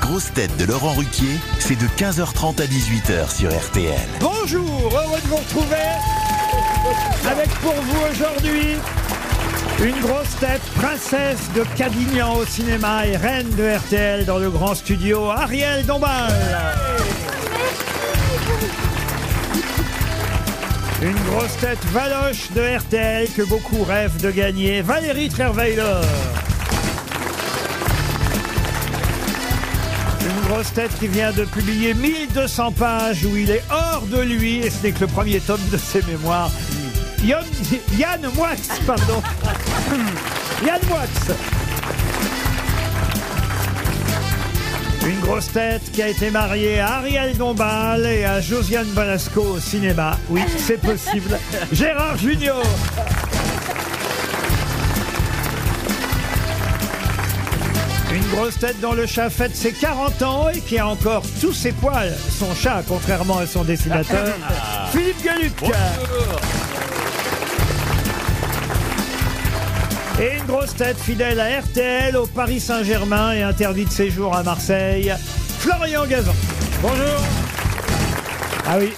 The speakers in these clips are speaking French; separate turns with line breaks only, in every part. grosses têtes de Laurent Ruquier, c'est de 15h30 à 18h sur RTL.
Bonjour, heureux de vous retrouver avec pour vous aujourd'hui une grosse tête, princesse de Cadignan au cinéma et reine de RTL dans le grand studio, Ariel Dombal. Une grosse tête valoche de RTL que beaucoup rêvent de gagner, Valérie Trierweiler. Une grosse tête qui vient de publier 1200 pages où il est hors de lui, et ce n'est que le premier tome de ses mémoires. Yann, Yann Moix, pardon. Yann Moix. Une grosse tête qui a été mariée à Ariel Dombal et à Josiane Balasco au cinéma. Oui, c'est possible. Gérard Junior. Une grosse tête dont le chat fête ses 40 ans et qui a encore tous ses poils. Son chat, contrairement à son dessinateur,
Ah.
Philippe Gueluc. Et une grosse tête fidèle à RTL, au Paris Saint-Germain et interdit de séjour à Marseille, Florian Gazan. Bonjour. Ah oui.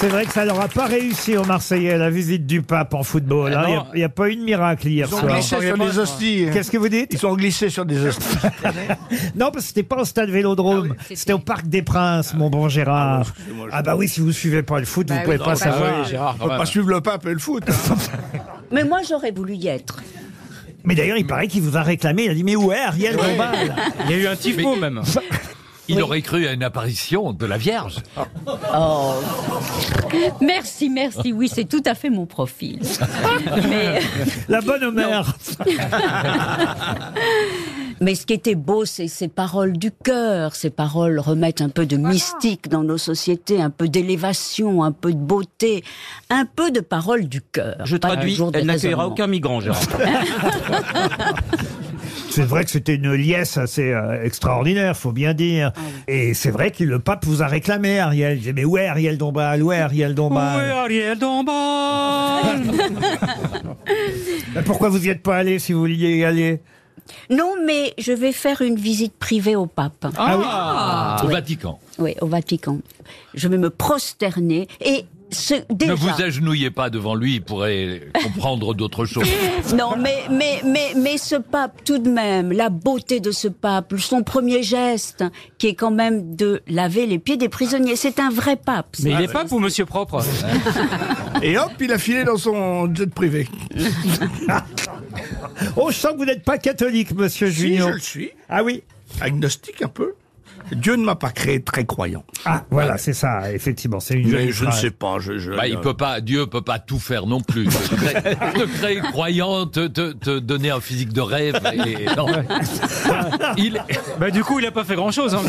C'est vrai que ça leur a pas réussi aux Marseillais, la visite du pape en football. hein. Il
Eh non.
n'y a, pas eu de miracle hier
ont
soir.
glissé sur des hosties. hein.
Qu'est-ce que vous dites
Ils sont glissés sur des hosties.
Non, parce que c'était pas au stade Vélodrome, c'était au Parc des Princes, mon bon Gérard. Ah bah oui, si vous suivez pas le foot, vous pouvez
oui,
pas
non, bah
savoir.
Ah Gérard, on peut pas suivre le pape et le foot. hein.
Mais moi, j'aurais voulu y être.
Mais d'ailleurs, il paraît qu'il vous a réclamé, il a dit mais où est Ariel Dombal
Il y a eu un tifo même.
Il aurait cru à une apparition de la Vierge.
Oh. Merci, merci. Oui, c'est tout à fait mon profil. mais,
La bonne Homère.
Mais ce qui était beau, c'est ces paroles du cœur. Ces paroles remettent un peu de mystique dans nos sociétés, un peu d'élévation, un peu de beauté, un peu de paroles du cœur.
Je
Pas
traduis,
toujours des
elle n'accueillera
raisonnements.
aucun migrant, Gérard.
C'est vrai que c'était une liesse assez euh, extraordinaire, faut bien dire. Et c'est vrai que le pape vous a réclamé, Ariel. Il disait, mais où est Ariel Dombal Où est Ariel Dombal
Ariel Dombal
Ben, Pourquoi vous n'y êtes pas allé si vous vouliez y aller
Non, mais je vais faire une visite privée au pape.
Ah.
Ah Au Vatican.
Oui, au Vatican. Je vais me prosterner et ce, déjà.
Ne vous agenouillez pas devant lui, il pourrait comprendre d'autres choses.
Non, mais, mais, mais, mais ce pape, tout de même, la beauté de ce pape, son premier geste, qui est quand même de laver les pieds des prisonniers, c'est un vrai pape.
Mais il est pape ou monsieur propre
Et hop, il a filé dans son jet privé.
Oh, je sens que vous n'êtes pas catholique, monsieur
Si je
Junior.
le suis,
Ah oui
agnostique un peu, Dieu ne m'a pas créé très croyant.
Ah, voilà, c'est ça, effectivement. C'est une
Mais
jolie
je ne
phrase.
sais pas. Je, je-
Bah, il peut pas, Dieu peut pas tout faire non plus. Te créer, te créer croyant, te, te- te donner un physique de rêve. et- non. Il,
Bah du coup, il a pas fait grand-chose. hein.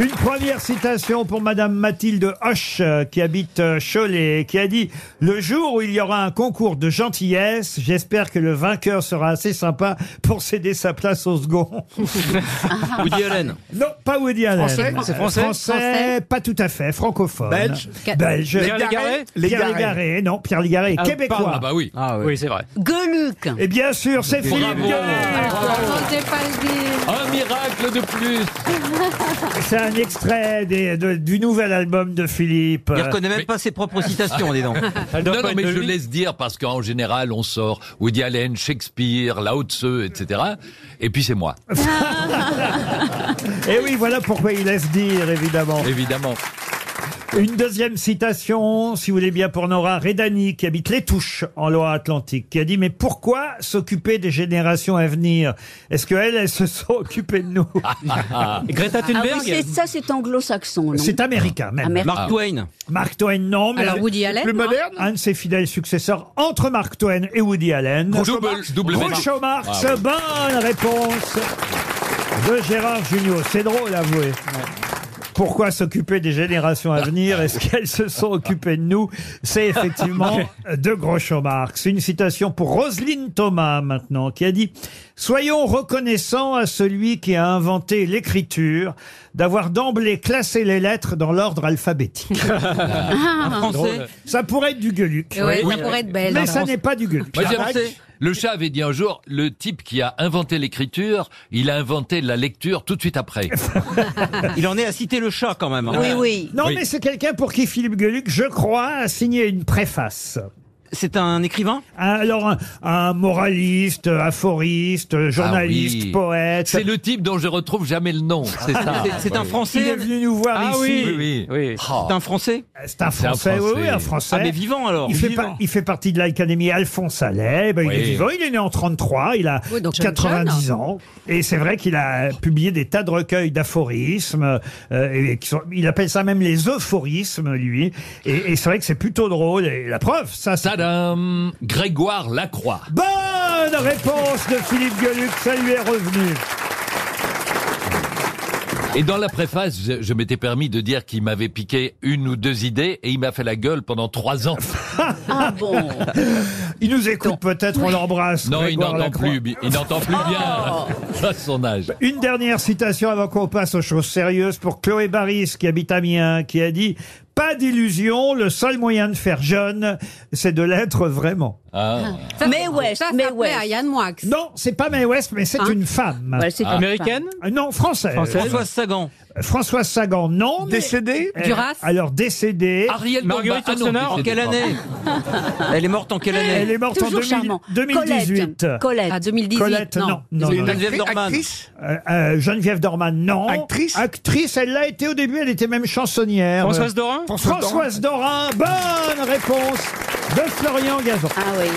Une première citation pour Madame Mathilde Hoche, euh, qui habite euh, Cholet, qui a dit « Le jour où il y aura un concours de gentillesse, j'espère que le vainqueur sera assez sympa pour céder sa place au second.
Woody Allen. »
Non, pas Woody Allen.
Français
C'est français
Français,
Français.
pas tout à fait, francophone.
Belge
Belge.
Pierre Légaré
Pierre
Légaré.
Légaré, non, Pierre Légaré,
Ah,
québécois.
pardon,
ah bah oui.
Ah oui, c'est vrai.
Gueuluc
Et bien sûr, c'est Philippe
Bravo.
Gueluc.
Un miracle de plus.
C'est un extrait des- de- du nouvel album de Philippe.
Il reconnaît même pas ses propres citations, dis donc.
Non, non, mais je laisse dire parce qu'en général, on sort Woody Allen, Shakespeare, Lao Tse, etc. Et puis c'est moi,
Et Eh oui, voilà pourquoi il laisse dire, évidemment.
évidemment.
Une deuxième citation, si vous voulez bien, pour Nora Redani, qui habite Les Touches, en Loire-Atlantique, qui a dit « Mais pourquoi s'occuper des générations à venir Est-ce qu'elles, elles se sont occupées de nous
Ah,
Greta
Ah oui,
Thunberg
c'est- ça, c'est anglo-saxon, non ?»
C'est américain, même.
Américain.
Mark Twain.
Mark Twain, non, mais
Ah. Alors Woody Allen,
Plus
non
moderne
un de ses fidèles successeurs entre Mark Twain et Woody Allen.
Double, double Ah,
Groucho Marx, bonne réponse de Gérard Junior. C'est drôle, avouez. Pourquoi s'occuper des générations à venir Est-ce qu'elles se sont occupées de nous C'est effectivement de Groucho Marx. Une citation pour Roselyne Thomas maintenant, qui a dit « Soyons reconnaissants à celui qui a inventé l'écriture d'avoir d'emblée classé les lettres dans l'ordre alphabétique.
Un Français. »
Ça pourrait être du Gueluc,
Ah, Ouais, ça pourrait être belle.
mais ça n'est pas du Gueluc.
Moi, j'aime-
Français.
Le chat avait dit un jour, le type qui a inventé l'écriture, il a inventé la lecture tout de suite après.
Il en est à citer le chat quand même. hein.
Oui, oui.
Non,
Oui.
mais c'est quelqu'un pour qui Philippe Gueluc, je crois, a signé une préface.
C'est un écrivain
Alors, un, un moraliste, aphoriste, journaliste,
Ah
Ah
oui.
poète.
C'est le type dont je retrouve jamais le nom. C'est ça.
C'est- C'est un
Oui. Ah
Il est
français
venu nous voir
Ah
ici.
oui,
Oui, oui. Oh.
C'est un français
C'est un
C'est un
français, oui,
Français.
oui, un français.
Ah, mais vivant alors
Il fait, par- il fait partie de l'Académie Alphonse Allais. Ben, Il est
Oui.
vivant. Il est né en 33. Il a
Oui, donc jeune,
90
jeune.
ans. Et c'est vrai qu'il a publié des tas de recueils d'aphorismes. euh, et qui sont- il appelle ça même les euphorismes, lui. Et, et c'est vrai que c'est plutôt drôle. Et la preuve, ça, ça.
Tadam Grégoire Lacroix.
Bonne réponse de Philippe Gueluc. Ça lui est revenu.
Et dans la préface, je, je m'étais permis de dire qu'il m'avait piqué une ou deux idées et il m'a fait la gueule pendant trois ans.
Ah bon
Il nous écoute peut-être. On l'embrasse.
Non, il
Grégoire
n'entend
Lacroix.
plus, bi- il n'entend plus bien
Oh.
à son âge.
Une dernière citation avant qu'on passe aux choses sérieuses pour Chloé Baris qui habite Amiens, qui a dit Pas d'illusion, le seul moyen de faire jeune, c'est de l'être vraiment.
Ah.
Hein.
Mais ouais,
Ça, ça
mais
plaît
ouais.
à Yann Moix.
Non, c'est pas Mae West, mais c'est
Hein
une femme.
Ouais, c'est
Américaine
Euh, Non, française.
Françoise Sagan.
Françoise Sagan, non. mais-
Décédé
Euh,
Duras
Alors décédée.
Ariel Marguerite
Ah En quelle année Elle est morte en quelle
Elle
année
est morte en
Toujours
2000
charmant.
2018.
Colette. Colette.
À 2018.
Colette, non. non, non, non.
Geneviève Norman.
Actrice
Euh, euh, Geneviève Dorman, non.
Actrice
Actrice, elle l'a été au début, elle était même chansonnière. Euh,
Dorin
Françoise Dorin, bonne réponse de Florian Gazan.
Ah oui.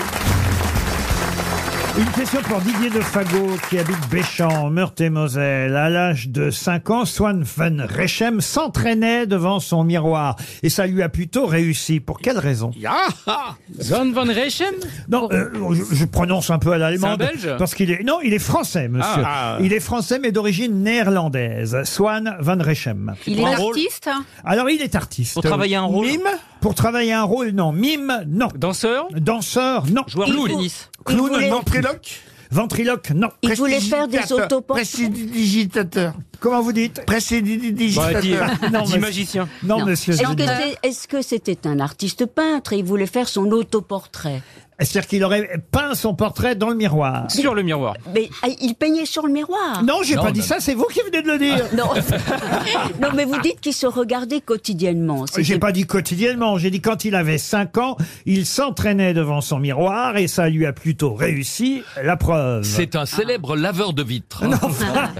Une question pour Didier de Fagot qui habite Béchamp, en Meurthe-et-Moselle. À l'âge de 5 ans, Swan van Rechem s'entraînait devant son miroir et ça lui a plutôt réussi. Pour quelle raison
Ya
Ah. Zon van Reichen
Non, euh, je, je prononce un peu à l'allemande.
C'est un Belge
Parce qu'il est non, il est français, monsieur.
Ah, ah.
Il est français mais d'origine néerlandaise. Swan van Rechem.
Il est artiste hein
Alors il est artiste.
Pour travailler un rôle
Mime
Pour travailler un rôle, non. Mime, non.
Danseur
Danseur, non.
Joueur
Il
de
faut-
tennis
Il
Clown
voulait-
Ventriloque
Ventriloque, non.
Il voulait faire des autoportraits.
Prestidigitateur.
Comment vous dites
Prestidigitateur.
Non,
Dit
monsieur.
Bah, euh, magicien.
Non,
Non.
monsieur.
Est-ce
je
que
dis-
c'est- est-ce que c'était un artiste peintre et il voulait faire son autoportrait
C'est-à-dire qu'il aurait peint son portrait dans le miroir.
Sur le miroir.
Mais ah, il peignait sur le miroir.
Non, j'ai
Non,
pas dit
non.
ça, c'est vous qui venez de le dire.
Non, non mais vous dites qu'il se regardait quotidiennement. C'était-
Euh, J'ai pas dit quotidiennement, j'ai dit quand il avait 5 ans, il s'entraînait devant son miroir et ça lui a plutôt réussi, la preuve.
C'est un célèbre laveur de vitres.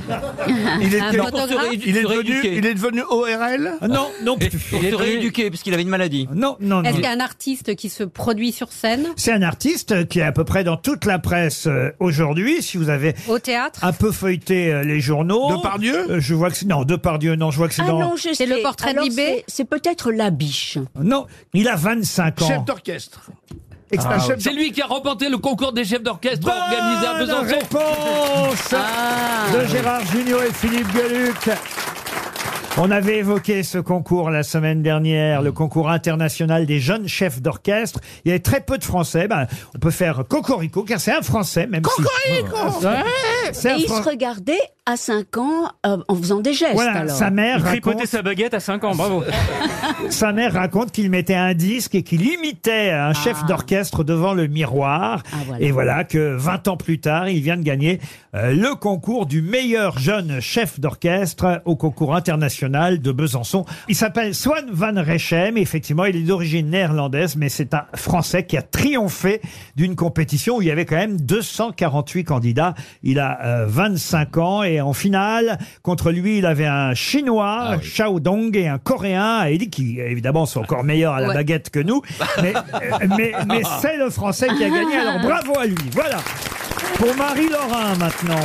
Il
Un
était-
photographe
il est
Se
devenu-
rééduquer.
il est devenu ORL
Ah,
Non, non plus.
Il est rééduqué parce qu'il avait une maladie.
Non, non,
Est-ce
non.
qu'il y a un artiste qui se produit sur scène
C'est un artiste qui est à peu près dans toute la presse euh, aujourd'hui. Si vous avez
Au théâtre
un peu feuilleté euh, les journaux.
Depardieu
Euh, Je vois que c'est. Non, Depardieu, non, je vois que c'est
Ah
dans.
non, je sais.
C'est le portrait de
Alors,
Libé
c'est- C'est peut-être la biche.
Non, il a 25 ans.
Chef d'orchestre.
Ah,
Ex-
Un chef
C'est lui qui a remporté le concours des chefs d'orchestre organisé à
Bonne
Besançon.
réponse
Ah.
Ah.
de Gérard Junior et Philippe Gueluc. On avait évoqué ce concours la semaine dernière, le concours international des jeunes chefs d'orchestre. Il y avait très peu de Français. Ben, on peut faire Cocorico, car c'est un Français, même si... Cocorico C'est
Ah. Et
un
il se
Français.
regardait à 5 ans euh, en faisant des gestes.
Voilà,
alors.
sa mère, raconte,
sa baguette à 5 ans, bravo.
sa mère raconte qu'il mettait un disque et qu'il imitait un chef d'orchestre devant le miroir.
Ah, voilà.
Et voilà que 20 ans plus tard, il vient de gagner euh, le concours du meilleur jeune chef d'orchestre au concours international de Besançon. Il s'appelle Swan van Rechem. Effectivement, il est d'origine néerlandaise, mais c'est un Français qui a triomphé d'une compétition où il y avait quand même 248 candidats. Il a euh, 25 ans et en finale, contre lui, il avait un Chinois,
Ah oui.
Xiao Dong, et un Coréen, Eli, qui évidemment sont encore meilleurs à la
Ouais.
baguette que nous. Mais, euh, mais, mais c'est le Français qui a gagné. Alors bravo à lui. Voilà. Pour Marie Laurin maintenant.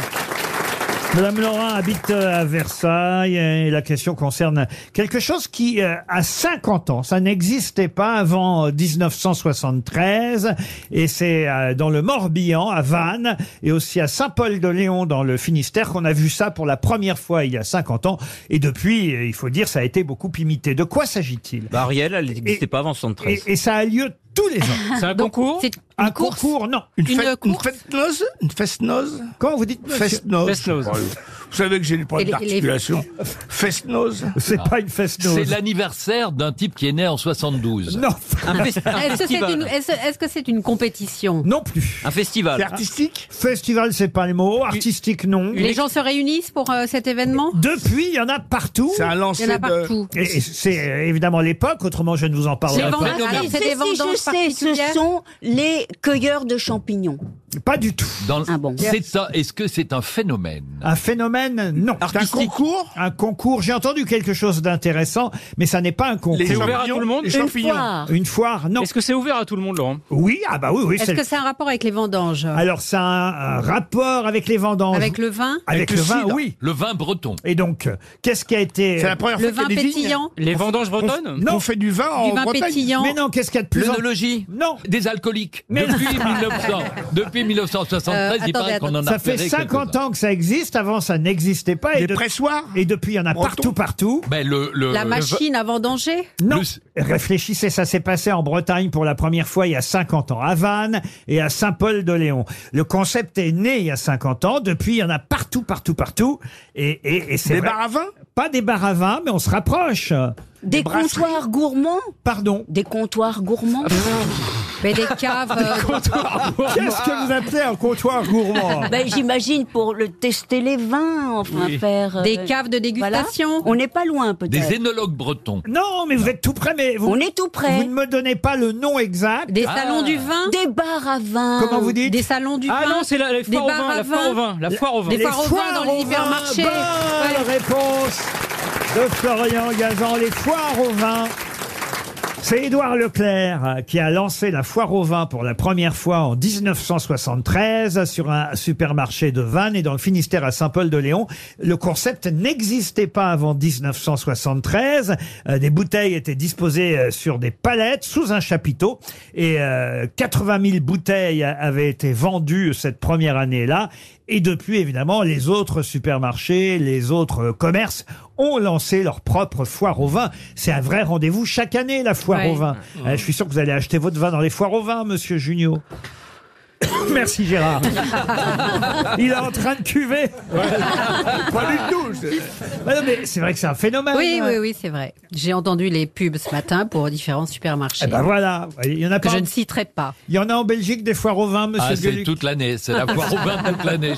Madame Laurin habite euh, à Versailles et la question concerne quelque chose qui euh, a 50 ans, ça n'existait pas avant euh, 1973 et c'est euh, dans le Morbihan à Vannes et aussi à Saint-Paul-de-Léon dans le Finistère qu'on a vu ça pour la première fois il y a 50 ans et depuis euh, il faut dire ça a été beaucoup imité. De quoi s'agit-il
Bah, Ariel, elle n'existait
Et-
pas avant
et,
73.
et ça a lieu tous les ans.
C'est un
Donc,
concours
C'est une
Un
course
concours, non.
Une,
Une
fête, une
course
fête-nose Une fête-nose
Quand vous dites monsieur
Fest-nose.
Fest-nose.
Vous savez que j'ai des
Et
problèmes
les- et les-
d'articulation. Fesse-nose.
C'est pas une fesse
Ah. C'est l'anniversaire d'un type qui est né en Ah, 72.
Non,
Un, fes- un
Est-ce que Ah, c'est une,
festival.
est-ce- est-ce que c'est une compétition
non plus.
Un
C'est
festival.
artistique
Festival, c'est pas le mot. Artistique, non.
Les gens se réunissent pour euh, cet événement
Depuis, il y en a partout.
C'est un
Il
lancer
y en a
de...
partout.
Et c'est évidemment l'époque, autrement je ne vous en
Les
parlerai
ventes,
pas.
phénomène.
alors c'est
Si,
des
si,
vendanges
je sais, ce
particulières
sont les cueilleurs de champignons.
Pas du tout.
Dans le-
Ah bon.
C'est un- Est-ce que c'est un phénomène
Un phénomène, non.
Un
Artistique.
concours
Un concours, j'ai entendu quelque chose d'intéressant, mais ça n'est pas un concours.
Les
ouvert à
champignons-
tout le monde
les
Une
champignons.
foire.
Une foire, non.
Est-ce que c'est ouvert à tout le monde, Laurent
Oui, ah bah oui, oui.
Est-ce
c'est-
que c'est un rapport avec les vendanges
Alors ça a un un rapport avec les vendanges.
Avec le vin
Avec
Avec le
le
vin,
cidre.
oui.
Le vin breton.
Et donc, euh, qu'est-ce qui a été... euh,
C'est la première
Le
fois
vin
qu'il y a des vignes. Oh,
pétillant
Les vendanges bretonnes
Non.
On fait du vin
Du
en
vin
Bretagne.
pétillant
Mais non, qu'est-ce qu'il y a de plus... en-
L'œnologie
Non,
Des alcooliques.
Mais-
Depuis, 1900, depuis 1973,
Euh,
il
attendez,
paraît qu'on en a
ça fait 50 ans que ça existe, avant ça n'existait pas. Et,
Des
de-
pressoirs
et depuis, il y en a
Breton.
partout, partout.
Mais Ben, le, le-
La
Euh, le-
machine à
Bah,
vendanger
Non.
Le-
Réfléchissez, ça s'est passé en Bretagne pour la première fois il y a 50 ans, à Vannes et à Saint-Paul-de-Léon. Le concept est né il y a 50 ans. Depuis, il y en a partout, partout, partout. Et, et, et c'est
Des
vrai.
bars à vin
pas des bars à vin, mais on se rapproche.
Ah,
Des
brasseries.
comptoirs gourmands
Pardon.
Des comptoirs gourmands
Mais des caves. euh,
Qu'est-ce
ah.
que vous appelez un comptoir gourmand
ben, J'imagine pour le tester les vins, enfin faire... euh,
Des caves de
voilà.
dégustation
On n'est pas loin
des
peut-être.
énologues bretons.
Non, mais vous êtes tout près, mais vous,
On est tout
vous
près.
ne me donnez pas le nom exact.
Ah.
Des
Ah.
salons du vin
Des bars à vin.
Comment vous dites
Des salons du
Ah
vin
non, c'est la, la
Des
foire au
bars
vin,
à
la foire au vin, la foire au vin.
Des foires au vin dans
au
les
vin.
hypermarchés.
Bonne
Ouais.
réponse de Florian Gazan. Les foires au vin. C'est Édouard Leclerc euh, qui a lancé la foire au vin pour la première fois en 1973 sur un supermarché de Vannes et dans le Finistère à Saint-Paul-de-Léon. Le concept n'existait pas avant 1973. Euh, Des bouteilles étaient disposées euh, sur des palettes sous un chapiteau et euh, 80 000 bouteilles avaient été vendues cette première année-là. Et depuis, évidemment, les autres supermarchés, les autres euh, commerces ont lancé leur propre foire au vin. C'est un vrai rendez-vous chaque année, la foire
Ouais.
au vin. Euh, je suis sûr que vous allez acheter votre vin dans les foires au vin, monsieur Junio. Merci Gérard. Il est en train de cuver.
Pas du tout. c'est-
Ah non, mais c'est vrai que c'est un phénomène.
Oui, oui, oui, c'est vrai. J'ai entendu les pubs ce matin pour différents supermarchés
Eh ben voilà, il y en a
que
pas.
je ne citerai pas.
Il y en a en Belgique des foires au vin, monsieur
Ah, c'est
Gueluc.
toute l'année. C'est la foire au vin toute l'année.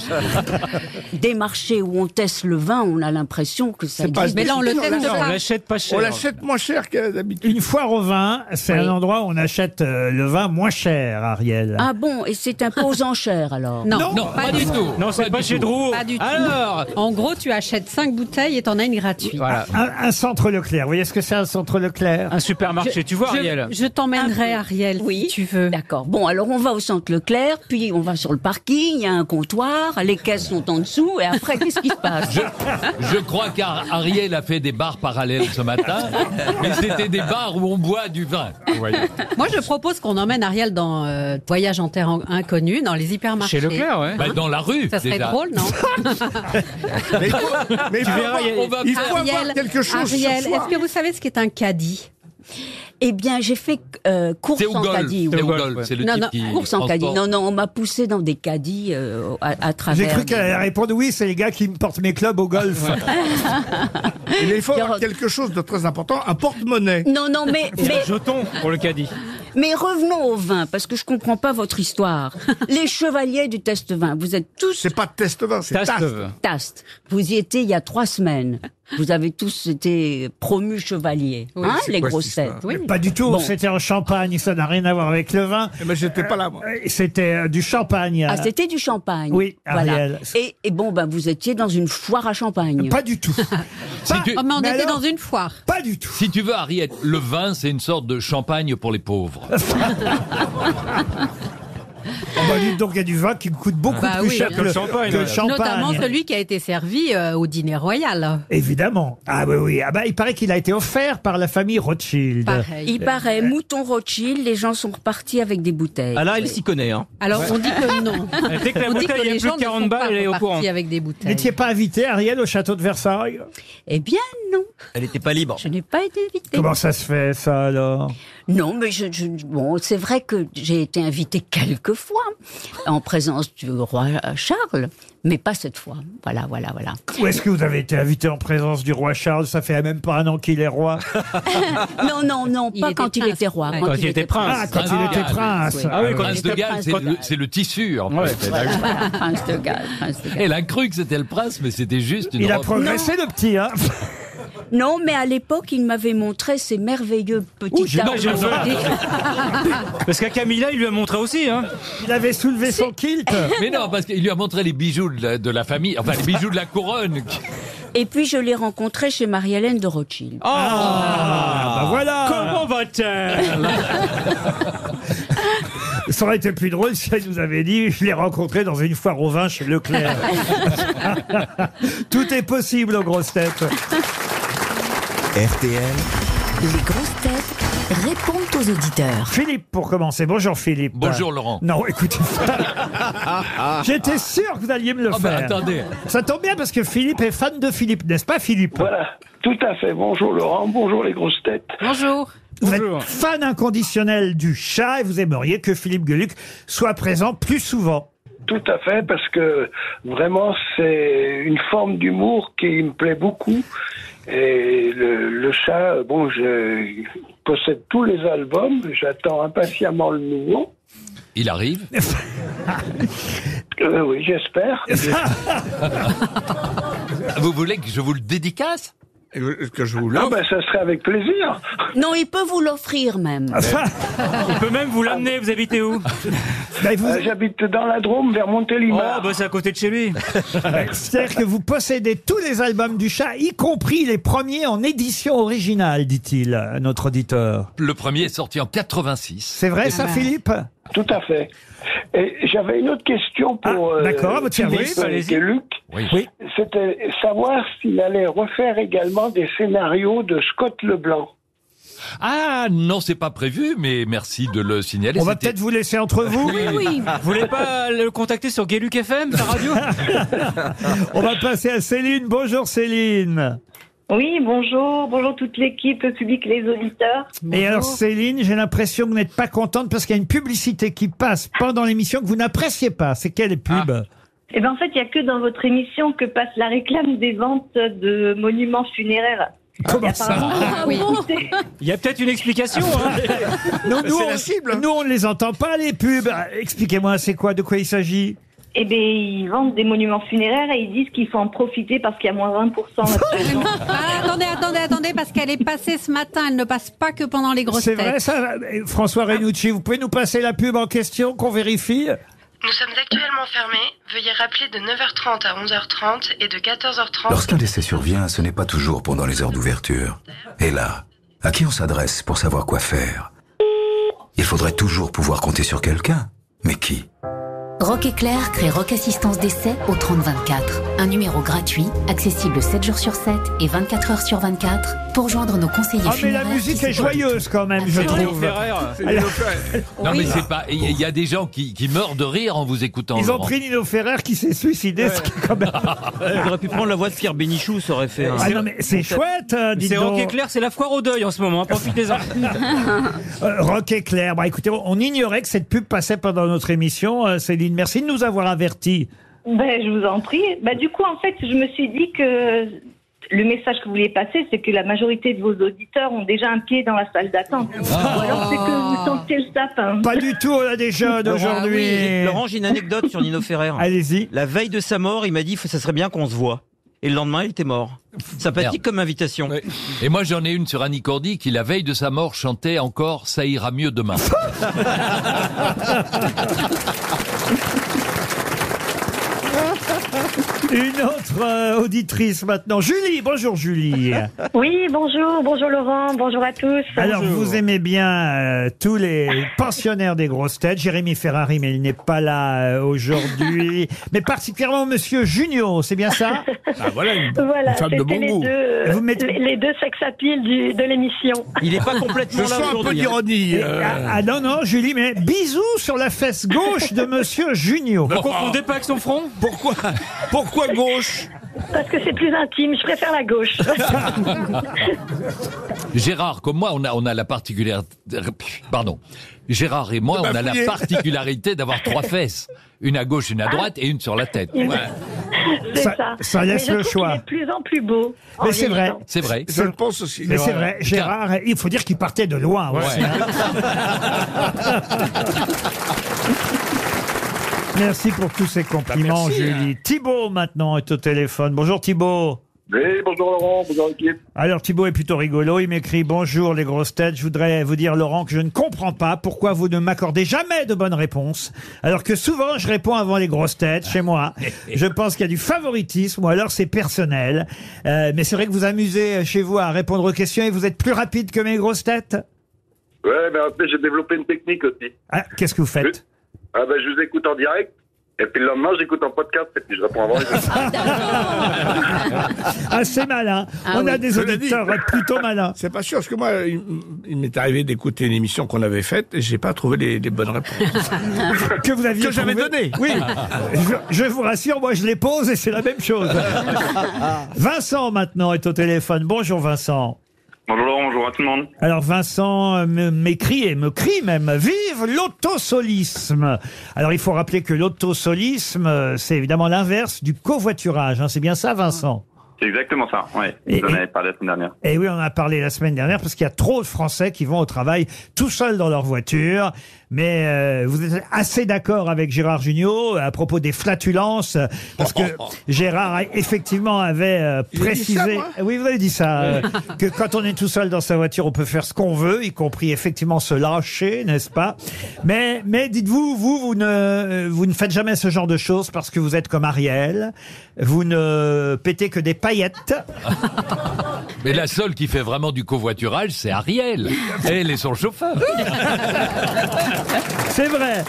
Des marchés où on teste le vin, on a l'impression que ça
C'est pas-
existe.
Mais là, on le
Non,
teste
non,
On
pas.
l'achète pas cher.
On l'achète moins cher que d'habitude.
Une foire au vin, c'est
Oui.
un endroit où on achète euh, le vin moins cher, Ariel.
Ah bon, et c'est un peu aux enchères alors
Non,
Non, pas, du tout.
Non, c'est pas chez Drou.
Pas du tout.
Alors,
En gros, tu achètes 5 bouteilles et t'en as une gratuite.
voilà.
Un, un centre Leclerc. Vous voyez ce que c'est un centre Leclerc
Un supermarché, tu vois, Ariel.
Je, je t'emmènerai, Ariel,
Oui.
si tu veux.
D'accord. Bon, alors on va au centre Leclerc, puis on va sur le parking, il y a un comptoir, les caisses sont en dessous, et après, qu'est-ce qui se passe
Je, je crois qu'Ariel a fait des bars parallèles ce matin, mais c'était des bars où on boit du vin. vous voyez.
Moi, je propose qu'on emmène Ariel dans euh, Voyage en terre en- inconnue, dans les hypermarchés.
Chez Leclerc, ouais.
Bah, dans la rue,
Ça serait
déjà.
drôle, non
Mais il faut, mais il faut
verras,
avoir-
il y a-
On va
il
faire-
faut avoir quelque chose ce
Ariel,
soir.
est-ce que vous savez ce qu'est un caddie
Eh bien, j'ai fait euh, course
C'est au
en
golf.
caddie.
C'est
oui.
au
golf,
golf,
ouais.
C'est le
Non,
type
non,
qui
Course en
transporte.
caddie. Non, non, on m'a poussé dans des caddies euh, à, à
J'ai
travers.
cru qu'elle allait répondre oui, c'est les gars qui me portent mes clubs au golf.
Il faut avoir
Carotte.
quelque chose de très important, un porte-monnaie.
Non, non, mais,
Un
mais,
jeton pour le caddie.
mais revenons au vin, parce que je comprends pas votre histoire. Les chevaliers du test vin, vous êtes tous
C'est pas de test vin, c'est taste.
Tasteve.
Tast. Vous y étiez il y a trois semaines. Vous avez tous été promus chevaliers, hein,
c'est
les
quoi
grosses
cette
têtes.
histoire
Oui.
Pas du tout,
Bon.
c'était en champagne, ça n'a rien à voir avec le vin.
Mais Eh ben, j'étais pas là, moi.
Euh, C'était euh, du champagne.
Ah, c'était du champagne.
Oui, Ariel.
voilà. Et, et bon, ben, vous étiez dans une foire à champagne.
Pas du tout.
Si tu,
Oh, mais on
Mais
était
alors
dans une foire.
Pas du tout.
si tu veux, Ariel, le vin, c'est une sorte de champagne pour les pauvres.
On va Oh, bah, donc il y a du vin qui me coûte beaucoup
Bah
plus
oui,
cher
hein.
que le
Champagne,
que le
ouais.
champagne.
Notamment celui qui a été servi euh, au dîner royal.
Évidemment. Ah oui, oui. Ah bah, il paraît qu'il a été offert par la famille Rothschild. Euh,
Pareil.
Il paraît, mouton Rothschild, les gens sont repartis avec des bouteilles.
Ah là, il s'y connaît. Hein.
Alors, on dit que non.
Dès que la
on dit
bouteille,
que
il y a
les
plus
gens
de
ne
40
sont pas
balles, elle est au
repartis
courant.
avec des bouteilles.
N'étiez pas invité, Ariel, au château de Versailles
Eh bien, non,
Elle était pas libre.
je n'ai pas été invitée.
Comment ça se fait, ça, alors
Non, mais je, je- bon, c'est vrai que j'ai été invitée quelques fois en présence du roi Charles, mais pas cette fois. Voilà, voilà, voilà.
Où est-ce que vous avez été invité en présence du roi Charles Ça fait même pas un an qu'il est roi.
Non, non, non,
Il
pas
était
quand il
prince.
était roi.
Ouais.
Quand il était
Ah,
prince.
quand il
Ah,
était
oui.
prince.
Oui.
Ah oui,
Prince de Galles, c'est le, c'est le tissu. en
Ouais.
fait.
Voilà, prince de Galles, prince de Galles.
Elle a cru que c'était le prince, mais c'était juste une
Il a
robe.
progressé le petit, hein
Non, mais à l'époque, il m'avait montré ces merveilleux petits
j'ai- non, j'ai-
tableaux.
Parce qu'à Camilla, il lui a montré aussi. Hein.
Il avait soulevé son kilt.
Mais non, parce qu'il lui a montré les bijoux de la, de la famille, enfin les bijoux de la couronne.
Et puis, je l'ai rencontré chez Marie-Hélène de Rothschild.
Ah, bah voilà
Comment va-t-elle
Ça aurait été plus drôle si elle nous avait dit je l'ai rencontré dans une foire au vin chez Leclerc. Tout est possible aux grosses têtes.
RTL,
Les grosses têtes répondent aux auditeurs.
Philippe, pour commencer. Bonjour Philippe.
Bonjour, Laurent.
Non, écoutez. J'étais sûr que vous alliez me le
Ah bah,
faire.
attendez.
Ça tombe bien parce que Philippe est fan de Philippe, n'est-ce pas Philippe
Voilà, tout à fait. Bonjour Laurent, bonjour les grosses têtes.
Bonjour.
Vous
Bonjour.
êtes fan inconditionnel du chat et vous aimeriez que Philippe Gueluc soit présent plus souvent.
Tout à fait, parce que vraiment, c'est une forme d'humour qui me plaît beaucoup. Et le, le chat, bon, je possède tous les albums, j'attends impatiemment le nouveau.
Oh. Il arrive.
Euh, oui, j'espère.
Vous voulez que je vous le dédicace
Euh, Que je vous
Ah
l'offre.
ben, ça serait avec plaisir.
Non, il peut vous l'offrir
Ah,
même.
Il peut même vous l'amener. Vous habitez où
Bah, vous-
Euh, J'habite dans la Drôme, vers
Oh,
Montélimar.
bah c'est à côté de chez lui.
C'est-à-dire que vous possédez tous les albums du chat, y compris les premiers en édition originale, dit-il, à notre auditeur.
Le premier est sorti en ben, 86.
C'est vrai ça, Philippe
Tout à fait. Et j'avais une autre question pour
Ah,
euh,
d'accord, à votre
Philippe
service,
et
allez-y.
Luc.
Oui.
C'était savoir s'il allait refaire également des scénarios de Scott Leblanc.
Ah non, c'est pas prévu, mais merci de le signaler.
On va
C'était-
peut-être vous laisser entre vous.
Vous voulez pas le contacter sur Guéluc FM, sa radio
On va passer à Céline. Bonjour Céline.
Oui, bonjour, bonjour toute l'équipe, le public, les auditeurs.
Et alors Céline, j'ai l'impression que vous n'êtes pas contente parce qu'il y a une publicité qui passe pendant l'émission que vous n'appréciez pas. C'est quelle pub
Ah.
Eh ben en fait, il n'y a que dans votre émission que passe la réclame des ventes de monuments funéraires.
Comment ça
Ah, oui.
Il y a peut-être une explication. Hein.
Non, nous,
C'est
on,
la cible.
nous, on ne les entend pas, les pubs. Expliquez-moi, c'est quoi, de quoi il s'agit
Eh bien, ils vendent des monuments funéraires et ils disent qu'il faut en profiter parce qu'il y a moins 20% actuellement.
Ah, attendez, attendez, attendez, parce qu'elle est passée ce matin. Elle ne passe pas que pendant les grosses
C'est
têtes.
vrai, ça euh, François Renucci, vous pouvez nous passer la pub en question, qu'on vérifie
Nous sommes actuellement fermés. Veuillez rappeler de 9h30 à 11h30 et de 14h30
Lorsqu'un décès survient, ce n'est pas toujours pendant les heures d'ouverture. Et là, à qui on s'adresse pour savoir quoi faire Il faudrait toujours pouvoir compter sur quelqu'un. Mais qui
Rock Éclair crée Rock Assistance Décès au 3024. Un numéro gratuit, accessible 7 jours sur 7 et 24 heures sur 24 pour joindre nos conseillers
Ah, mais
funéraires.
la musique
qui
est
se-
joyeuse quand même, je trouve.
Ferrer.
C'est des locales.
Non mais c'est pas. Il y, il y a des gens qui, qui meurent de rire en vous écoutant.
Ils ont
Laurent.
pris Nino Ferrer qui s'est suicidé. ce qui est quand même-
Il aurait euh, pu prendre la voix de Pierre Bénichou, ça aurait fait.
Ah non, mais c'est chouette, hein, dites
C'est
donc.
Rock Éclair, c'est la foire au deuil en ce moment. hein, Profitez-en.
Euh, Rock Éclair. Bah, écoutez, on ignorait que cette pub passait pendant notre émission. euh, Céline, merci de nous avoir avertis.
Ben, je vous en prie. Ben, du coup, en fait, je me suis dit que le message que vous vouliez passer, c'est que la majorité de vos auditeurs ont déjà un pied dans la salle d'attente.
Ah.
Ou alors c'est que vous sentez le sapin.
Pas du tout, on a des jeunes aujourd'hui.
ah Laurent, j'ai une anecdote sur Nino Ferrer.
Allez-y.
La veille de sa mort, il m'a dit ça serait bien qu'on se voit. Et le lendemain, il était mort.
Merde.
Sympathique comme invitation.
Ouais. Et moi j'en ai une sur Annie Cordy qui la veille de sa mort chantait encore Ça ira mieux demain.
Une autre euh, auditrice maintenant. Julie, bonjour Julie.
Oui, bonjour, bonjour Laurent, bonjour à tous.
Alors, vous aimez bien euh, tous les pensionnaires des grosses têtes. Jérémy Ferrari, mais il n'est pas là euh, aujourd'hui. mais particulièrement Monsieur Junio, c'est bien ça
Ah, voilà une,
Voilà,
une femme de
c'était
bon
les,
goût.
deux,
Vous mettez-
les- les deux sex appeal du- de l'émission.
Il est pas complètement là
Je sens un peu
aujourd'hui. hein.
d'ironie.
Et-
euh.
ah, ah non, non, Julie, mais bisous sur la fesse gauche de Monsieur Junio.
Ne confondez pas avec son front.
Pourquoi Pourquoi gauche
Parce que c'est plus intime, je préfère la gauche.
Gérard, comme moi, on a, on a la particularité. Pardon. Gérard et moi,
Bah,
on a la
fouillez.
particularité d'avoir trois fesses. Une à gauche, une à droite et une sur la tête.
Il- C'est
Ça-
ça.
ça laisse
Mais je
le
trouve
choix.
qu'il est de plus en plus beau. en
Mais c'est vrai.
vieillissant.
C'est vrai.
Je le
pense aussi.
Mais c'est
Ouais.
vrai, Gérard, il faut dire qu'il partait de loin aussi. hein.
Ouais.
Merci pour tous ces
Bah,
compliments,
merci,
hein.
Julie. Thibault, maintenant, est au téléphone. Bonjour, Thibault.
Oui, bonjour Laurent, bonjour l'équipe.
Alors Thibaut est plutôt rigolo, il m'écrit Bonjour les grosses têtes, je voudrais vous dire Laurent que je ne comprends pas pourquoi vous ne m'accordez jamais de bonnes réponses, alors que souvent je réponds avant les grosses têtes chez moi. Je pense qu'il y a du favoritisme ou alors c'est personnel. Euh, mais c'est vrai que vous amusez euh, chez vous à répondre aux questions et vous êtes plus rapide que mes grosses têtes.
Ouais, mais en fait, j'ai développé une technique aussi.
Ah, Qu'est-ce que vous faites
Ah ben, je vous écoute en direct, et puis le lendemain, j'écoute en podcast, et puis je réponds avant les autres.
Ah, c'est malin. On a des auditeurs plutôt malins.
C'est pas sûr, parce que moi, il, il m'est arrivé d'écouter une émission qu'on avait faite et j'ai pas trouvé les, les bonnes réponses.
euh,
Ah.
que vous aviez
Que j'avais
trouvé.
donné.
Oui. Je, je vous rassure, moi je les pose et c'est la même chose. Ah. Vincent maintenant est au téléphone. Bonjour Vincent.
Bonjour Laurent, bonjour à tout le monde.
Alors Vincent euh, me- m'écrit et me crie même Vive l'autosolisme Alors il faut rappeler que l'autosolisme, euh, c'est évidemment l'inverse du covoiturage. hein. C'est bien ça Vincent
C'est exactement ça, ouais.
Et-
Vous en avez parlé la semaine dernière.
et oui, on en a parlé la semaine dernière parce qu'il y a trop de Français qui vont au travail tout seuls dans leur voiture. Mais euh, vous êtes assez d'accord avec Gérard Junior à propos des flatulences euh, parce que Gérard a- effectivement avait euh,
Il a dit ça,
précisé.
moi
oui, vous avez dit ça euh, que quand on est tout seul dans sa voiture, on peut faire ce qu'on veut, y compris effectivement se lâcher, n'est-ce pas Mais mais dites-vous, vous vous ne euh, vous ne faites jamais ce genre de choses parce que vous êtes comme Ariel, vous ne pétez que des paillettes.
Mais la seule qui fait vraiment du covoiturage, c'est Ariel. Elle et son chauffeur.
C'est vrai.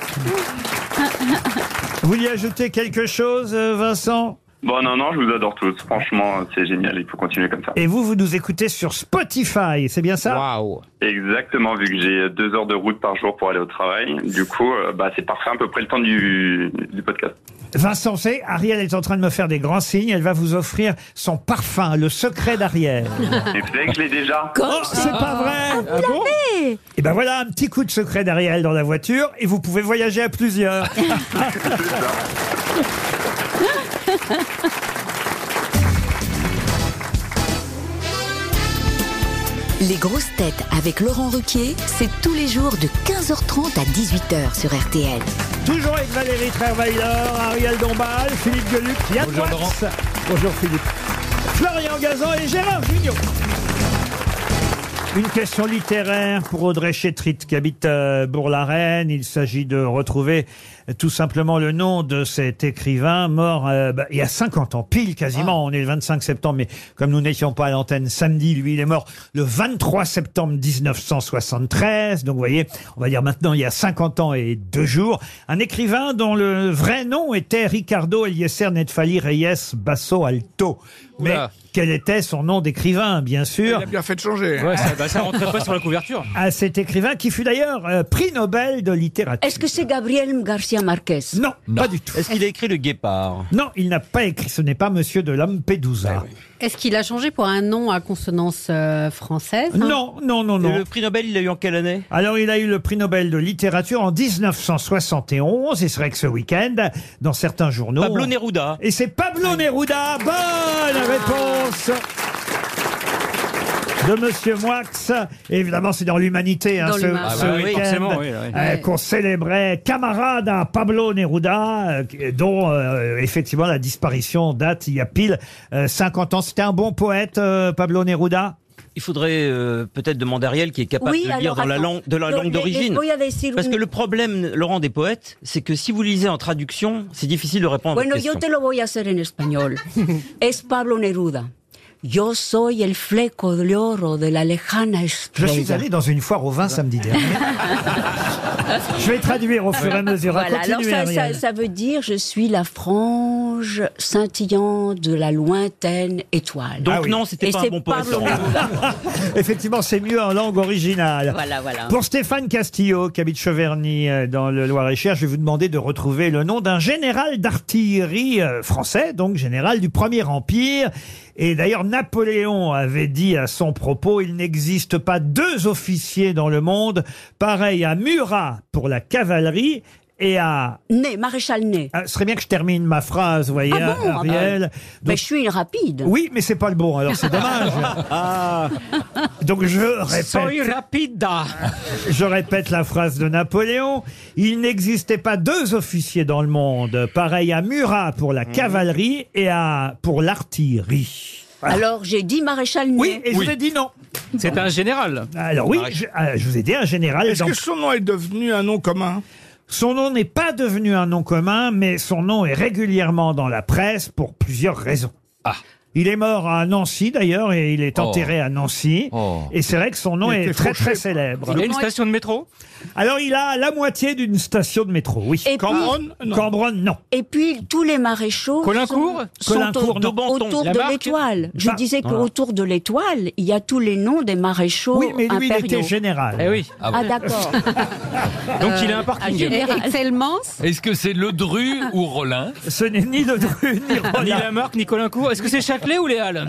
Vous y ajoutez quelque chose, euh, Vincent
Bon, non, non, je vous adore tous. Franchement, c'est génial, il faut continuer comme ça.
Et vous, vous nous écoutez sur Spotify, c'est bien ça
Exactement, vu que j'ai deux heures de route par jour pour aller au travail, du coup, euh, bah, c'est parfait, à peu près le temps du, du podcast.
Vincent, c'est Ariel est en train de me faire des grands signes. Elle va vous offrir son parfum, le secret d'Ariel.
Et vous savez que je l'ai déjà.
Oh, c'est pas
Ah,
vrai Ah, Et ben voilà un petit coup de secret d'Ariel dans la voiture et vous pouvez voyager à plusieurs.
Les grosses têtes avec Laurent Ruquier, c'est tous les jours de 15h30 à 18h sur RTL.
Toujours avec Valérie Trierweiler, Ariel Dombal, Philippe Geluc, Yann
Bonjour,
Moix.
Laurent.
Bonjour Philippe. Florian Gazan et Gérard Junior. Une question littéraire pour Audrey Chétrit qui habite euh, Bourg-la-Reine. Il s'agit de retrouver euh, tout simplement le nom de cet écrivain mort euh, bah, il y a 50 ans, pile quasiment.
Ah.
On est le 25 septembre, mais comme nous n'étions pas à l'antenne samedi, lui, il est mort le 23 septembre 1973. Donc vous voyez, on va dire maintenant il y a 50 ans et deux jours. Un écrivain dont le vrai nom était Ricardo Eliezer Netfali Reyes Basso Alto. Mais
Oula.
quel était son nom d'écrivain, bien sûr
Il a bien fait de changer. hein.
Ouais, ça, bah, ça rentrait pas sur la couverture.
Ah. à cet écrivain qui fut d'ailleurs euh, prix Nobel de littérature.
Est-ce que c'est Gabriel Garcia Marquez
Non, pas du tout. Est-ce qu'il a écrit Le Guépard Ah Non, il n'a pas écrit. Ce n'est pas Monsieur de Lampedusa.
Est-ce qu'il a changé pour un nom à consonance euh, française hein
Non, non, non, non.
Et le
prix Nobel, il l'a eu en quelle année Alors, il a eu le prix Nobel de littérature en 1971. Et c'est vrai que ce week-end, dans certains journaux.
Pablo
on-
Neruda.
Et c'est Pablo Neruda. Bonne réponse de Monsieur Moix. Et Évidemment, c'est dans l'humanité hein,
Dans
ce,
l'humain.
ce
Ah bah oui,
week-end
forcément, oui, oui.
euh,
Ouais.
qu'on célébrait Camarade à Pablo Neruda, euh, qui- dont euh, effectivement la disparition date il y a pile euh, 50 ans. C'était un bon poète, euh, Pablo Neruda.
Il faudrait euh, peut-être demander à Ariel qui est capable
Oui,
de
alors,
lire dans la
attends.
langue, de la
Le-
langue
les-
d'origine.
les- oui, avec Cyril-
Parce que le problème, Laurent, des poètes, c'est que si vous lisez en traduction, c'est difficile de répondre
Bueno,
aux questions.
yo te lo voy a hacer en español. Es Pablo Neruda. Yo soy el fleco de oro de la lejana
Je
estrella.
suis allé dans une foire au vin samedi dernier. Je vais traduire au fur et à mesure.
Voilà, alors
Continuez,
ça, ça-
Ariel.
ça veut dire je suis la France. ange scintillant de la lointaine étoile.
Donc Ah oui. non, c'était
Et
pas un
c'est
bon poète,
Pablo
Laurent.
Neruda.
Effectivement, c'est mieux en langue originale.
Voilà, voilà.
Pour Stéphane Castillo, qui habite Cheverny euh, dans le Loir-et-Cher, je vais vous demander de retrouver le nom d'un général d'artillerie euh, français, donc général du Premier Empire. Et d'ailleurs, Napoléon avait dit à son propos, il n'existe pas deux officiers dans le monde pareils à Murat pour la cavalerie et à...
Né, maréchal Ney.
Ah, ce serait bien que je termine ma phrase, vous voyez,
Ah bon, ah bah.
Ariel.
Mais
Donc-
je suis une rapide. Ah.
oui, mais c'est pas le bon, alors c'est dommage. Ah. Donc je
Soy
répète,
rapida.
je répète la phrase de Napoléon. Il n'existait pas deux officiers dans le monde, pareil à Murat pour
Mmh.
la cavalerie et à pour l'artillerie.
Alors j'ai dit maréchal Ney.
Oui, et je vous ai dit non.
C'est un général.
Alors oui, je, ah, je vous ai dit un général.
Est-ce
donc-
que son nom est devenu un nom commun
Son nom n'est pas devenu un nom commun, mais son nom est régulièrement dans la presse pour plusieurs raisons. Il est mort à Nancy d'ailleurs et il est
Oh.
enterré à Nancy. Et c'est vrai que son nom
Il
est
était
très
fauché.
très célèbre.
Il a une station de métro
Alors il a la moitié d'une station de métro, oui.
Et Cambronne,
non. Cambronne, non.
Et puis tous les maréchaux
Caulaincourt
sont, sont
Caulaincourt,
au-
non. Daubenton.
autour
La
de
marque
l'étoile. Je
Bah,
disais
voilà.
qu'autour de l'étoile, il y a tous les noms des maréchaux
Oui, mais lui, il
impériaux.
était général.
Eh oui.
Ah, d'accord.
Donc il a un
un
parking.
général.
Excellemment.
Est-ce que c'est Le Dru ou Rollin
Ce n'est ni le Dru, ni
Ni
Rollin.
la marque, ni Colincourt. Est-ce que c'est Châtelet ou les Halles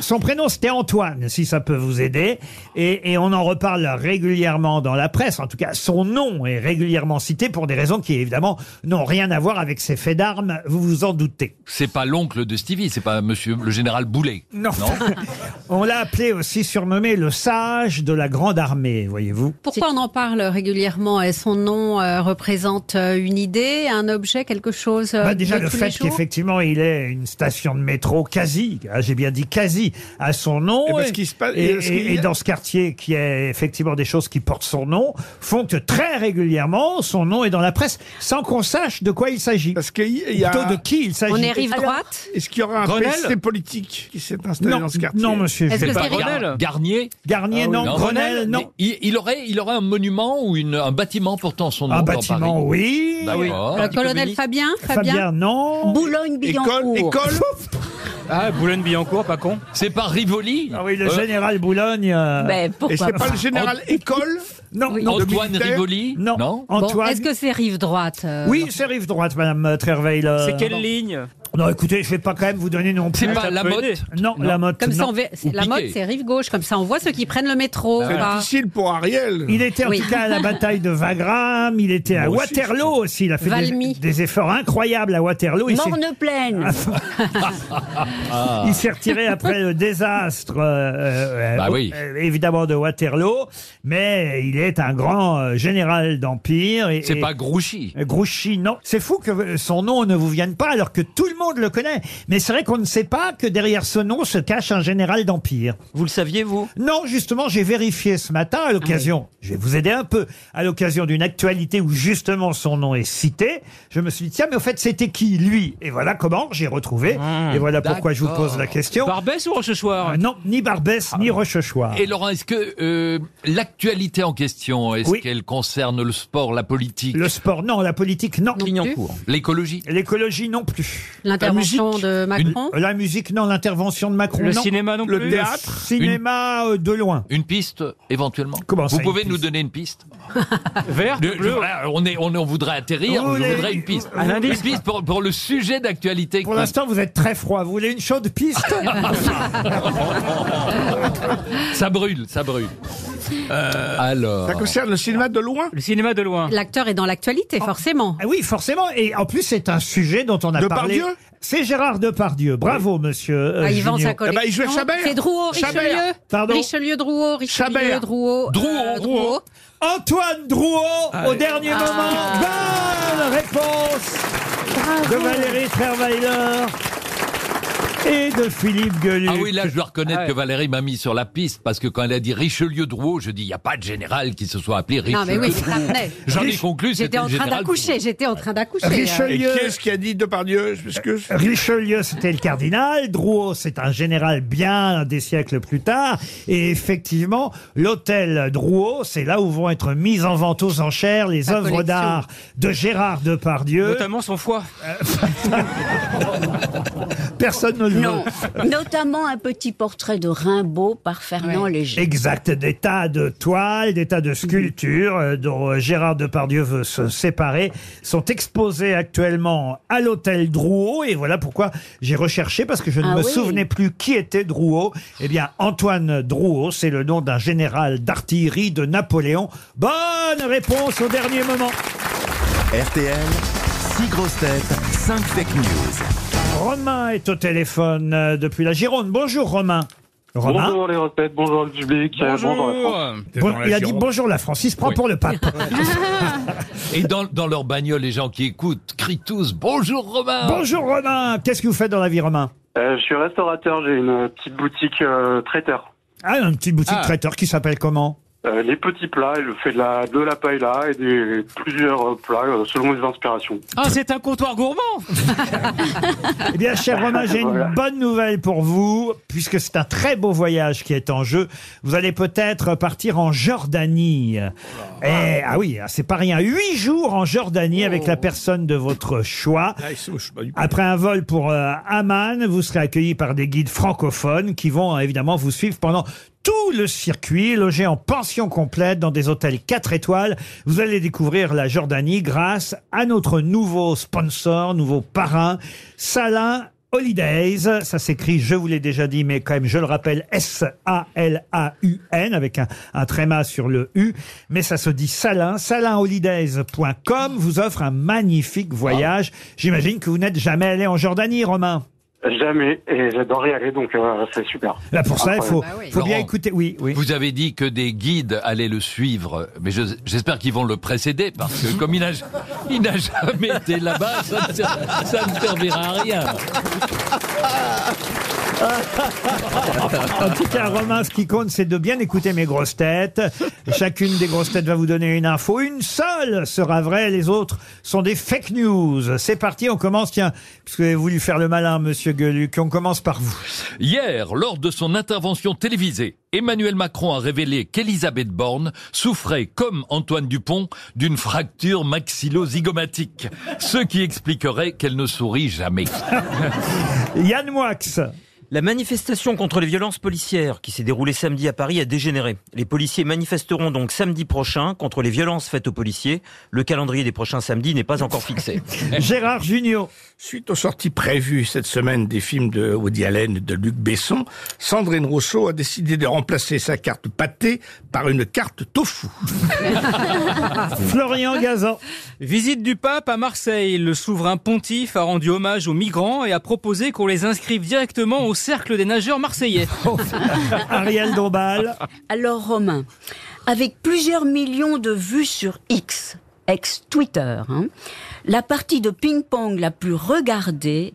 Son prénom, c'était Antoine, si ça peut vous aider. Et, et on en reparle régulièrement dans la presse. En tout cas, son nom est régulièrement cité pour des raisons qui, évidemment, n'ont rien à voir avec ses faits d'armes. Vous vous en doutez.
C'est pas l'oncle de Stevie, c'est pas monsieur le général Boulet.
Non. Ah, on l'a appelé aussi surnommé le sage de la grande armée, voyez-vous.
Pourquoi on en parle régulièrement Et son nom euh, représente euh, une idée, un objet, quelque chose euh,
Bah, déjà
de
le
tous les
fait
jours
qu'effectivement il ait une station de métro quasi, hein, j'ai bien dit quasi, à son nom.
Et parce qu'il ben, se passe-
et-
et parce qu'il y a-
et- et dans ce quartier qui est effectivement des choses qui portent son nom, font que très régulièrement son nom est dans la presse sans qu'on sache de quoi il s'agit. Parce qu'il
y a-
plutôt de qui il s'agit.
On est rive droite
Est-ce qu'il y aura un
Grenelle
PC politique qui s'est installé
Non,
dans ce quartier
non, monsieur.
Est-ce que
pas
c'est Gar- Garnier
Garnier, non. Grenelle, non.
Mais Il, il aurait, il aurait un monument ou une, un bâtiment portant son nom.
Un
dans
bâtiment,
Paris.
oui.
D'accord.
Le colonel Fabien Fabien,
Fabien, non.
Boulogne-Billancourt.
Ah, Boulogne-Billancourt, pas con.
C'est pas Rivoli Euh.
Ah oui, le général Boulogne. euh,
Ben, pourquoi
Et c'est pas le général École
Non,
Oui.
non.
Antoine
De militaire
Rivoli
Non.
Non.
Bon,
Antoine.
Est-ce que c'est rive droite euh,
Oui, c'est rive droite, Madame euh, Trerveil. là.
C'est quelle ligne
Non, écoutez, je vais pas quand même vous donner non plus.
C'est pas la
peut
motte
aider.
Non, la motte.
Comme ça,
non.
on va- c'est- la mode,
Piquet.
c'est rive gauche. Comme ça, on voit ceux qui prennent le métro.
C'est
pas-
difficile pour Ariel.
Il était en
Oui.
tout cas à la bataille de Wagram, il était à
Moi aussi,
Waterloo aussi, il a fait des,
Valmy.
des efforts incroyables à Waterloo. Il s'est-
Morne-Plaine.
Ah.
il s'est retiré après le désastre, euh, euh,
Bah
euh,
oui.
euh, évidemment, de Waterloo, mais il est un grand euh, général d'Empire. et-
C'est
et-
pas Grouchy.
Grouchy, non. C'est fou que euh, son nom ne vous vienne pas alors que tout le monde le connaît. Mais c'est vrai qu'on ne sait pas que derrière ce nom se cache un général d'Empire.
Vous le saviez, vous Ah
Non, justement, j'ai vérifié ce matin à l'occasion, je vais vous aider un peu, à l'occasion d'une actualité où justement son nom est cité, je me suis dit, tiens, mais au fait, c'était qui, lui Et voilà comment j'ai retrouvé,
Ah.
et voilà pourquoi je vous pose la question.
Mmh. Barbès ou Rochechouart Ah.
Euh, non, ni Barbès, ni Rochechouart.
Et Laurent, est-ce que euh, l'actualité en question, est-ce
Oui.
qu'elle concerne le sport, la politique,
Le sport, non, la politique, non.
Clignancourt.
l'écologie
L'écologie, non plus.
L'intervention
musique.
de Macron.
La musique, non, l'intervention de Macron,
Le
non.
cinéma non
Le
plus
théâtre
Cinéma euh, de loin.
Une piste, éventuellement
Comment ça,
Vous
une
pouvez
piste
nous donner une piste
Vert
Le-
bleu
voilà, on, est, on, on voudrait atterrir,
Vous
on
voulez-
voudrait une piste.
Un indice
une piste pour, pour le sujet d'actualité.
Pour l'instant, vous êtes très froid. Vous voulez une chaude piste
Ça brûle, ça brûle. Euh, Alors,
Ça concerne le cinéma de loin
Le cinéma de loin.
L'acteur est dans l'actualité, forcément.
Euh, Ah Oui, forcément. Et en plus, c'est un sujet dont on a
Depardieu
parlé. C'est Gérard Depardieu. Bravo, monsieur. euh,
Ah, il vend
Junior.
sa collection.
Eh ben, il jouait Chabert.
C'est Drouot,
Chabert.
Richelieu.
Pardon
Richelieu, Drouot, Richelieu,
Chabert.
Drouot. euh, Drouot. Ah.
Antoine Drouot,
Ah
au dernier moment. Bonne réponse de Valérie Trierweiler. et de Philippe Gueluc.
Ah oui, là, je dois reconnaître que Valérie m'a mis sur la piste parce que quand elle a dit Richelieu-Drouot, je dis, il n'y a pas de général qui se soit appelé
Non, mais oui,
Richelieu-Drouot.
ça venait.
J'en ai conclu, c'était
J'étais en
le
train
général.
d'accoucher, j'étais en train d'accoucher. hein.
Et qui est-ce qui a dit Depardieu Parce que
Richelieu, c'était le cardinal. Drouot, c'est un général bien des siècles plus tard. Et effectivement, l'hôtel Drouot, c'est là où vont être mises en vente aux enchères les
La
œuvres
collection.
d'art de Gérard Depardieu.
Notamment son foie.
Euh. Personne ne le
Non,
veut.
notamment un petit portrait de Rimbaud par Fernand Léger.
Exact, des tas de toiles, des tas de sculptures euh, dont euh, Gérard Depardieu veut se séparer sont exposées actuellement à l'hôtel Drouot et voilà pourquoi j'ai recherché parce que je ne
Ah
me
oui.
souvenais plus qui était Drouot. Eh bien Antoine Drouot, c'est le nom d'un général d'artillerie de Napoléon. Bonne réponse au dernier moment.
RTL, 6 grosses têtes, 5 fake news.
Romain est au téléphone euh, depuis la Gironde. Bonjour Romain. Romain.
Bonjour les recettes, bonjour le public, euh, bonjour, la France.
Bon- il a dit bonjour la France, il se prend pour le pape.
Et dans, dans leur bagnole, les gens qui écoutent crient tous Bonjour Romain
Bonjour Romain, qu'est-ce que vous faites dans la vie Romain
Euh, je suis restaurateur, j'ai une petite boutique euh, traiteur.
Ah, une petite boutique
Ah.
traiteur qui s'appelle comment
Euh, les petits plats, je fais de la, de la paella et des, plusieurs euh, plats euh, selon les inspirations.
Ah, c'est un comptoir gourmand
Eh bien, cher Romain, j'ai
Voilà.
une bonne nouvelle pour vous, puisque c'est un très beau voyage qui est en jeu. Vous allez peut-être partir en Jordanie. Eh, ah oui, ah, c'est pas rien. Huit jours en Jordanie avec
Oh.
la personne de votre choix.
Ah, ils sont- je sais pas du-
Après un vol pour euh, Amman, vous serez accueilli par des guides francophones qui vont euh, évidemment vous suivre pendant tout le circuit, logé en pension complète dans des hôtels 4 étoiles. Vous allez découvrir la Jordanie grâce à notre nouveau sponsor, nouveau parrain, Salin Holidays. Ça s'écrit, je vous l'ai déjà dit, mais quand même, je le rappelle, S-A-L-A-U-N avec un, un tréma sur le U. Mais ça se dit Salin. Salinholidays.com vous offre un magnifique voyage. J'imagine que vous n'êtes jamais allé en Jordanie, Romain.
Jamais, et j'adore y aller, donc euh, c'est super.
Là, pour ça, il faut,
Incroyable.
faut bien écouter. Oui, oui.
Vous avez dit que des guides allaient le suivre, mais je- j'espère qu'ils vont le précéder parce que comme il n'a il n'a jamais été là-bas, ça ne, ser- ça ne servira à rien.
En tout cas, Romain, ce qui compte, c'est de bien écouter mes grosses têtes. Chacune des grosses têtes va vous donner une info. Une seule sera vraie, les autres sont des fake news. C'est parti, on commence, tiens, puisque vous avez voulu faire le malin, monsieur Gueuluc, on commence par vous.
Hier, lors de son intervention télévisée, Emmanuel Macron a révélé qu'Elisabeth Borne souffrait, comme Antoine Dupont, d'une fracture maxillo-zygomatique, ce qui expliquerait qu'elle ne sourit jamais.
Yann Moix.
La manifestation contre les violences policières qui s'est déroulée samedi à Paris a dégénéré. Les policiers manifesteront donc samedi prochain contre les violences faites aux policiers. Le calendrier des prochains samedis n'est pas encore fixé.
Gérard Junior.
Suite aux sorties prévues cette semaine des films de Woody Allen et de Luc Besson, Sandrine Rousseau a décidé de remplacer sa carte pâté par une carte tofu.
Florian Gazan.
Visite du pape à Marseille. Le souverain pontife a rendu hommage aux migrants et a proposé qu'on les inscrive directement au cercle des nageurs marseillais.
Oh. Ariel Dombal.
Alors Romain, avec plusieurs millions de vues sur X, ex-Twitter, hein, la partie de ping-pong la plus regardée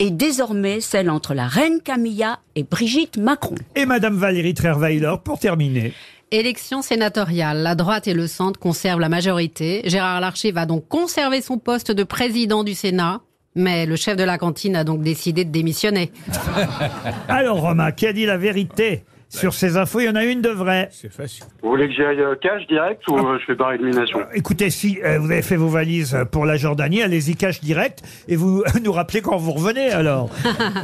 est désormais celle entre la reine Camilla et Brigitte Macron.
Et Madame Valérie Trierweiler pour terminer.
Élection sénatoriale, la droite et le centre conservent la majorité. Gérard Larcher va donc conserver son poste de président du Sénat, mais le chef de la cantine a donc décidé de démissionner.
Alors, Romain, qui a dit la vérité sur ces infos Il y en a une de vraie.
Vous voulez que j'y aille euh, cash direct ou euh, je fais par élimination
Écoutez, si euh, vous avez fait vos valises euh, pour la Jordanie, allez-y cash direct et vous nous rappelez quand vous revenez alors.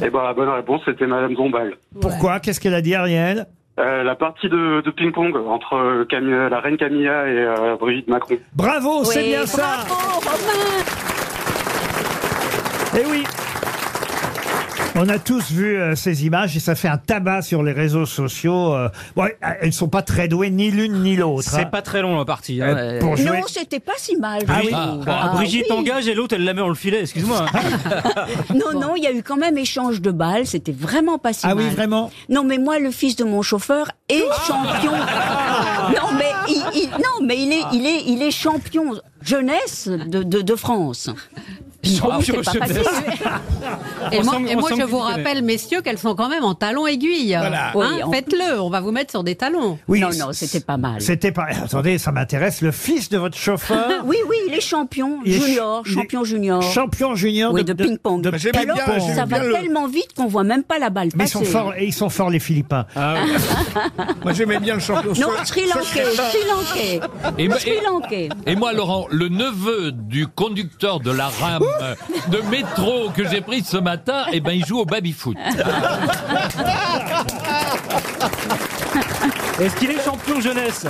Eh ben, la bonne réponse, c'était Madame Dombal.
Pourquoi Qu'est-ce qu'elle a dit, Ariel
Euh, la partie de, de ping-pong entre euh, Cam- la reine Camilla et euh, Brigitte Macron.
Bravo, c'est
Oui,
bien ça Eh oui on a tous vu euh, ces images et ça fait un tabac sur les réseaux sociaux. euh. bon, elles ne sont pas très douées, ni l'une ni l'autre. hein.
C'est pas très long la partie. hein.
Euh, pour jouer-
Non, c'était pas si mal.
Ah
je
oui.
trouve.
Ah,
Ah
Brigitte
oui.
engage et l'autre elle la met dans le filet, excuse-moi. hein.
Non, non, il y a eu quand même échange de balles, c'était vraiment pas si
Ah oui,
mal.
vraiment Ah
Non, mais moi, le fils de mon chauffeur est champion. non, mais, il,
Ah.
il- non, mais il, est, il, est, il est champion jeunesse de, de, de France.
Champion
c'est pas
chevestre.
facile.
Et
On
moi,
sent-
et
on
moi,
sent
je
que tu
vous
connais.
rappelle, messieurs, qu'elles sont quand même en talons aiguilles.
Voilà.
Hein,
Oui, en
Faites-le, on va vous mettre sur des talons.
Oui, Non, non,
c'était pas mal.
C'était pas. Attendez, ça m'intéresse. Le fils de votre chauffeur.
oui, oui, il est champion
Il est ch-
junior,
il est
champion junior.
Champion junior
Oui,
de-
de,
de-
ping-pong.
de- J'aimais
Alors,
bien, j'aimais
ça va
bien le-
tellement vite qu'on voit même pas la balle
Mais ils
passer.
sont forts, et ils sont forts les Philippins.
Moi j'aimais bien le champion.
Non, Sri Lankais, Sri Lankais,
Et bah-
Sri Lankais.
Et moi, Laurent, le neveu du conducteur de la rame euh, de métro que j'ai prise ce matin, eh ben, il joue au baby-foot.
Est-ce qu'il est champion jeunesse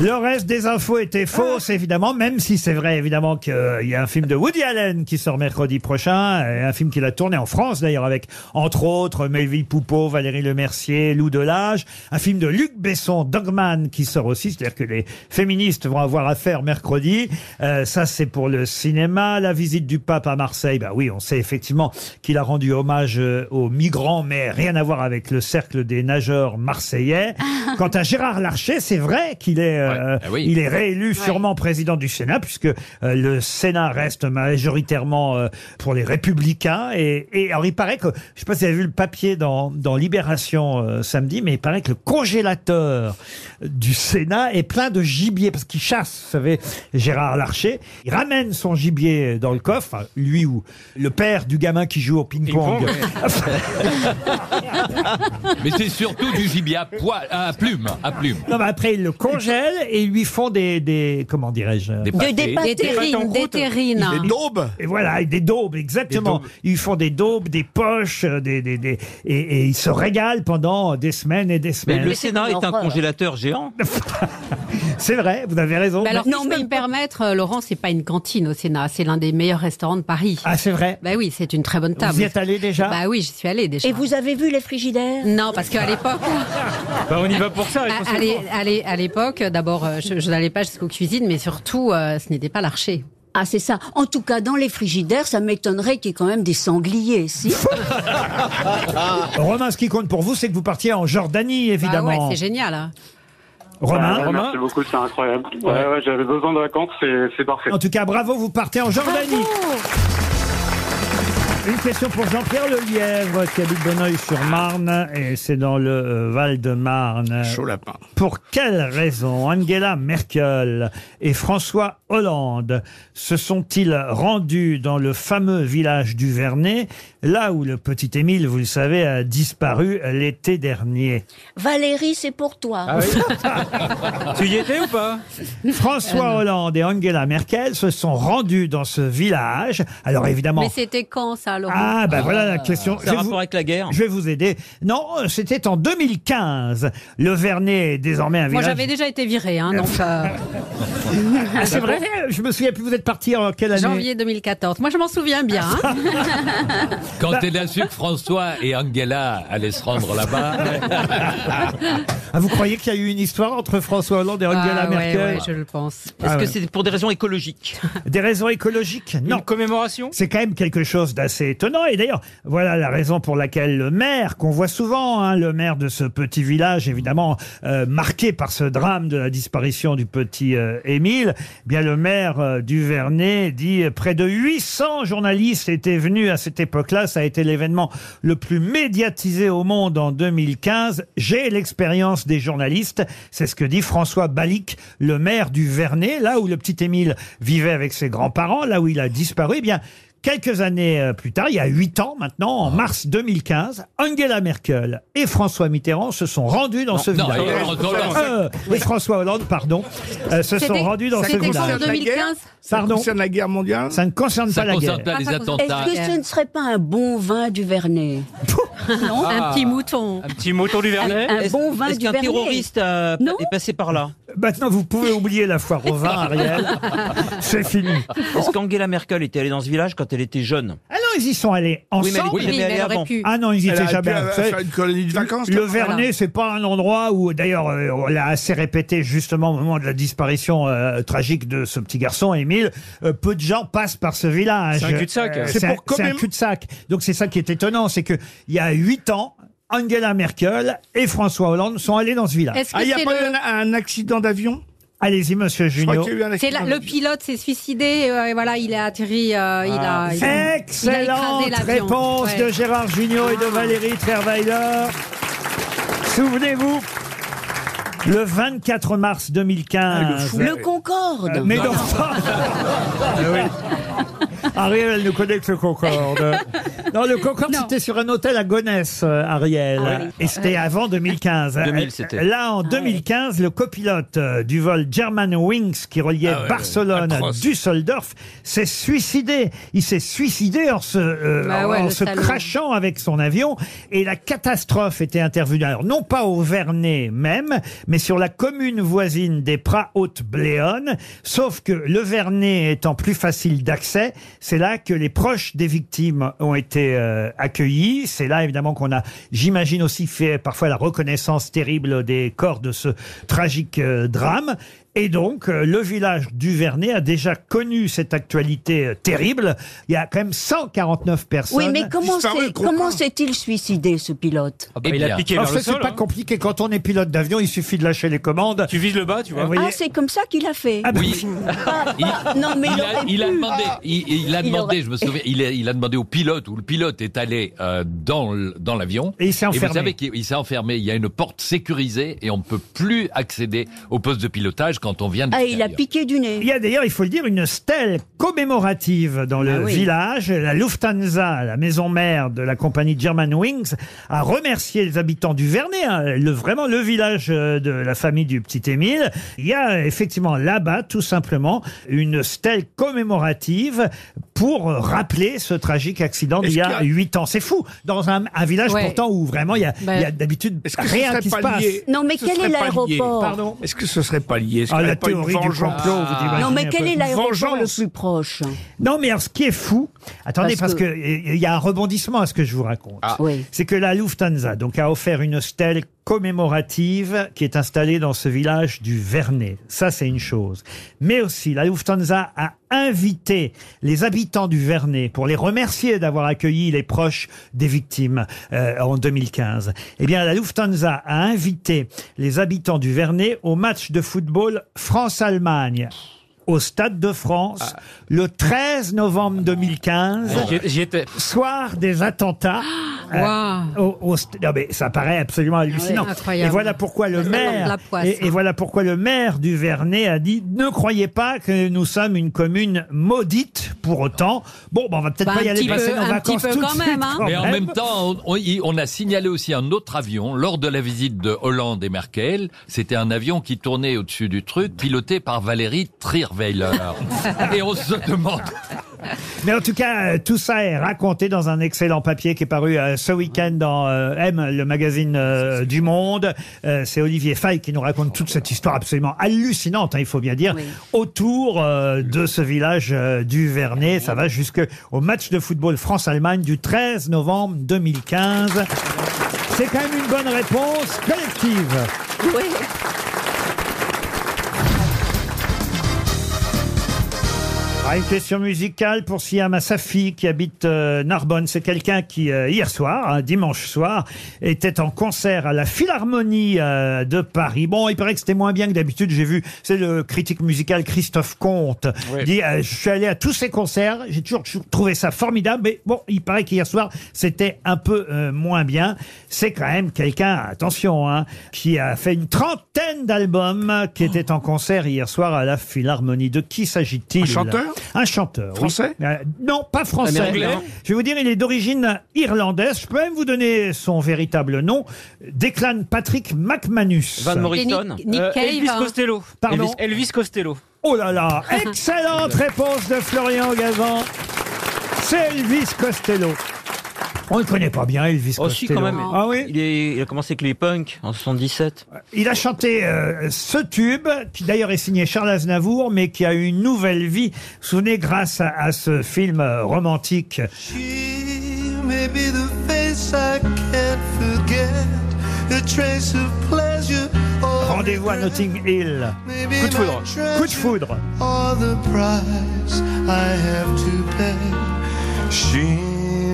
Le reste des infos étaient fausses, évidemment, même si c'est vrai, évidemment, qu'il y a un film de Woody Allen qui sort mercredi prochain, et un film qu'il a tourné en France, d'ailleurs, avec, entre autres, Melville Poupeau, Valérie Lemercier, Lou Delage, un film de Luc Besson, Dogman, qui sort aussi, c'est-à-dire que les féministes vont avoir affaire mercredi. Euh, ça, c'est pour le cinéma. La visite du pape à Marseille, bah oui, on sait effectivement qu'il a rendu hommage euh, aux migrants, mais rien à voir avec le cercle des nageurs marseillais. Quant à Gérard Larcher, c'est vrai qu'il est, euh, il est réélu sûrement président du Sénat, puisque euh, le Sénat reste majoritairement euh, pour les républicains. Et, et alors, il paraît que, je sais pas si vous avez vu le papier dans, dans Libération euh, samedi, mais il paraît que le congélateur du Sénat est plein de gibier, parce qu'il chasse, vous savez, Gérard Larcher. Il ramène son gibier dans le coffre, enfin, lui ou le père du gamin qui joue au ping-pong.
Mais c'est surtout du gibier à, poil, à plume, à plume.
Non, mais après, ils le congèlent et ils lui font des. des comment dirais-je
Des pâtés. Des- des pâtés. Des pâtés en croûte. Des terrines. Des daubes.
Et voilà, et des daubes,
Des
exactement.
daubes.
Ils font des daubes, des poches, euh, des, des, des- et, et ils se régalent pendant des semaines et des
Mais
semaines.
le Sénat est un congélateur géant.
C'est vrai, vous avez raison.
Mais alors,
Mais-
non, si je peux me permettre, euh, Laurent, c'est pas une cantine au Sénat, c'est l'un des meilleurs restaurants de Paris.
Ah, c'est vrai
Bah oui, c'est une très bonne table.
y êtes allé déjà
Bah oui, j'y suis allé déjà.
Et vous avez vu les frigidaires
Non, parce qu'à l'époque...
Bah, on y va pour ça.
À, à l'é- à l'é- à l'époque, d'abord, euh, je, je n'allais pas jusqu'aux cuisines, mais surtout, euh, ce n'était pas l'archer.
Ah, c'est ça. En tout cas, dans les frigidaires, ça m'étonnerait qu'il y ait quand même des sangliers, si
Ah,
Romain, ce qui compte pour vous, c'est que vous partiez en Jordanie,
Ah
évidemment.
ouais, c'est génial. hein.
Romain
Ouais, Ah, Merci beaucoup, c'est incroyable. Ouais, ouais, j'avais besoin de vacances, c'est c'est parfait.
En tout cas, bravo, vous partez en Jordanie. Une question pour Jean-Pierre Lelièvre qui habite Bonneuil-sur-Marne et c'est dans le euh, Val-de-Marne.
Chaud lapin.
Pour quelle raison Angela Merkel et François Hollande se sont-ils rendus dans le fameux village du Vernet, là où le petit Émile, vous le savez, a disparu l'été dernier
Valérie, c'est pour toi.
Ah
Tu y étais ou pas
François Hollande et Angela Merkel se sont rendus dans ce village. Alors évidemment,
Mais c'était quand ça, Laurent
Ah, ben voilà la question.
Ça
Je
a
vais
rapport
vous-
avec la guerre
Je vais vous aider. Non, euh, c'était en 2015. Le Vernet est désormais un
Moi,
village.
j'avais déjà été viré, hein, donc. euh,
Ah, c'est vrai, je me souviens plus, vous êtes parti en quelle année
Janvier 2014. Moi, je m'en souviens bien. hein.
Quand elle a su que François et Angela allaient se rendre là-bas.
Ah, vous croyez qu'il y a eu une histoire entre François Hollande et Angela
Ah, ouais,
Merkel
ouais, je le pense.
Ah
Est-ce que
ouais.
c'est pour des raisons écologiques
Des raisons écologiques Non.
commémoration
C'est quand même quelque chose d'assez étonnant. Et d'ailleurs, voilà la raison pour laquelle le maire, qu'on voit souvent, hein, le maire de ce petit village, évidemment euh, marqué par ce drame de la disparition du petit euh, Émile, eh bien le maire euh, du Vernet dit euh, près de 800 journalistes étaient venus à cette époque-là. Ça a été l'événement le plus médiatisé au monde en 2015. J'ai l'expérience des journalistes. C'est ce que dit François Balic, le maire du Vernet, là où le petit Émile vivait avec ses grands-parents, là où il a disparu. Eh bien, quelques années euh, plus tard, il y a huit ans maintenant, en mars 2015, Angela Merkel et François Mitterrand se sont rendus dans
Non,
ce
non,
village.
et François Hollande.
Euh, et François Hollande, pardon, euh, se sont
C'était-
rendus dans ce
c'était quand,
village.
2015?
Ça Pardon
concerne la guerre mondiale
Ça ne concerne
Ça
pas la
concerne
guerre.
pas les Ah, ça concerne- attentats.
Est-ce que ce ne serait pas un bon vin du Vernet Non,
Un petit mouton.
Un petit mouton du Vernet
Un bon vin
Est-ce
du
qu'un
Vernet.
terroriste a- est passé par là
Maintenant, vous pouvez oublier la foire au vin, Ariel. C'est fini.
Est-ce qu'Angela Merkel était allée dans ce village quand elle était jeune
Ah non, ils y sont allés
Oui, mais elle
ensemble.
était Oui, jamais mais allée elle aurait avant. pu.
Ah non, ils y
Elle
étaient
aurait
jamais.
pu,
allés.
euh,
Vous savez,
faire une colonie de vacances,
Le
là.
Vernet,
Voilà.
c'est pas un endroit où, d'ailleurs, euh, on l'a assez répété justement au moment de la disparition euh, tragique de ce petit garçon, Émile. euh, peu de gens passent par ce village.
C'est un cul-de-sac.
Euh,
C'est
C'est un,
pour quand
c'est un
même-
cul-de-sac. Donc c'est ça qui est étonnant, c'est que il y a huit ans. Angela Merkel et François Hollande sont allés dans ce village.
Est-ce que
Ah, il n'y a
c'est
pas
le-
eu un, un accident d'avion
Allez-y, monsieur Junio.
C'est la- le pilote s'est suicidé euh, et voilà, il est atterri. euh, il a, il a-
Ah. Excellente
il a écrasé l'avion.
réponse
Ouais. Ah.
de Gérard Junior et de Valérie Trierweiler. Souvenez-vous, le 24 mars 2015.
Le Concorde.
Mais non. Ah Ariel, elle ne connaît que le Concorde. Non, le Concorde, c'était sur un hôtel à Gonesse, euh, Ariel.
Ah oui. Ah
Et c'était avant 2015.
2000, c'était.
Là, en 2015, le copilote euh, du vol German Wings qui reliait
Ah ouais,
Barcelone à
atroce.
Düsseldorf s'est suicidé. Il s'est suicidé en se, euh,
Bah ouais,
en
le
se
salaud.
crachant avec son avion. Et la catastrophe était intervenue. Alors, non pas au Vernet même, mais sur la commune voisine des Prats-Haute-Bléone. Sauf que le Vernet étant plus facile d'accès, c'est là que les proches des victimes ont été euh, accueillis. C'est là, évidemment, qu'on a, j'imagine, aussi fait parfois la reconnaissance terrible des corps de ce tragique euh, drame. Et donc, euh, le village du Vernet a déjà connu cette actualité euh, terrible. Il y a quand même 149 personnes.
Oui, mais comment s'est- comment s'est-il suicidé, ce pilote
Eh bien. Alors ça, c'est pas compliqué. Quand on est pilote d'avion, il suffit de lâcher les commandes. Tu
vises le bas, hein. tu
vois.
Ah, c'est comme ça qu'il a fait
Oui.
Ah, Non, mais il,
il,
aurait
a, il a
pu. Ah,
demandé, il, il a
Il
demandé,
aurait-
je me souviens, il a, il a demandé au pilote où le pilote est allé euh, dans l- dans l'avion.
Et il s'est
vous
enfermé.
savez qu'il il s'est enfermé. Il y a une porte sécurisée et on ne peut plus accéder au poste de pilotage quand on vient de.
Ah, il a
l'extérieur.
piqué du nez.
Il y a d'ailleurs, il faut le dire, une stèle commémorative dans le
Ah oui.
village. La Lufthansa, la maison mère de la compagnie Germanwings, a remercié les habitants du Vernet, hein, le, vraiment le village euh, de la famille du petit Émile. Il y a effectivement là-bas, tout simplement, une stèle commémorative pour euh, rappeler ce tragique accident d'il y a huit ans. C'est fou, dans un, un village
Ouais.
pourtant où vraiment il y a, il y a
Ben.
d'habitude
Est-ce que ce
rien
serait
qui se
pas
passe.
lié
Non, mais
Ce
quel est
serait pas lié.
l'aéroport
Pardon Est-ce que ce serait pas lié Est-ce
Ah,
qu'il y
la
a pas une
théorie du
vengeance
complot, vous imaginez
Non, mais
un
quel
peu.
est l'aéroport le
Vengeance.
plus proche
Non, mais alors ce qui est fou, attendez,
Parce
parce,
que-
que il y a un rebondissement à ce que je vous raconte. C'est que la Lufthansa donc a offert une stèle commémorative qui est installée dans ce village du Vernet. Ça, c'est une chose. Mais aussi, la Lufthansa a invité les habitants du Vernet pour les remercier d'avoir accueilli les proches des victimes euh, en 2015. Eh bien, la Lufthansa a invité les habitants du Vernet au match de football France-Allemagne au Stade de France le 13 novembre 2015.
J'y- J'y étais.
Soir des attentats.
Ah,
euh, au- au st- non, mais ça paraît absolument hallucinant.
Ouais, incroyable.
et voilà pourquoi le
Ça manque de la
maire
poisse,
et, et
hein.
voilà pourquoi le maire du Vernet a dit ne croyez pas que nous sommes une commune maudite pour autant. Bon, bah, on va peut-être
Bah,
pas y
un
aller
petit
passer
peu-
nos
un
vacances
petit peu
tout de
quand
suite,
même, hein.
quand
Mais en
même.
même temps, on, on- y- on a signalé aussi un autre avion lors de la visite de Hollande et Merkel. C'était un avion qui tournait au-dessus du truc, piloté par Valérie Trierweiler. et on se demande.
Mais en tout cas, euh, tout ça est raconté dans un excellent papier qui est paru euh, ce week-end dans euh, M, le magazine euh, du Monde. Euh, c'est Olivier Fay qui nous raconte toute cette histoire absolument hallucinante, hein, il faut bien dire, autour euh, de ce village euh, du Vernet. Ça va jusqu'au match de football France-Allemagne du 13 novembre 2015. C'est quand même une bonne réponse collective. Ah, une question musicale pour Siam Safi qui habite euh, Narbonne. C'est quelqu'un qui, euh, hier soir, hein, dimanche soir, était en concert à la Philharmonie euh, de Paris. Bon, il paraît que c'était moins bien que d'habitude. J'ai vu, c'est le critique musical Christophe Comte.
Oui.
Dit, euh, je suis allé à tous ses concerts. J'ai toujours, toujours trouvé ça formidable. Mais bon, il paraît qu'hier soir, c'était un peu euh, moins bien. C'est quand même quelqu'un, attention, hein, qui a fait une trentaine d'albums qui étaient en concert hier soir à la Philharmonie. De qui s'agit-il
Un chanteur
un chanteur. oui.
Français
Euh, Non, pas français.
Américain
Je vais vous dire, il est d'origine irlandaise. Je peux même vous donner son véritable nom. Declan Patrick McManus.
Van Morrison.
Nick- Nick
Euh,
Cave,
Elvis
hein.
Costello.
Pardon
Elvis, Elvis Costello.
Oh là là Excellente réponse de Florian Gazan. C'est Elvis Costello. On ne connaît pas bien Elvis
Aussi
Costello.
Oh, quand même.
Ah oui
il, est- il a commencé avec les punks en 77.
Il a chanté euh, ce tube, qui d'ailleurs est signé Charles Aznavour, mais qui a eu une nouvelle vie. Vous vous souvenez, grâce à, à ce film euh, romantique
Maybe the face I can't forget, a trace of pleasure or
Rendez-vous à Notting Hill.
Maybe
Coup de foudre.
my treasure
Coup de foudre.
or the price I have to pay. She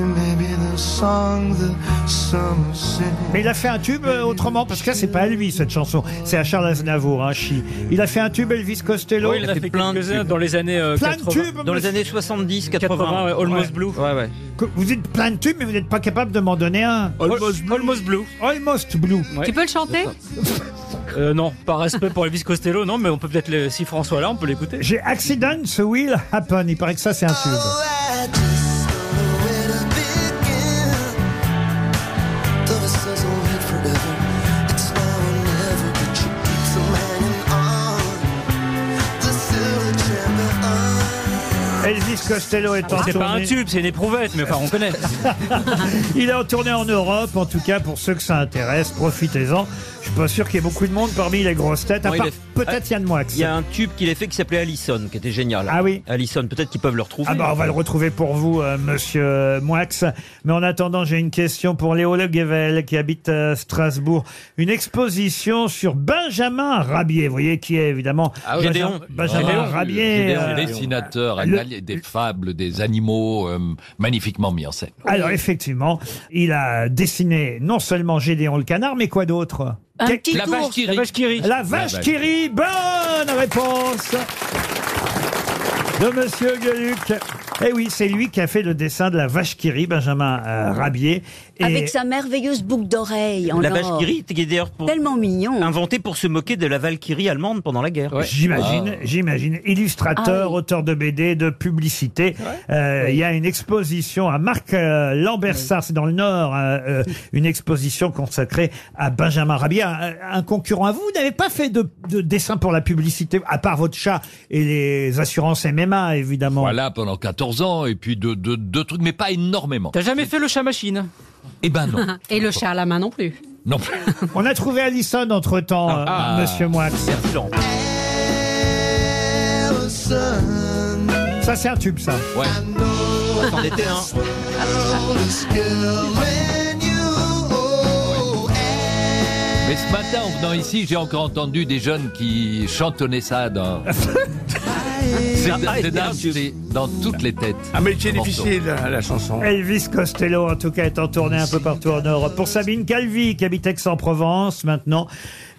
may be the song the summer sings.
Mais il a fait un tube euh, autrement, parce que là, c'est pas à lui, cette chanson. C'est à Charles Aznavour, hein, chi. Il a fait un tube Elvis Costello.
Oui, il en a fait quelques-uns dans les années euh,
Plein de
80.
tubes,
Dans les
monsieur.
années 70, 80.
80, ouais, Almost Blue.
Ouais, ouais.
Que- Vous dites plein de tubes, mais vous n'êtes pas capable de m'en donner un.
Almost Blue. Almost Blue.
Almost Blue.
Tu peux le chanter
Euh, non, par respect pour Elvis Costello, non, mais on peut peut-être, le- si François est là, on peut l'écouter.
J'ai Accidents Will Happen. Il paraît que ça, c'est un
Oh,
tube.
Though it says I'll live forever, it's now or never, but she keeps on hanging on. The silver chamber
Elvis Costello est en
C'est pas un
tournée.
tube, c'est une éprouvette, mais enfin, on connaît.
Il est en tournée en Europe, en tout cas pour ceux que ça intéresse, profitez-en. Je suis pas sûr qu'il y ait beaucoup de monde parmi les grosses têtes, à
Bon, il
part
est- Ah,
peut-être Yann Moix.
Il y a un tube qu'il a fait qui s'appelait Allison, qui était génial.
Ah oui.
Allison, peut-être qu'ils peuvent le retrouver.
Ah bah on va le retrouver pour vous, euh, monsieur euh, Moix. Mais en attendant, j'ai une question pour Léo Le Guevel, qui habite à Strasbourg. Une exposition sur Benjamin Rabier. Vous voyez qui est, évidemment.
oui.
Benjamin-
Ah, Gédéon.
Ah Benjamin
Gédéon.
Rabier.
Gédéon,
euh,
dessinateur,
le-
anal- des fables, des animaux euh, magnifiquement mis en scène.
Alors effectivement, il a dessiné non seulement Gédéon le canard, mais quoi d'autre Quel-
la vache qui rit.
La vache qui rit. Bonne réponse de Monsieur Gueluc. Eh oui, c'est lui qui a fait le dessin de la vache qui rit, Benjamin euh, Rabier. Et-
Avec sa merveilleuse boucle d'oreille en
La vache
or.
qui rit, qui est d'ailleurs pour-
Tellement mignon.
inventée pour se moquer de la Valkyrie allemande pendant la guerre.
J'imagine,
Ah.
j'imagine. Illustrateur,
Ah oui.
auteur de BD, de publicité. Euh, Il y a une exposition à Marc euh, Lambersart, c'est dans le Nord, euh, euh, une exposition consacrée à Benjamin Rabier, un, un concurrent à vous. Vous n'avez pas fait de, de dessin pour la publicité, à part votre chat et les assurances MMA, évidemment.
Voilà, pendant 14 ans, et puis deux de, de trucs, mais pas énormément.
T'as jamais fait le chat machine
Eh ben non.
Et le chat à la main non plus.
Non.
On a trouvé Alison entre-temps, euh,
Ah.
monsieur Moix.
Allison.
Ça, c'est un tube, ça.
Ouais.
Attends,
était un.
Mais ce matin, en venant ici, j'ai encore entendu des jeunes qui chantonnaient ça dans. C'est
Ah,
c'est dans, les- dans toutes les têtes.
Ah, mais c'est
Morceau.
difficile, la, la chanson.
Elvis Costello, en tout cas, est en tournée un peu partout en Europe. Pour Sabine Calvi, qui habite Aix-en-Provence, maintenant,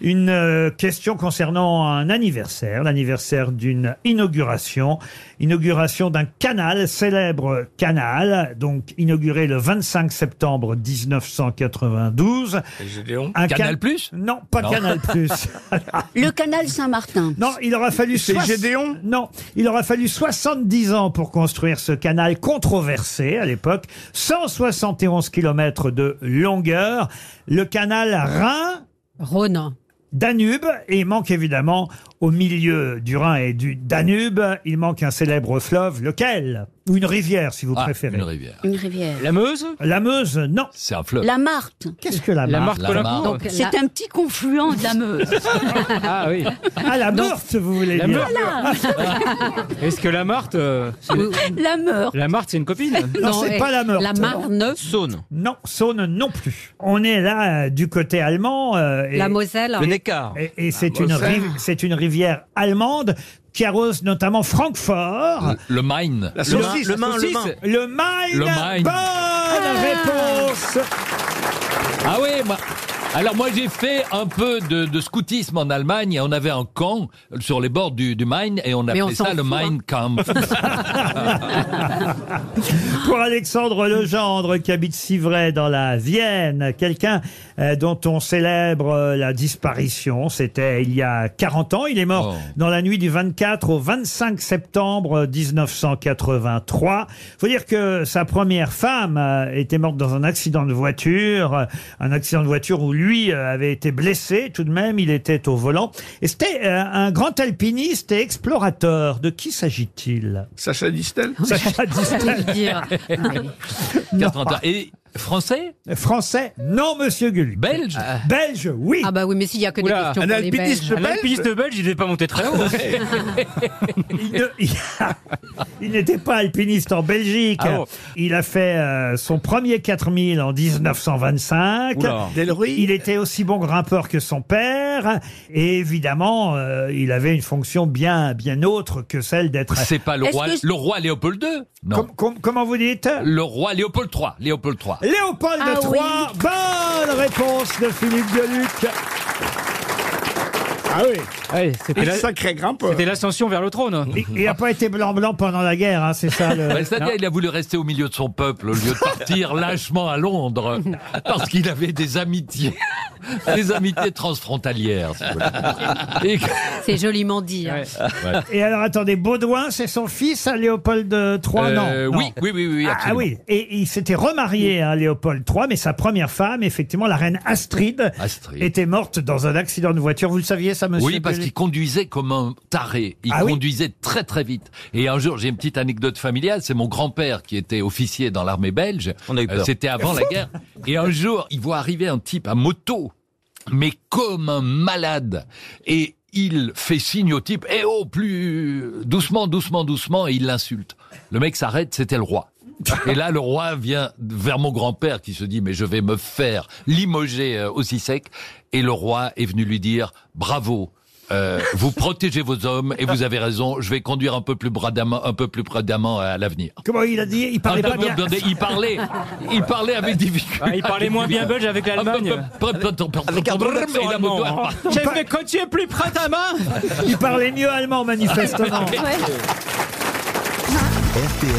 une euh, question concernant un anniversaire, l'anniversaire d'une inauguration, inauguration d'un canal, célèbre canal, donc inauguré le 25 septembre 1992.
euh, Gédéon.
Un
Canal
can-
Plus
Non, pas
Non.
Canal Plus.
Le canal Saint-Martin.
Non, il aura fallu
C'est
soix-
Gédéon
Non, il aura fallu 70 ans pour construire ce canal controversé à l'époque, 171 km de longueur, le canal Rhin
Rhône.
Danube, et il manque évidemment au milieu du Rhin et du Danube, il manque un célèbre fleuve, lequel Ou une rivière si vous
Ah,
préférez.
une rivière.
Une rivière.
La Meuse
La Meuse, non.
C'est un fleuve.
La Marthe.
Qu'est-ce que la,
La
Marne
Marthe
La
Colapon
Marthe.
C'est un petit confluent de la Meuse.
Ah oui.
Ah, la Meurthe, vous voulez
La
dire
Meurthe.
Ah,
Voilà.
Est-ce que la Marthe. euh, c'est-
La Meurthe.
La Marthe, c'est une copine
Non, c'est
eh,
pas la Meurthe.
La Marne,
Saône.
Non, Saône non plus. On est là euh, du côté allemand. euh, et-
la Moselle.
Le Neckar.
Et, et c'est une,
Moselle.
rive- c'est une rivière allemande qui arrose notamment Francfort,
Le, le Main.
La
Le Main,
saucisse,
le
la
Main, le
saucisse.
Main.
le Main.
Le Main.
Bonne réponse
Ah oui, moi- alors moi j'ai fait un peu de, de scoutisme en Allemagne et on avait un camp sur les bords du, du Main et on appelait
on s'en
ça le
fout,
Main
hein.
Camp.
Pour Alexandre Legendre, qui habite Civray dans la Vienne, quelqu'un euh, dont on célèbre euh, la disparition, c'était il y a 40 ans, il est mort
Oh.
dans la nuit du 24 au 25 septembre 1983. Faut dire que sa première femme euh, était morte dans un accident de voiture, euh, un accident de voiture où lui euh, avait été blessé tout de même, il était au volant. Et c'était euh, un grand alpiniste et explorateur. De qui s'agit-il
Sacha Distel
Sacha Distel.
Je veux dire.
80 Et français
Français, non, monsieur Gull.
Belge
Belge, oui.
Ah bah oui, mais s'il y a que des
Oula,
questions pour
un
les
alpiniste
Belges.
Un alpiniste belge, il devait pas monter très haut.
Il ne- il- Il n'était pas alpiniste en Belgique.
Ah bon
Il a fait euh, son premier 4000 en 1925.
Oula.
Delruy
Il était aussi bon grimpeur que son père. Et évidemment, euh, il avait une fonction bien, bien autre que celle d'être...
C'est pas le
Est-ce
roi,
que-
le roi Léopold II Non.
Com- com- comment vous dites
Le roi Léopold III. Léopold III.
Léopold
Ah
de
oui.
Troyes. Bonne réponse de Philippe Gueluc. Ah oui.
c'était
Un
la-
sacré grimpeur.
C'était l'ascension vers le trône.
Il n'a pas été blanc-blanc pendant la guerre, hein, c'est ça le...
Bah, C'est-à-dire, il a voulu rester au milieu de son peuple au lieu de partir lâchement à Londres parce qu'il avait des amitiés, des amitiés transfrontalières. si vous voulez. Et que-
C'est joliment dit. hein.
Ouais.
Et alors, attendez, Baudouin, c'est son fils, hein, Léopold III
Euh,
non,
oui,
non.
oui, oui, oui,
Ah
absolument.
oui, et il s'était remarié, hein, Léopold III, mais sa première femme, effectivement, la reine Astrid,
Astrid.
était morte dans un accident de voiture. Vous le saviez, ça, monsieur
Oui, parce
Pellet
qu'il conduisait comme un taré. Il
Ah oui
conduisait très très vite. Et un jour, j'ai une petite anecdote familiale. C'est mon grand-père qui était officier dans l'armée belge. Euh,
peur.
C'était avant la guerre. Et un jour, il voit arriver un type à moto, mais comme un malade. Et il fait signe au type, eh oh, plus doucement, doucement, doucement, et il l'insulte. Le mec s'arrête, c'était le roi. Et là, le roi vient vers mon grand-père qui se dit, mais je vais me faire limoger euh, aussi sec. Et le roi est venu lui dire, bravo, euh, vous protégez vos hommes et vous avez raison, je vais conduire un peu plus bradamment, un peu plus bradamment à l'avenir.
Comment il a dit Il parlait
Ah,
pas
non,
bien.
non, non, il parlait, il parlait avec Ah, difficulté.
Ah, il parlait moins bien belge avec
bah,
l'Allemagne. bah,
Avec un
accent allemand, hein. J'ai fait continuer plus près ta main.
Il parlait mieux allemand, manifestement.
RTL,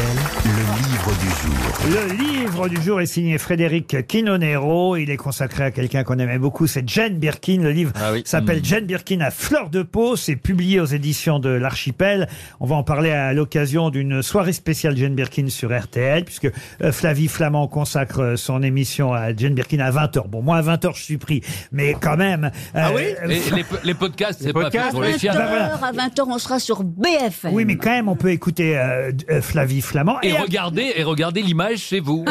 le livre du jour.
Le livre du jour est signé Frédéric Quinonero. Il est consacré à quelqu'un qu'on aimait beaucoup, c'est Jane Birkin. Le livre
Ah
s'appelle
Mm.
Jane Birkin à fleur de peau. C'est publié aux éditions de l'Archipel. On va en parler à l'occasion d'une soirée spéciale Jane Birkin sur RTL, puisque euh, Flavie Flamand consacre euh, son émission à Jane Birkin à 20h. Bon, moi à 20h, je suis pris, mais quand même. euh,
Ah Et les, les podcasts, c'est pas fait pour les chiens.
20h, à 20h, on sera sur BFM.
Oui, mais quand même, on peut écouter euh, d- euh, Flavie Flamand.
Et
à-
regardez, et regardez l'image chez vous.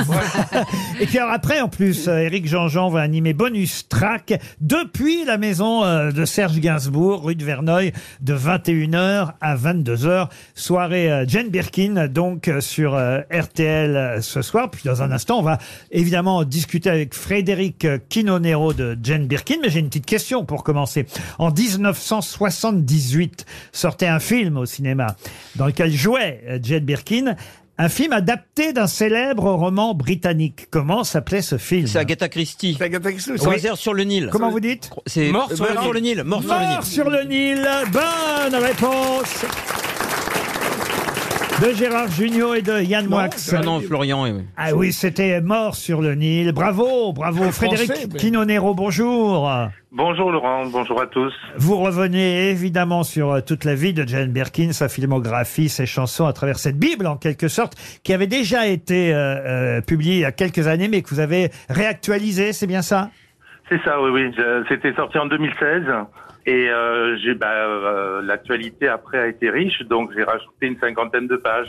Et puis alors après, en plus, euh, Éric Jean-Jean va animer Bonus Track depuis la maison euh, de Serge Gainsbourg, rue de Verneuil, de 21h à 22h. Soirée euh, Jane Birkin, donc euh, sur euh, RTL euh, ce soir. Puis dans un instant, on va évidemment discuter avec Frédéric euh, Quinonero de Jane Birkin. Mais j'ai une petite question pour commencer. En 1978, sortait un film au cinéma dans lequel jouait euh, Jane Birkin. Un film adapté d'un célèbre roman britannique. Comment s'appelait ce film C'est
Agatha Christie. Croisière sur le Nil.
Comment vous dites
C'est Mort sur Mort le sur Nil. le Nil, Mort sur le Nil.
Mort sur le Nil. Bonne réponse de Gérard Junior et de Yann Moix.
Ah non, Florian. oui, oui.
Ah oui, c'était Mort sur le Nil. Bravo, bravo. Frédéric
Français, mais-
Quinonero, bonjour.
Bonjour Laurent, bonjour à tous.
Vous revenez évidemment sur euh, toute la vie de Jane Birkin, sa filmographie, ses chansons à travers cette Bible en quelque sorte, qui avait déjà été euh, euh, publiée il y a quelques années, mais que vous avez réactualisée, c'est bien ça
C'est ça, oui, oui. je- C'était sorti en 2016 et euh, j'ai bah, euh, l'actualité après a été riche, donc j'ai rajouté une cinquantaine de pages.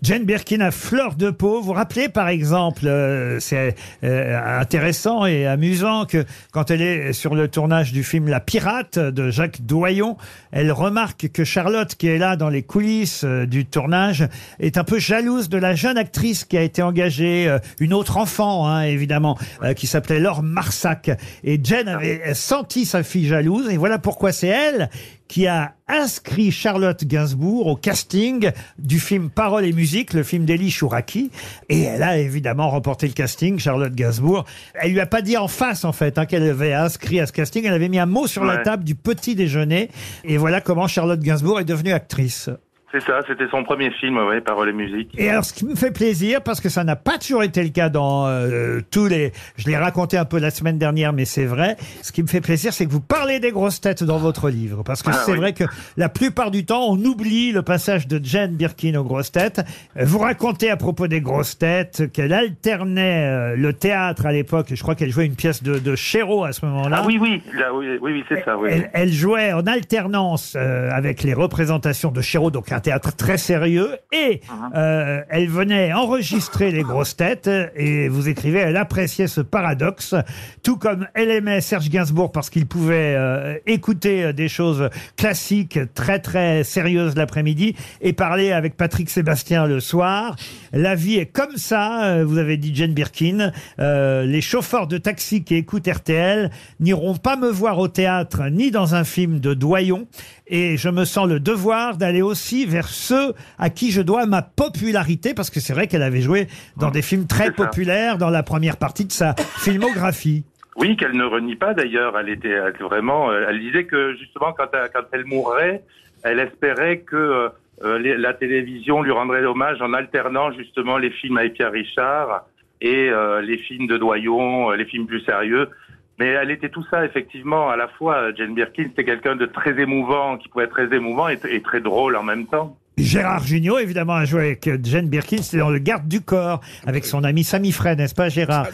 Jane Birkin à fleur de peau. Vous vous rappelez, par exemple, euh, c'est euh, intéressant et amusant que quand elle est sur le tournage du film La Pirate de Jacques Doyon, elle remarque que Charlotte, qui est là dans les coulisses euh, du tournage, est un peu jalouse de la jeune actrice qui a été engagée, euh, une autre enfant, hein, évidemment, euh, qui s'appelait Laure Marsac. Et Jane avait senti sa fille jalouse et voilà pourquoi c'est elle qui a inscrit Charlotte Gainsbourg au casting du film Paroles et musique, le film d'Elie Chouraki. Et elle a évidemment remporté le casting, Charlotte Gainsbourg. Elle lui a pas dit en face, en fait, hein, qu'elle avait inscrit à ce casting. Elle avait mis un mot sur la
Ouais.
table du petit déjeuner. Et voilà comment Charlotte Gainsbourg est devenue actrice.
C'est ça, c'était son premier film, oui, Paroles et musique.
Et alors, ce qui me fait plaisir, parce que ça n'a pas toujours été le cas dans euh, tous les... Je l'ai raconté un peu la semaine dernière, mais c'est vrai. Ce qui me fait plaisir, c'est que vous parlez des grosses têtes dans votre livre. Parce que
Ah,
c'est
oui.
vrai que la plupart du temps, on oublie le passage de Jane Birkin aux grosses têtes. Euh, Vous racontez à propos des grosses têtes qu'elle alternait euh, le théâtre à l'époque. Et Je crois qu'elle jouait une pièce de, de Chéreau à ce moment-là.
Ah oui, oui, là, oui, oui, oui, c'est ça, oui.
Elle, elle jouait en alternance euh, avec les représentations de Chéreau, donc un théâtre très sérieux, et euh, elle venait enregistrer les grosses têtes, et vous écrivez, elle appréciait ce paradoxe, tout comme elle aimait Serge Gainsbourg parce qu'il pouvait euh, écouter des choses classiques, très très sérieuses l'après-midi, et parler avec Patrick Sébastien le soir. La vie est comme ça, euh, vous avez dit Jane Birkin, Euh, les chauffeurs de taxi qui écoutent RTL n'iront pas me voir au théâtre ni dans un film de Doyon. Et je me sens le devoir d'aller aussi choisie vers ceux à qui je dois ma popularité, parce que c'est vrai qu'elle avait joué dans des films très
Mmh. C'est ça.
populaires dans la première partie de sa filmographie.
Oui, qu'elle ne renie pas d'ailleurs. Elle était elle- vraiment. euh, Elle disait que justement, quand, elle- quand elle mourrait, elle espérait que euh, euh, les- la télévision lui rendrait hommage en alternant justement les films avec Pierre Richard et euh, les films de Doyon, euh, les films plus sérieux. Mais elle était tout ça effectivement à la fois. euh, Jane Birkin, c'était quelqu'un de très émouvant, qui pouvait être très émouvant et- et très drôle en même temps.
Gérard Junior, évidemment, a joué avec euh, Jane Birkin, c'était dans Le Garde du Corps, avec son ami Sami Frey, n'est-ce pas Gérard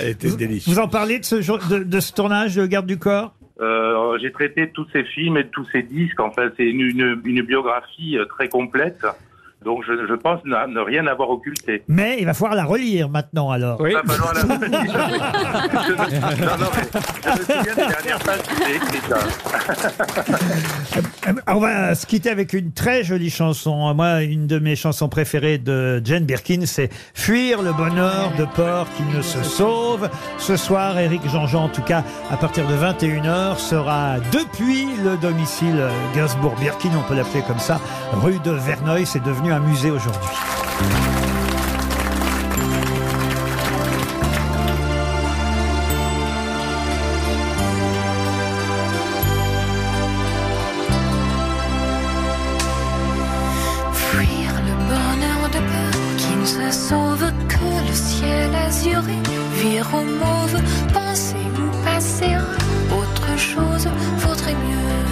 Elle était délicieuse.
Vous en parlez de ce, jour- de, de ce tournage de Le Garde du Corps
Euh, j'ai traité tous ces films et tous ces disques. Enfin, c'est une, une, une biographie euh, très complète. Donc, je, je pense na- ne rien avoir occulté.
Mais il va falloir la relire maintenant alors.
Il va falloir la- non, non, mais je me souviens des dernières pages que j'ai écrites. hein.
Euh, On va se quitter avec une très jolie chanson. Moi, une de mes chansons préférées de Jane Birkin, c'est Fuir le bonheur de peur qu'il ne se sauve. Ce soir, Eric Jean-Jean, en tout cas, à partir de 21h, sera depuis le domicile Gainsbourg-Birkin, on peut l'appeler comme ça, rue de Verneuil. C'est devenu un musée aujourd'hui.
Fuir le bonheur de peur qui ne se sauve que le ciel azuré. Vire au mauve, penser ou passer à autre chose vaudrait mieux.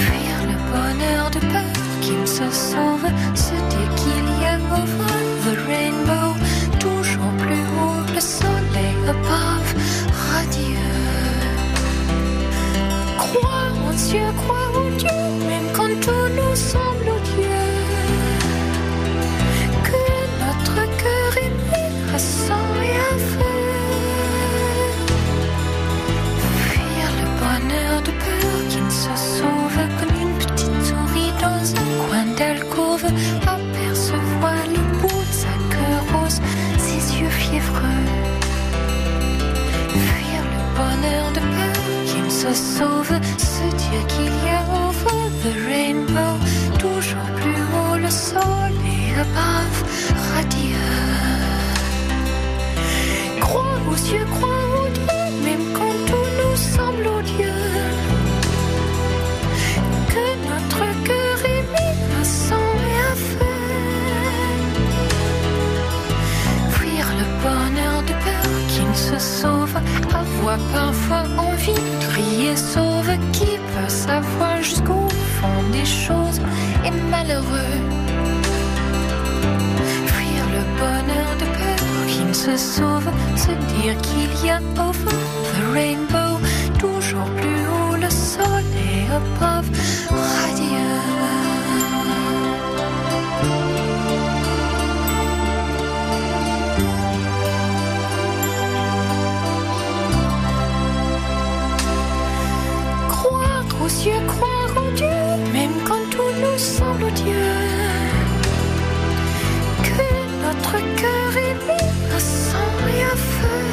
Fuir le bonheur de peur qui ne se sauve, c'était qu'il y a beau vol. The rainbow, toujours plus haut, le soleil above, radieux. Crois en Dieu, crois en Dieu, même quand tout nous semble odieux. Que notre cœur est pur à sang et à feu. Fuir le bonheur de peur qui ne se sauve comme une petite souris dans un coin d'alcôve. Apercevoir le bout de sa queue rose, ses yeux fiévreux. Fuir le bonheur de peur qui ne se sauve, ce Dieu qu'il y a au fond, the rainbow, toujours plus haut le sol et above, radieux. Crois aux cieux, crois en Dieu, même quand tout nous semble odieux. Que notre cœur est mis à sang et à feu. Fuir le bonheur de peur qui ne se sauve, avoir parfois envie de crier sauve, qui peut savoir jusqu'au fond des choses est malheureux. Fuir le bonheur de peur qui ne se sauve, se dire qu'il y a over the rainbow, toujours plus haut le sol et above, radieux. Croire aux cieux, croire en Dieu, même quand tout nous semble odieux. Que notre cœur est mis à sang et à feu.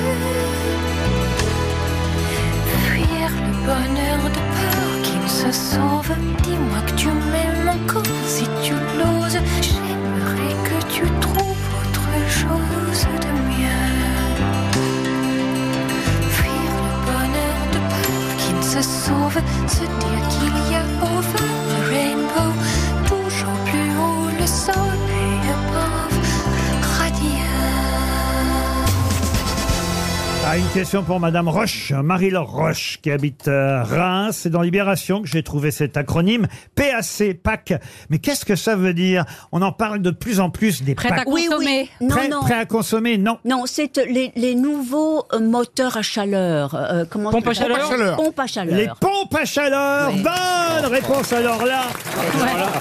Fuir le bonheur de peur qui ne se sauve. Dis-moi que tu m'aimes encore si tu l'oses. J'aimerais que tu trouves autre chose de mieux. Fuir le bonheur de peur qui ne se sauve, se dire qu'il y a over the rainbow, toujours plus haut le soleil above, radieux.
Ah, une question pour Madame Roche, Marie-Laure Roche, qui habite euh, Reims. C'est dans Libération que j'ai trouvé cet acronyme PAC, PAC. Mais qu'est-ce que ça veut dire On en parle de plus en plus des
Prêt à
PAC.
Oui, oui. consommer. Non,
Prêt,
non.
prêt à consommer, non.
Non, c'est euh, les, les nouveaux euh, moteurs à chaleur. euh, comment
Pompe à chaleur
Pompe à chaleur. Pompe à chaleur.
Les pompes à chaleur. Bonne réponse alors là.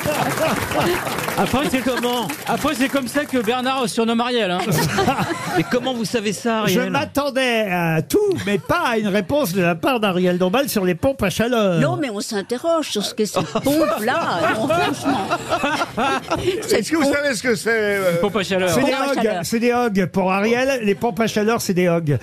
Après, c'est comment Après, c'est comme ça que Bernard surnomme Ariel. hein. Mais comment vous savez ça,
Je m'attendais à tout, mais pas à une réponse de la part d'Ariel Dombal sur les pompes à chaleur.
Euh. Non, mais on s'interroge sur ce que ces pompes-là. non, franchement.
Est-ce que vous savez ce que c'est euh,
C'est des hogs, c'est des hogs. Pour Ariel, les pompes à chaleur, c'est des hogs.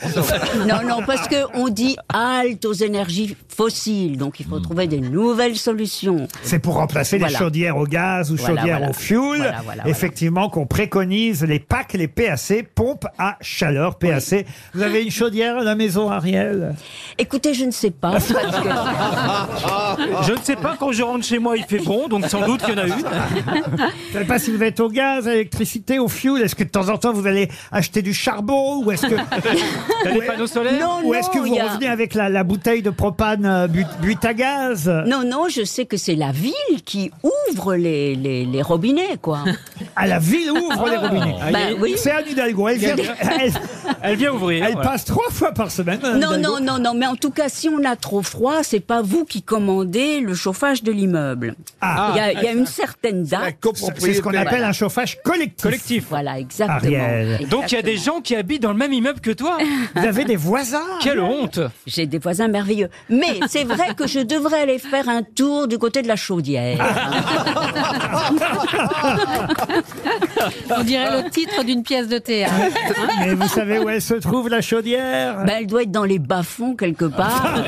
Non, non, parce qu'on dit halte aux énergies fossiles, donc il faut
Hmm.
trouver des nouvelles solutions.
C'est pour remplacer
Voilà.
les chaudières au gaz ou
Voilà,
chaudières
voilà.
au fioul.
Voilà, voilà,
Effectivement, qu'on préconise les packs, les PAC, pompes à chaleur, PAC. Vous avez une chaudière à la maison, Ariel
Écoutez, je ne sais pas. parce que-
Je ne sais pas, quand je rentre chez moi, il fait bon, donc sans doute qu'il y en a une.
Je ne sais pas si vous êtes au gaz, à l'électricité, au fioul. Est-ce que de temps en temps vous allez acheter du charbon ou est-ce que
T'as des panneaux solaires
ou est-ce que vous
il y a-
revenez avec la, la bouteille de propane euh, but- butte à gaz
Non, non, je sais que c'est la ville qui ouvre les, les, les robinets, quoi.
À la ville ouvre les
Ah.
robinets.
Bah oui.
C'est Anne Hidalgo. Elle vient, elle-
ouvrir.
elle passe trois fois par semaine. Anne
Non, non,
Hidalgo.
non, non, mais en tout cas, si on a trop froid, c'est pas vous qui commandez le chauffage de l'immeuble.
Ah.
Il y a, il y a une certaine date.
C'est ce qu'on appelle un chauffage collectif.
Collectif.
Voilà, exactement.
Ariel.
Donc il y a des
Exactement.
gens qui habitent dans le même immeuble que toi.
Vous avez des voisins.
Quelle honte
J'ai des voisins merveilleux. Mais c'est vrai que je devrais aller faire un tour du côté de la chaudière.
On dirait le titre d'une pièce de théâtre. hein.
Mais vous savez où elle se trouve, la chaudière
Ben, elle doit être dans les bas-fonds quelque part.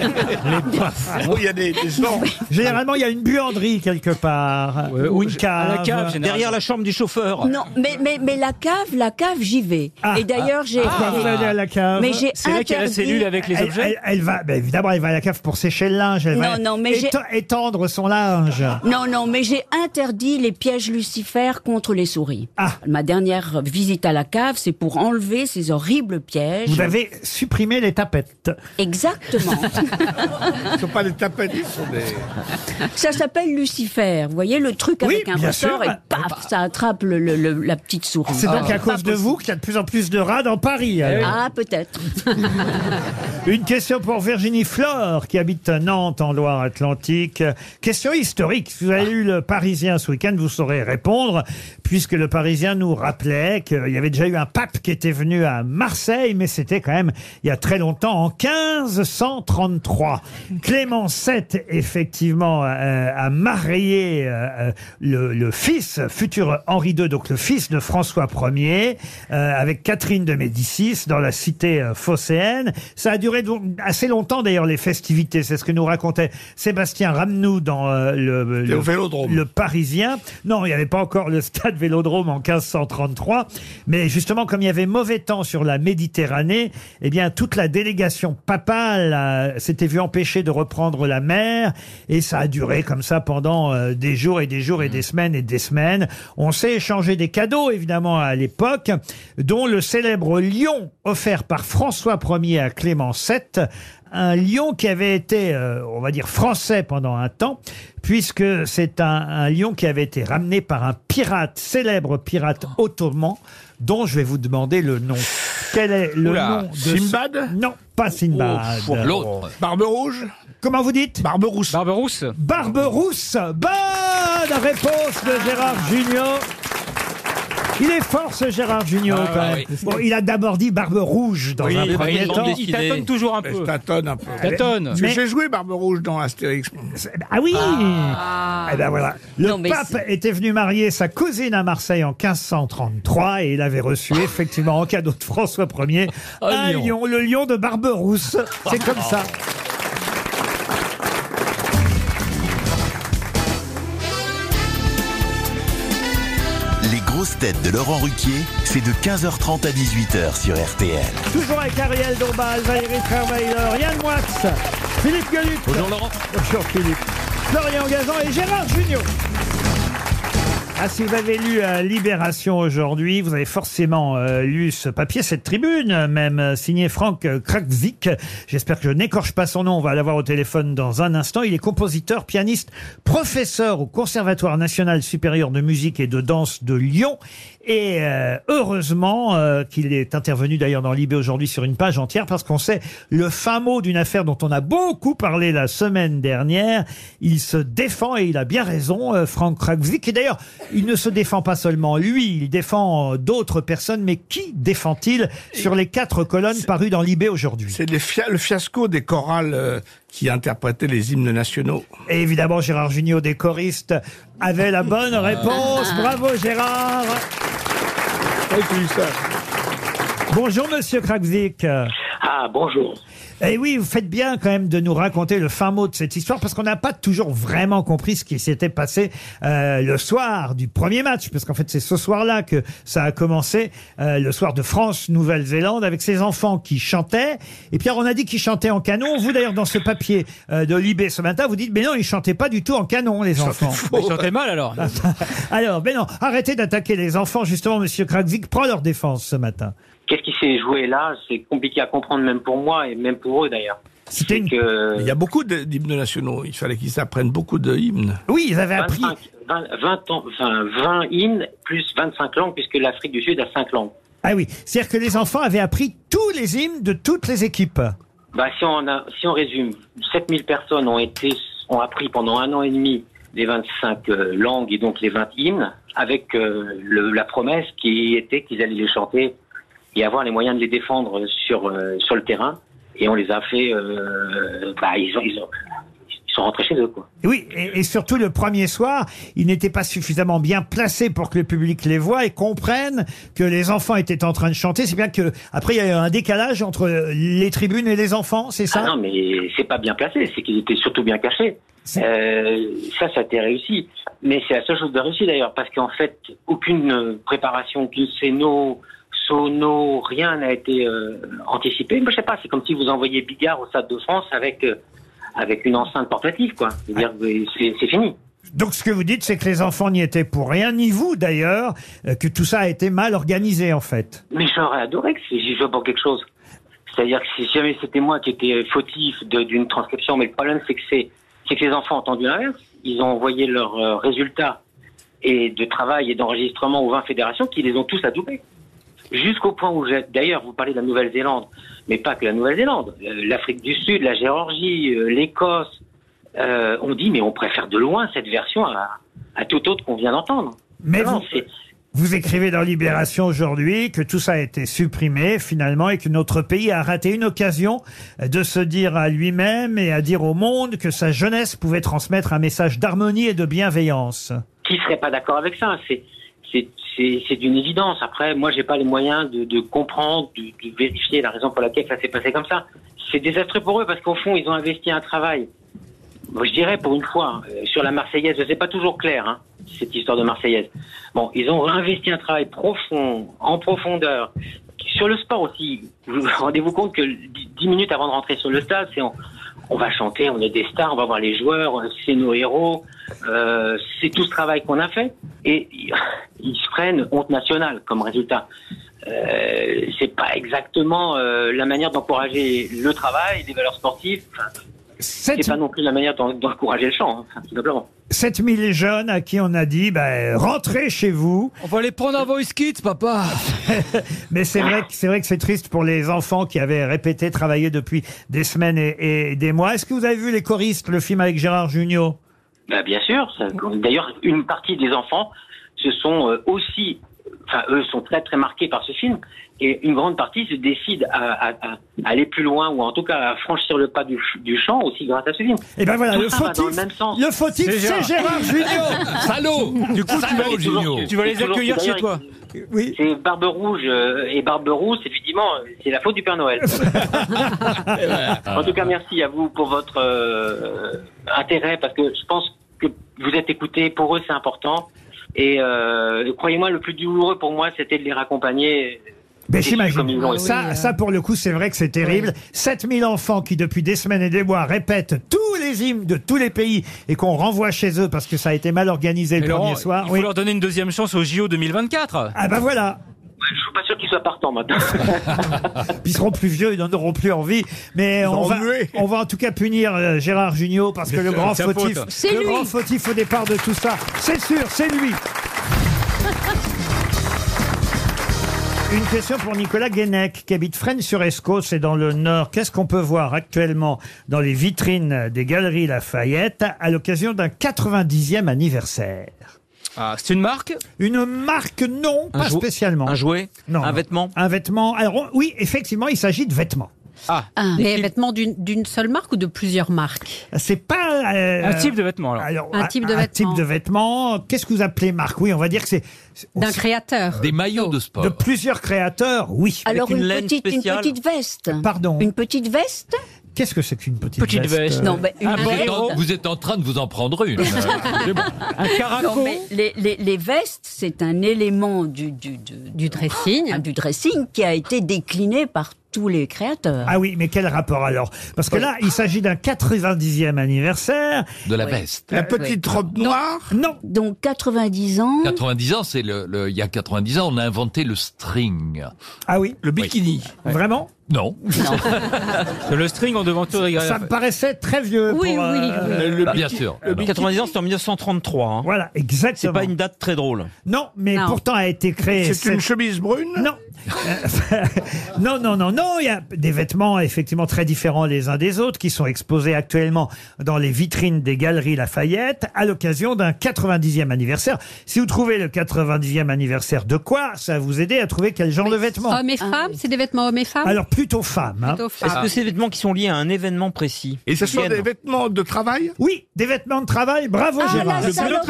où il y a des, des gens.
Généralement, il y a une buanderie quelque part. ou une cave.
derrière la chambre du
Ah.
chauffeur.
Non, mais, mais, mais la cave, la cave, j'y vais. Et d'ailleurs, j'ai.
Pourquoi vous allez à Ah. la cave
Mais j'ai interdit-
Elle- Elle, elle va, ben, évidemment, elle va à la cave pour sécher le linge. Elle va
Non, non, mais j'ai- Ah.
éto- étendre son linge.
Non, non, mais j'ai interdit les pièges Lucifer contre les souris.
Ah.
Ma dernière visite à la cave, c'est pour enlever ces horribles pièges.
Vous avez supprimé les tapettes.
Exactement.
Ce sont pas des tapettes, ce sont des.
Ça s'appelle Lucifer. Vous voyez le truc
Oui,
avec un
bien
ressort
sûr.
et paf, ça attrape le- le- le- la petite souris.
C'est donc à cause de vous qu'il y a de plus en plus de rats dans Paris. alors.
Ah, peut-être.
Une question pour Virginie Flore, qui habite à Nantes, en Loire-Atlantique. Question historique. Si vous avez lu le Parisien ce week-end, vous saurez répondre, puisque le Parisien nous rappelait qu'il y avait déjà eu un pape qui était venu à Marseille, mais c'était quand même il y a très longtemps, en 1533. Clément VII, effectivement, euh, a marié euh, euh, le, le fils, futur Henri II, donc le fils de François Ier, euh, avec Catherine de Médicis, dans la cité euh, phocéenne. Ça a duré donc assez longtemps d'ailleurs les festivités. C'est ce que nous racontait Sébastien Ramnou dans euh, le, le,
au Vélodrome.
le Parisien. Non, il n'y avait pas encore le stade Vélodrome en 1533, mais justement comme il y avait mauvais temps sur la Méditerranée, eh bien toute la délégation papale euh, s'était vue empêchée de reprendre la mer et ça a duré comme ça pendant euh, des jours et des jours et des semaines et des semaines. On s'est échangé des cadeaux évidemment à l'époque, dont le célèbre lion offert par François Ier à Clément VII, un lion qui avait été, euh, on va dire, français pendant un temps, puisque c'est un, un lion qui avait été ramené par un pirate, célèbre pirate ottoman, dont je vais vous demander le nom. Quel est le
Oula,
nom de ce-
Sinbad
Non, pas Sinbad.
Oh, l'autre. Barbe rouge
Comment vous dites
Barberousse.
Barberousse.
Barberousse. Bonne réponse de Gérard Junior. Il est fort ce Gérard Junior
Ah,
quand
ouais,
même.
oui.
Bon, il a d'abord dit barbe rouge dans un premier temps.
toujours un
peu. Je tâtonne un peu.
Il tâtonne.
Parce que J'ai joué Barbe Rouge dans Astérix. bah,
Ah oui Eh ben voilà. Le
Ah. Non, mais
pape était venu marier sa cousine à Marseille en 1533 et il avait reçu effectivement en cadeau de François Ier un lion.
lion.
le lion de Barberousse. C'est comme ça.
Les grosses têtes de Laurent Ruquier, c'est de 15h30 à 18h sur RTL.
Toujours avec Ariel Dombal, Valérie Trierweiler, Yann Moix, Philippe Gueluc. Bonjour Laurent. Bonjour Philippe. Florian Gazan et Gérard Junior. Ah, si vous avez lu euh, Libération aujourd'hui, vous avez forcément euh, lu ce papier, cette tribune, euh, même euh, signée Franck euh, Krakzik. J'espère que je n'écorche pas son nom. On va l'avoir au téléphone dans un instant. Il est compositeur, pianiste, professeur au Conservatoire national supérieur de musique et de danse de Lyon. Et euh, heureusement euh, qu'il est intervenu d'ailleurs dans Libé aujourd'hui sur une page entière parce qu'on sait le fin mot d'une affaire dont on a beaucoup parlé la semaine dernière. Il se défend et il a bien raison, euh, Franck Krakzik. Et d'ailleurs, il ne se défend pas seulement lui, il défend euh, d'autres personnes, mais qui défend-il sur les quatre colonnes parues dans l'IB aujourd'hui
C'est le, fia- le fiasco des chorales euh, qui interprétaient les hymnes nationaux.
Et évidemment, Gérard Junior, des choristes, avait la bonne réponse. Bravo Gérard Bonjour Monsieur Krakzik.
Ah, bonjour.
Eh oui, vous faites bien quand même de nous raconter le fin mot de cette histoire parce qu'on n'a pas toujours vraiment compris ce qui s'était passé euh, le soir du premier match, parce qu'en fait c'est ce soir-là que ça a commencé, euh, le soir de France-Nouvelle-Zélande, avec ses enfants qui chantaient. Et Pierre, on a dit qu'ils chantaient en canon. Vous d'ailleurs, dans ce papier euh, de Libé ce matin, vous dites, mais non, ils chantaient pas du tout en canon, les enfants.
Ils chantaient mal alors.
Alors, mais non, arrêtez d'attaquer les enfants, justement, Monsieur Krakzik prend leur défense ce matin.
Qu'est-ce qui s'est joué là C'est compliqué à comprendre même pour moi et même pour eux d'ailleurs.
C'était
que...
Il y a beaucoup de- d'hymnes nationaux. Il fallait qu'ils apprennent beaucoup de hymnes.
Oui, ils avaient
25, 20, 20 ans, enfin, 20 hymnes plus 25 langues puisque l'Afrique du Sud a 5 langues.
Ah oui, c'est-à-dire que les enfants avaient appris tous les hymnes de toutes les équipes.
Bah, si, on a, si on résume, 7000 personnes ont, été, ont appris pendant un an et demi les 25 euh, langues et donc les 20 hymnes, avec euh, le- la promesse qui était qu'ils allaient les chanter et avoir les moyens de les défendre sur, euh, sur le terrain. Et on les a fait. euh, bah, ils, ont, ils, ont, ils sont rentrés chez eux, quoi.
Et Oui, et, et surtout le premier soir, ils n'étaient pas suffisamment bien placés pour que le public les voie et comprenne que les enfants étaient en train de chanter. C'est bien que après il y a eu un décalage entre les tribunes et les enfants, c'est ça
Ah non, mais c'est pas bien placé, c'est qu'ils étaient surtout bien cachés. Euh, ça, ça a été réussi. Mais c'est la seule chose de réussi d'ailleurs, parce qu'en fait, aucune préparation, aucune scéno, sono, rien n'a été euh, anticipé. Moi, je sais pas, c'est comme si vous envoyez Bigard au Stade de France avec, euh, avec une enceinte portative, quoi. C'est-à-dire
Ah.
que c'est c'est fini.
Donc ce que vous dites, c'est que les enfants n'y étaient pour rien, ni vous d'ailleurs, euh, que tout ça a été mal organisé en fait.
Mais j'aurais adoré que j'y joue pour quelque chose. C'est-à-dire que si jamais c'était moi qui étais fautif de- d'une transcription, mais le problème c'est que c'est c'est que les enfants ont entendu l'inverse. Ils ont envoyé leurs euh, résultats et de travail et d'enregistrement aux 20 fédérations qui les ont tous adoubés. Jusqu'au point où, j'ai- d'ailleurs, vous parlez de la Nouvelle-Zélande, mais pas que la Nouvelle-Zélande. Euh, L'Afrique du Sud, la Géorgie, euh, l'Écosse, euh, on dit mais on préfère de loin cette version à, à toute autre qu'on vient d'entendre.
Mais
Non,
vous-
c'est-
Vous écrivez dans Libération aujourd'hui que tout ça a été supprimé finalement et que notre pays a raté une occasion de se dire à lui-même et à dire au monde que sa jeunesse pouvait transmettre un message d'harmonie et de bienveillance.
qui serait pas d'accord avec ça C'est c'est c'est c'est d'une évidence. Après, moi, j'ai pas les moyens de, de comprendre, de, de vérifier la raison pour laquelle ça s'est passé comme ça. C'est désastreux pour eux parce qu'au fond, ils ont investi un travail. Moi, je dirais pour une fois hein, euh, sur la Marseillaise, c'est pas toujours clair hein, cette histoire de Marseillaise. Bon, ils ont investi un travail profond, en profondeur. Sur le sport aussi, vous vous rendez-vous compte que dix dix minutes avant de rentrer sur le stade, c'est on, on va chanter, on est des stars, on va voir les joueurs, euh, c'est nos héros, euh, c'est tout ce travail qu'on a fait. Et ils se prennent honte nationale comme résultat. Euh, c'est pas exactement euh, la manière d'encourager le travail, les valeurs sportives. Enfin,
C'est
pas non plus la manière d'en- d'encourager le chant, hein, tout simplement.
7000 jeunes à qui on a dit ben, rentrez chez vous.
On va les prendre en voice kit, papa.
Mais c'est vrai, que- c'est vrai que c'est triste pour les enfants qui avaient répété, travaillé depuis des semaines et, et des mois. Est-ce que vous avez vu Les Choristes, le film avec Gérard Junior
Bah, bien sûr. ça- D'ailleurs, une partie des enfants se sont euh, aussi, enfin, eux sont très très marqués par ce film, et une grande partie se décide à, à- à aller plus loin ou en tout cas à franchir le pas du, ch- du champ aussi grâce à ce film.
Et ben voilà,
Tout
le
ça va
fautif-
Ah bah, dans le même sens.
le fautif, C'est Gérard. c'est Gérard Jugnot. Salaud.
Du coup, tu vas-
Et toujours-
Jugnot. tu vas les
et toujours-
accueillir chez
d'ailleurs,
toi.
Oui.
C'est Barbe Rouge euh, et Barbe Rousse, évidemment, euh, c'est la faute du Père Noël. en tout cas, merci à vous pour votre euh, intérêt, parce que je pense que vous êtes écoutés, pour eux c'est important. Et euh, croyez-moi, le plus douloureux pour moi, c'était de les raccompagner.
Ben
Et comme ils
j'imagine.
l'ont été.
ça, ça, pour le coup, c'est vrai que c'est terrible. 7000 enfants qui, depuis des semaines et des mois, répètent tous les hymnes de tous les pays et qu'on renvoie chez eux parce que ça a été mal organisé le
Mais Laurent,
premier soir.
il faut leur donner une deuxième chance au JO 2024.
Ah bah voilà
Je suis pas sûr qu'ils soient partants maintenant.
Puis Ils seront plus vieux, ils n'en auront plus envie. Mais on
auront
va, on va en tout cas punir euh, Gérard Junior parce que
Mais
le
c'est-
grand
c'est sa
fautif,
faute. C'est
le
lui.
grand fautif au départ de tout ça, c'est sûr, c'est lui. Une question pour Nicolas Guénec, qui habite Fresnes-sur-Escaut, c'est dans le Nord. Qu'est-ce qu'on peut voir actuellement dans les vitrines des galeries Lafayette à l'occasion d'un 90e anniversaire
Ah, c'est une marque
Une marque, non, pas spécialement. Un
jouet
Non. Un vêtement Un vêtement. Alors, on- oui, effectivement, il s'agit de vêtements.
Ah,
Mais vêtements d'une d'une seule marque ou de plusieurs marques
C'est pas. euh,
Un type
de vêtement, alors.
Un type de
un type de vêtement. Qu'est-ce que vous appelez marque Oui, on va dire que c'est.
D'un créateur.
Des maillots de
De
sport.
plusieurs créateurs, oui.
Alors une, petite, une petite veste.
Pardon.
Une petite veste
Qu'est-ce que c'est qu'une petite,
Petite veste. Non, mais une Un
vous, êtes
bordereau.
en, vous êtes en train de vous en prendre
Eh
une.
ben,
euh, C'est bon.
Non, mais les, les- les vestes, c'est un élément du, du,
dressing.
du dressing qui a été décliné par tous les créateurs.
Ah oui, mais quel rapport alors Parce que là, il s'agit d'un 90e anniversaire.
De la veste.
noire Non.
Donc 90 ans.
90 ans, c'est le, le- il y a 90 ans, on a inventé le string.
Ah oui
Le bikini.
Vraiment
Non.
le string en devanture et
Ça me paraissait très vieux.
Oui,
pour,
oui,
euh,
oui. Bien sûr. 90 ans, c'était en 1933.
Voilà, exactement.
hein. C'est pas une date très drôle.
Non, mais
Non.
pourtant a été créée.
C'est une
chemise brune Non. Euh, non, non, non, non. Il y a des vêtements effectivement très différents les uns des autres qui sont exposés actuellement dans les vitrines des galeries Lafayette à l'occasion d'un 90e anniversaire. Si vous trouvez le 90e anniversaire de quoi, ça va vous aider à trouver quel genre de vêtements.
Hommes et femmes, c'est des vêtements hommes et femmes
Ah Alors plutôt femmes. hein.
Plutôt femmes. Est-ce que
c'est des vêtements qui sont liés à un événement précis
Et ce
sont des
vêtements de travail Oui, des vêtements de travail. Bravo
Ah,
Gérard.
la Le salopette.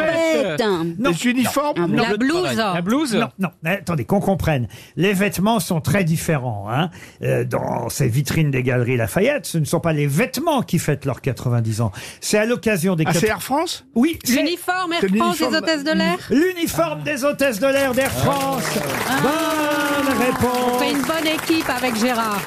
salopette.
Les uniformes
Non.
La blouse.
Non.
La blouse.
Non, non. Eh, Attendez, qu'on comprenne. Les vêtements sont très différents. hein. Euh, dans ces vitrines des galeries Lafayette, ce ne sont pas les vêtements qui fêtent leurs 90 ans. C'est à l'occasion des...
Ah, c'est
quatre-
Air France
Oui. c'est-
L'uniforme Air France des hôtesses de l'air
L'uniforme des hôtesses de l'air d'Air France. Ah. Bonne réponse.
On fait une bonne équipe avec Gérard.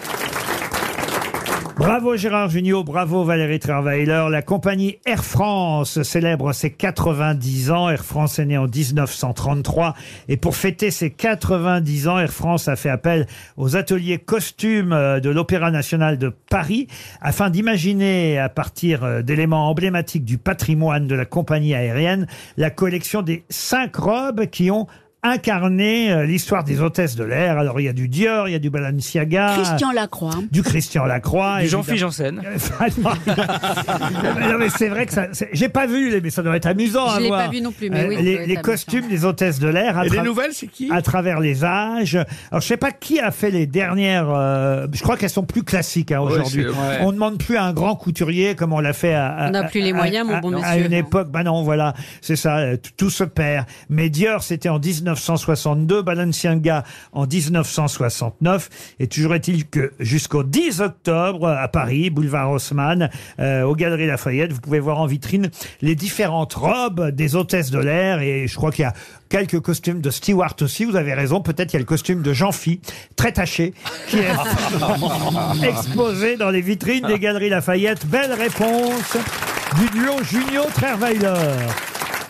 Bravo Gérard Junior, bravo Valérie Travailer. La compagnie Air France célèbre ses 90 ans. Air France est née en 1933 et pour fêter ses 90 ans, Air France a fait appel aux ateliers costumes euh, de l'Opéra national de Paris afin d'imaginer à partir euh, d'éléments emblématiques du patrimoine de la compagnie aérienne la collection des cinq robes qui ont incarné euh, l'histoire des hôtesses de l'air. Alors il y a du Dior, il y a du Balenciaga.
Christian
Hein
Lacroix.
Du Christian Lacroix.
Du
Ah, évidemment.
Jean-Philippe Janssen.
non, mais c'est vrai que ça. c'est- J'ai pas vu, les- mais ça doit être amusant
Je
à
l'ai
voir.
pas vu non plus, mais
Euh,
oui, ça doit
Les,
être
les
amusant.
costumes des hôtesses de l'air. à
Et les
tra-
nouvelles, c'est qui
À travers les âges. Alors, je sais pas qui a fait les dernières. euh, je crois qu'elles sont plus classiques hein,
Ouais,
aujourd'hui.
c'est- ouais.
On demande plus à un grand couturier comme on l'a fait à. à-
On n'a plus les
à-
moyens,
à-
mon bon
à- À
monsieur,
une
non.
époque, bah non, voilà, c'est ça, euh, tout- tout se perd. Mais Dior, c'était en 1962, Balenciaga en 1969. Et toujours est-il que jusqu'au 10 octobre, à Paris, boulevard Haussmann, euh, aux Galeries Lafayette, vous pouvez voir en vitrine les différentes robes des hôtesses de l'air. Et je crois qu'il y a quelques costumes de Stewart aussi. Vous avez raison, peut-être il y a le costume de Jean-Phi, très taché, qui est exposé dans les vitrines des Galeries Lafayette. Belle réponse du duo Junio Trerweiler.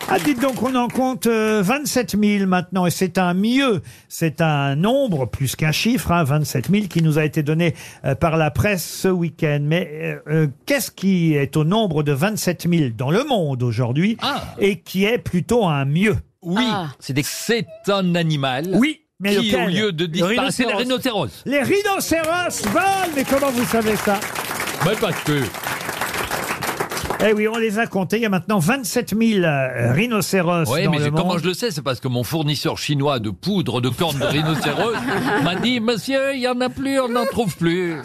Ah, dites donc, on en compte euh, 27 000 maintenant, et c'est un mieux, c'est un nombre plus qu'un chiffre, hein, 27 000 qui nous a été donné euh, par la presse ce week-end. Mais euh, euh, qu'est-ce qui est au nombre de 27 000 dans le monde aujourd'hui et qui est plutôt un mieux
Oui, c'est un animal.
Oui, mais
qui,
lequel
au lieu de
Le
disparaître, c'est les
rhinocéros.
rhinocéros.
Les rhinocéros volent, mais comment vous savez ça
Mais Bah, parce que
Eh oui, on les a comptés. Il y a maintenant 27 000 euh, rhinocéros
Oui,
dans
mais
le
je-
monde.
comment je le sais C'est parce que mon fournisseur chinois de poudre de cornes de rhinocéros m'a dit Monsieur, il n'y en a plus, on n'en trouve plus.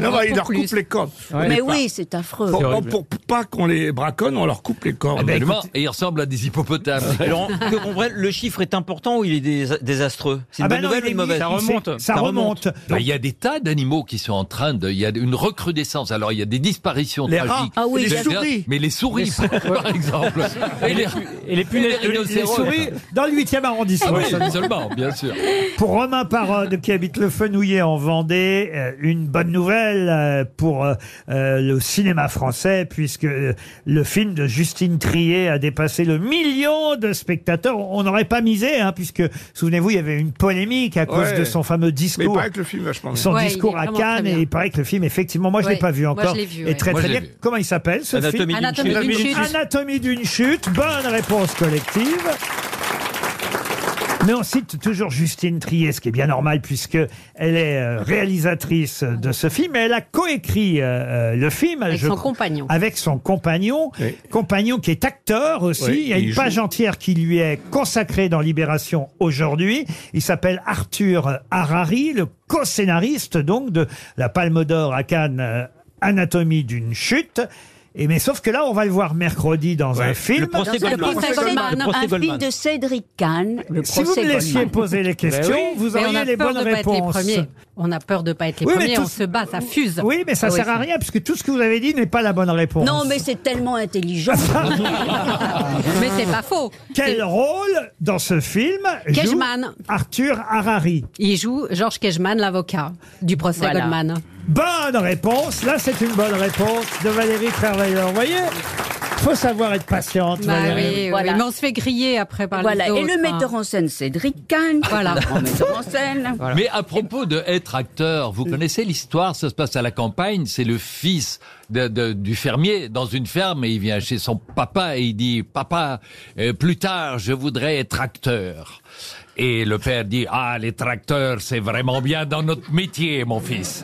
Non, bah, il leur coupe les cordes.
Mais oui, c'est affreux.
Pour, pour- pour pas qu'on les
Ah
braconne, on leur coupe les cordes.
Absolument. Et ils ressemblent à des hippopotames.
Laurent, que comprenne, le chiffre est important ou il est dés- désastreux C'est une
Ah bah
bonne
non,
nouvelle
il
ou
est
une mauvaise
mis- il s'est- ça remonte. Bah, Il y a des tas d'animaux qui sont en train de. Il y a une recrudescence. Alors, il y a des disparitions
Les
tragiques.
rats. Ah oui,
Mais-
les souris.
Mais les souris,
Les-
par exemple.
Et les- et les punaises-
et les rhinocéros.
souris dans le 8e arrondissement.
Ah oui, seulement, bien sûr.
Pour Romain Parode, qui habite le Fenouillet en Vendée, euh, une bonne nouvelle euh, pour euh, euh, le cinéma français, puisque euh, le film de Justine Trier a dépassé le million de spectateurs. On n'aurait pas misé, hein, puisque, souvenez-vous, il y avait une polémique à cause
Ouais.
de son fameux
Mais il
discours.
paraît que le film est vachement bien.
Son discours à Cannes, et il paraît que le film, effectivement, moi je
Ouais,
l'ai pas vu
moi, je
encore,
l'ai vu,
est
ouais.
très
Moi,
très
je l'ai
bien.
vu.
Comment il s'appelle ce
Anatomie
film
d'une Anatomie chute. d'une chute.
Anatomie d'une chute. Bonne réponse collective. Mais on cite toujours Justine Trier, ce qui est bien normal puisque elle est euh, réalisatrice de ce film. Et elle a coécrit euh, euh, le film
Avec
je
son
crois-
compagnon.
Avec son compagnon, compagnon qui est acteur aussi.
Oui,
Il y a
il
une page
joue.
entière qui lui est consacrée dans Libération aujourd'hui. Il s'appelle Arthur Harari, le co-scénariste donc de La Palme d'Or à Cannes, euh, Anatomie d'une chute. Et mais sauf que là, on va le voir mercredi dans un film.
un film de Cédric Kahn. Le
Si vous
procès
me laissiez
Goldman.
poser
Ben
les questions, vous
Mais on
auriez
a
les
peur
bonnes
de pas être les
réponses.
premiers. on a peur de pas être les
Oui, mais
premiers,
tout-
on se bat, ça fuse.
Oui, mais ça
Ah
sert à
c'est-
rien puisque tout ce que vous avez dit n'est pas la bonne réponse.
Non, mais c'est tellement intelligent.
Mais c'est pas faux.
Quel
C'est-
rôle dans ce film joue
Cashman.
Arthur Harari.
Il joue Georges Kejman, l'avocat du procès
Voilà.
Goldman.
Bonne réponse. Là, c'est une bonne réponse de Valérie Trierweiler. Vous voyez, faut savoir être patiente.
Bah oui,
Valérie.
oui, mais on se fait griller après par
Voilà.
les
Et
autres. hein.
le metteur en scène, Cédric Kahn.
Voilà.
Voilà. Le grand metteur en scène.
Mais à propos de être acteur, vous connaissez l'histoire, ça se passe à la campagne, c'est le fils de- de- du fermier dans une ferme et il vient chez son papa et il dit "Papa, euh, plus tard, je voudrais être acteur." Et le père dit "Ah, les tracteurs, c'est vraiment bien dans notre métier, mon fils."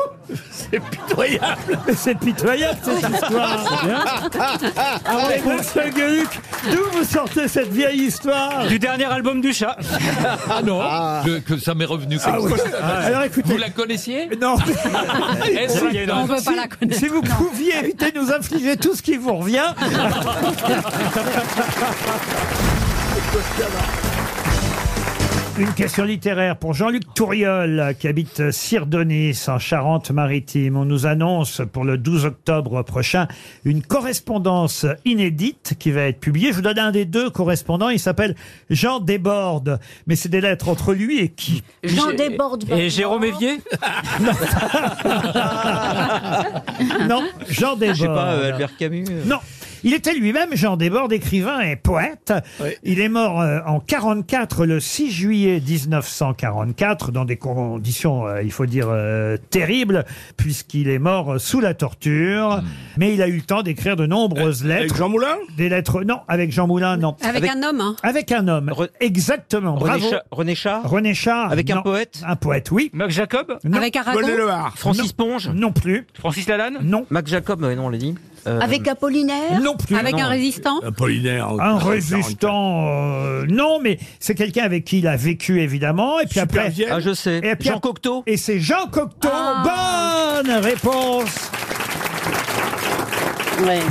c'est pitoyable.
C'est pitoyable cette histoire. Ah ouais, monsieur Gueluc, d'où vous sortez cette vieille histoire
Du dernier album du chat.
Ah non, que, que ça m'est revenu.
Ah
comme
oui.
ça.
Ah, alors écoutez.
vous la connaissiez
Non.
Est-ce
On veut pas la connaître.
Si vous pouviez éviter de nous infliger tout ce qui vous revient. Une question littéraire pour Jean-Luc Touriol, qui habite Sirdonis, en Charente-Maritime. On nous annonce pour le 12 octobre prochain une correspondance inédite qui va être publiée. Je vous donne un des deux correspondants. Il s'appelle Jean Desbordes. Mais c'est des lettres entre lui et qui
Jean Desbordes.
Et Jérôme Évier
Non, Jean Desbordes.
Je sais pas, euh, Albert Camus. euh.
Non. Il était lui-même, Jean Desbordes, écrivain et poète. Il est mort euh, en 44, le 6 juillet 1944, dans des conditions, euh, il faut dire, euh, terribles, puisqu'il est mort euh, sous la
Hmm.
torture. Mais il a eu le temps d'écrire de nombreuses
Euh,
lettres. Avec Jean Moulin Des lettres, non, avec Jean Moulin, non.
Avec, un homme, hein.
Avec un homme, exactement.
René
Bravo.
Cha- René Char
René Char.
Avec un
poète Un poète, oui.
Mac Jacob
Non.
Avec Aragon
Bonnet
Francis
Non.
Ponge
Non plus.
Francis Lalanne
Non.
Mac Jacob, ouais, non, on l'a dit. Euh,
Avec Apollinaire.
Non plus.
Avec
Non. Euh,
un résistant.
Apollinaire.
Un résistant, euh, non, mais c'est quelqu'un avec qui il a vécu évidemment. Et puis après,
Ah, je sais.
et puis
Jean
ap-
Cocteau
Et c'est Jean Cocteau. Bonne réponse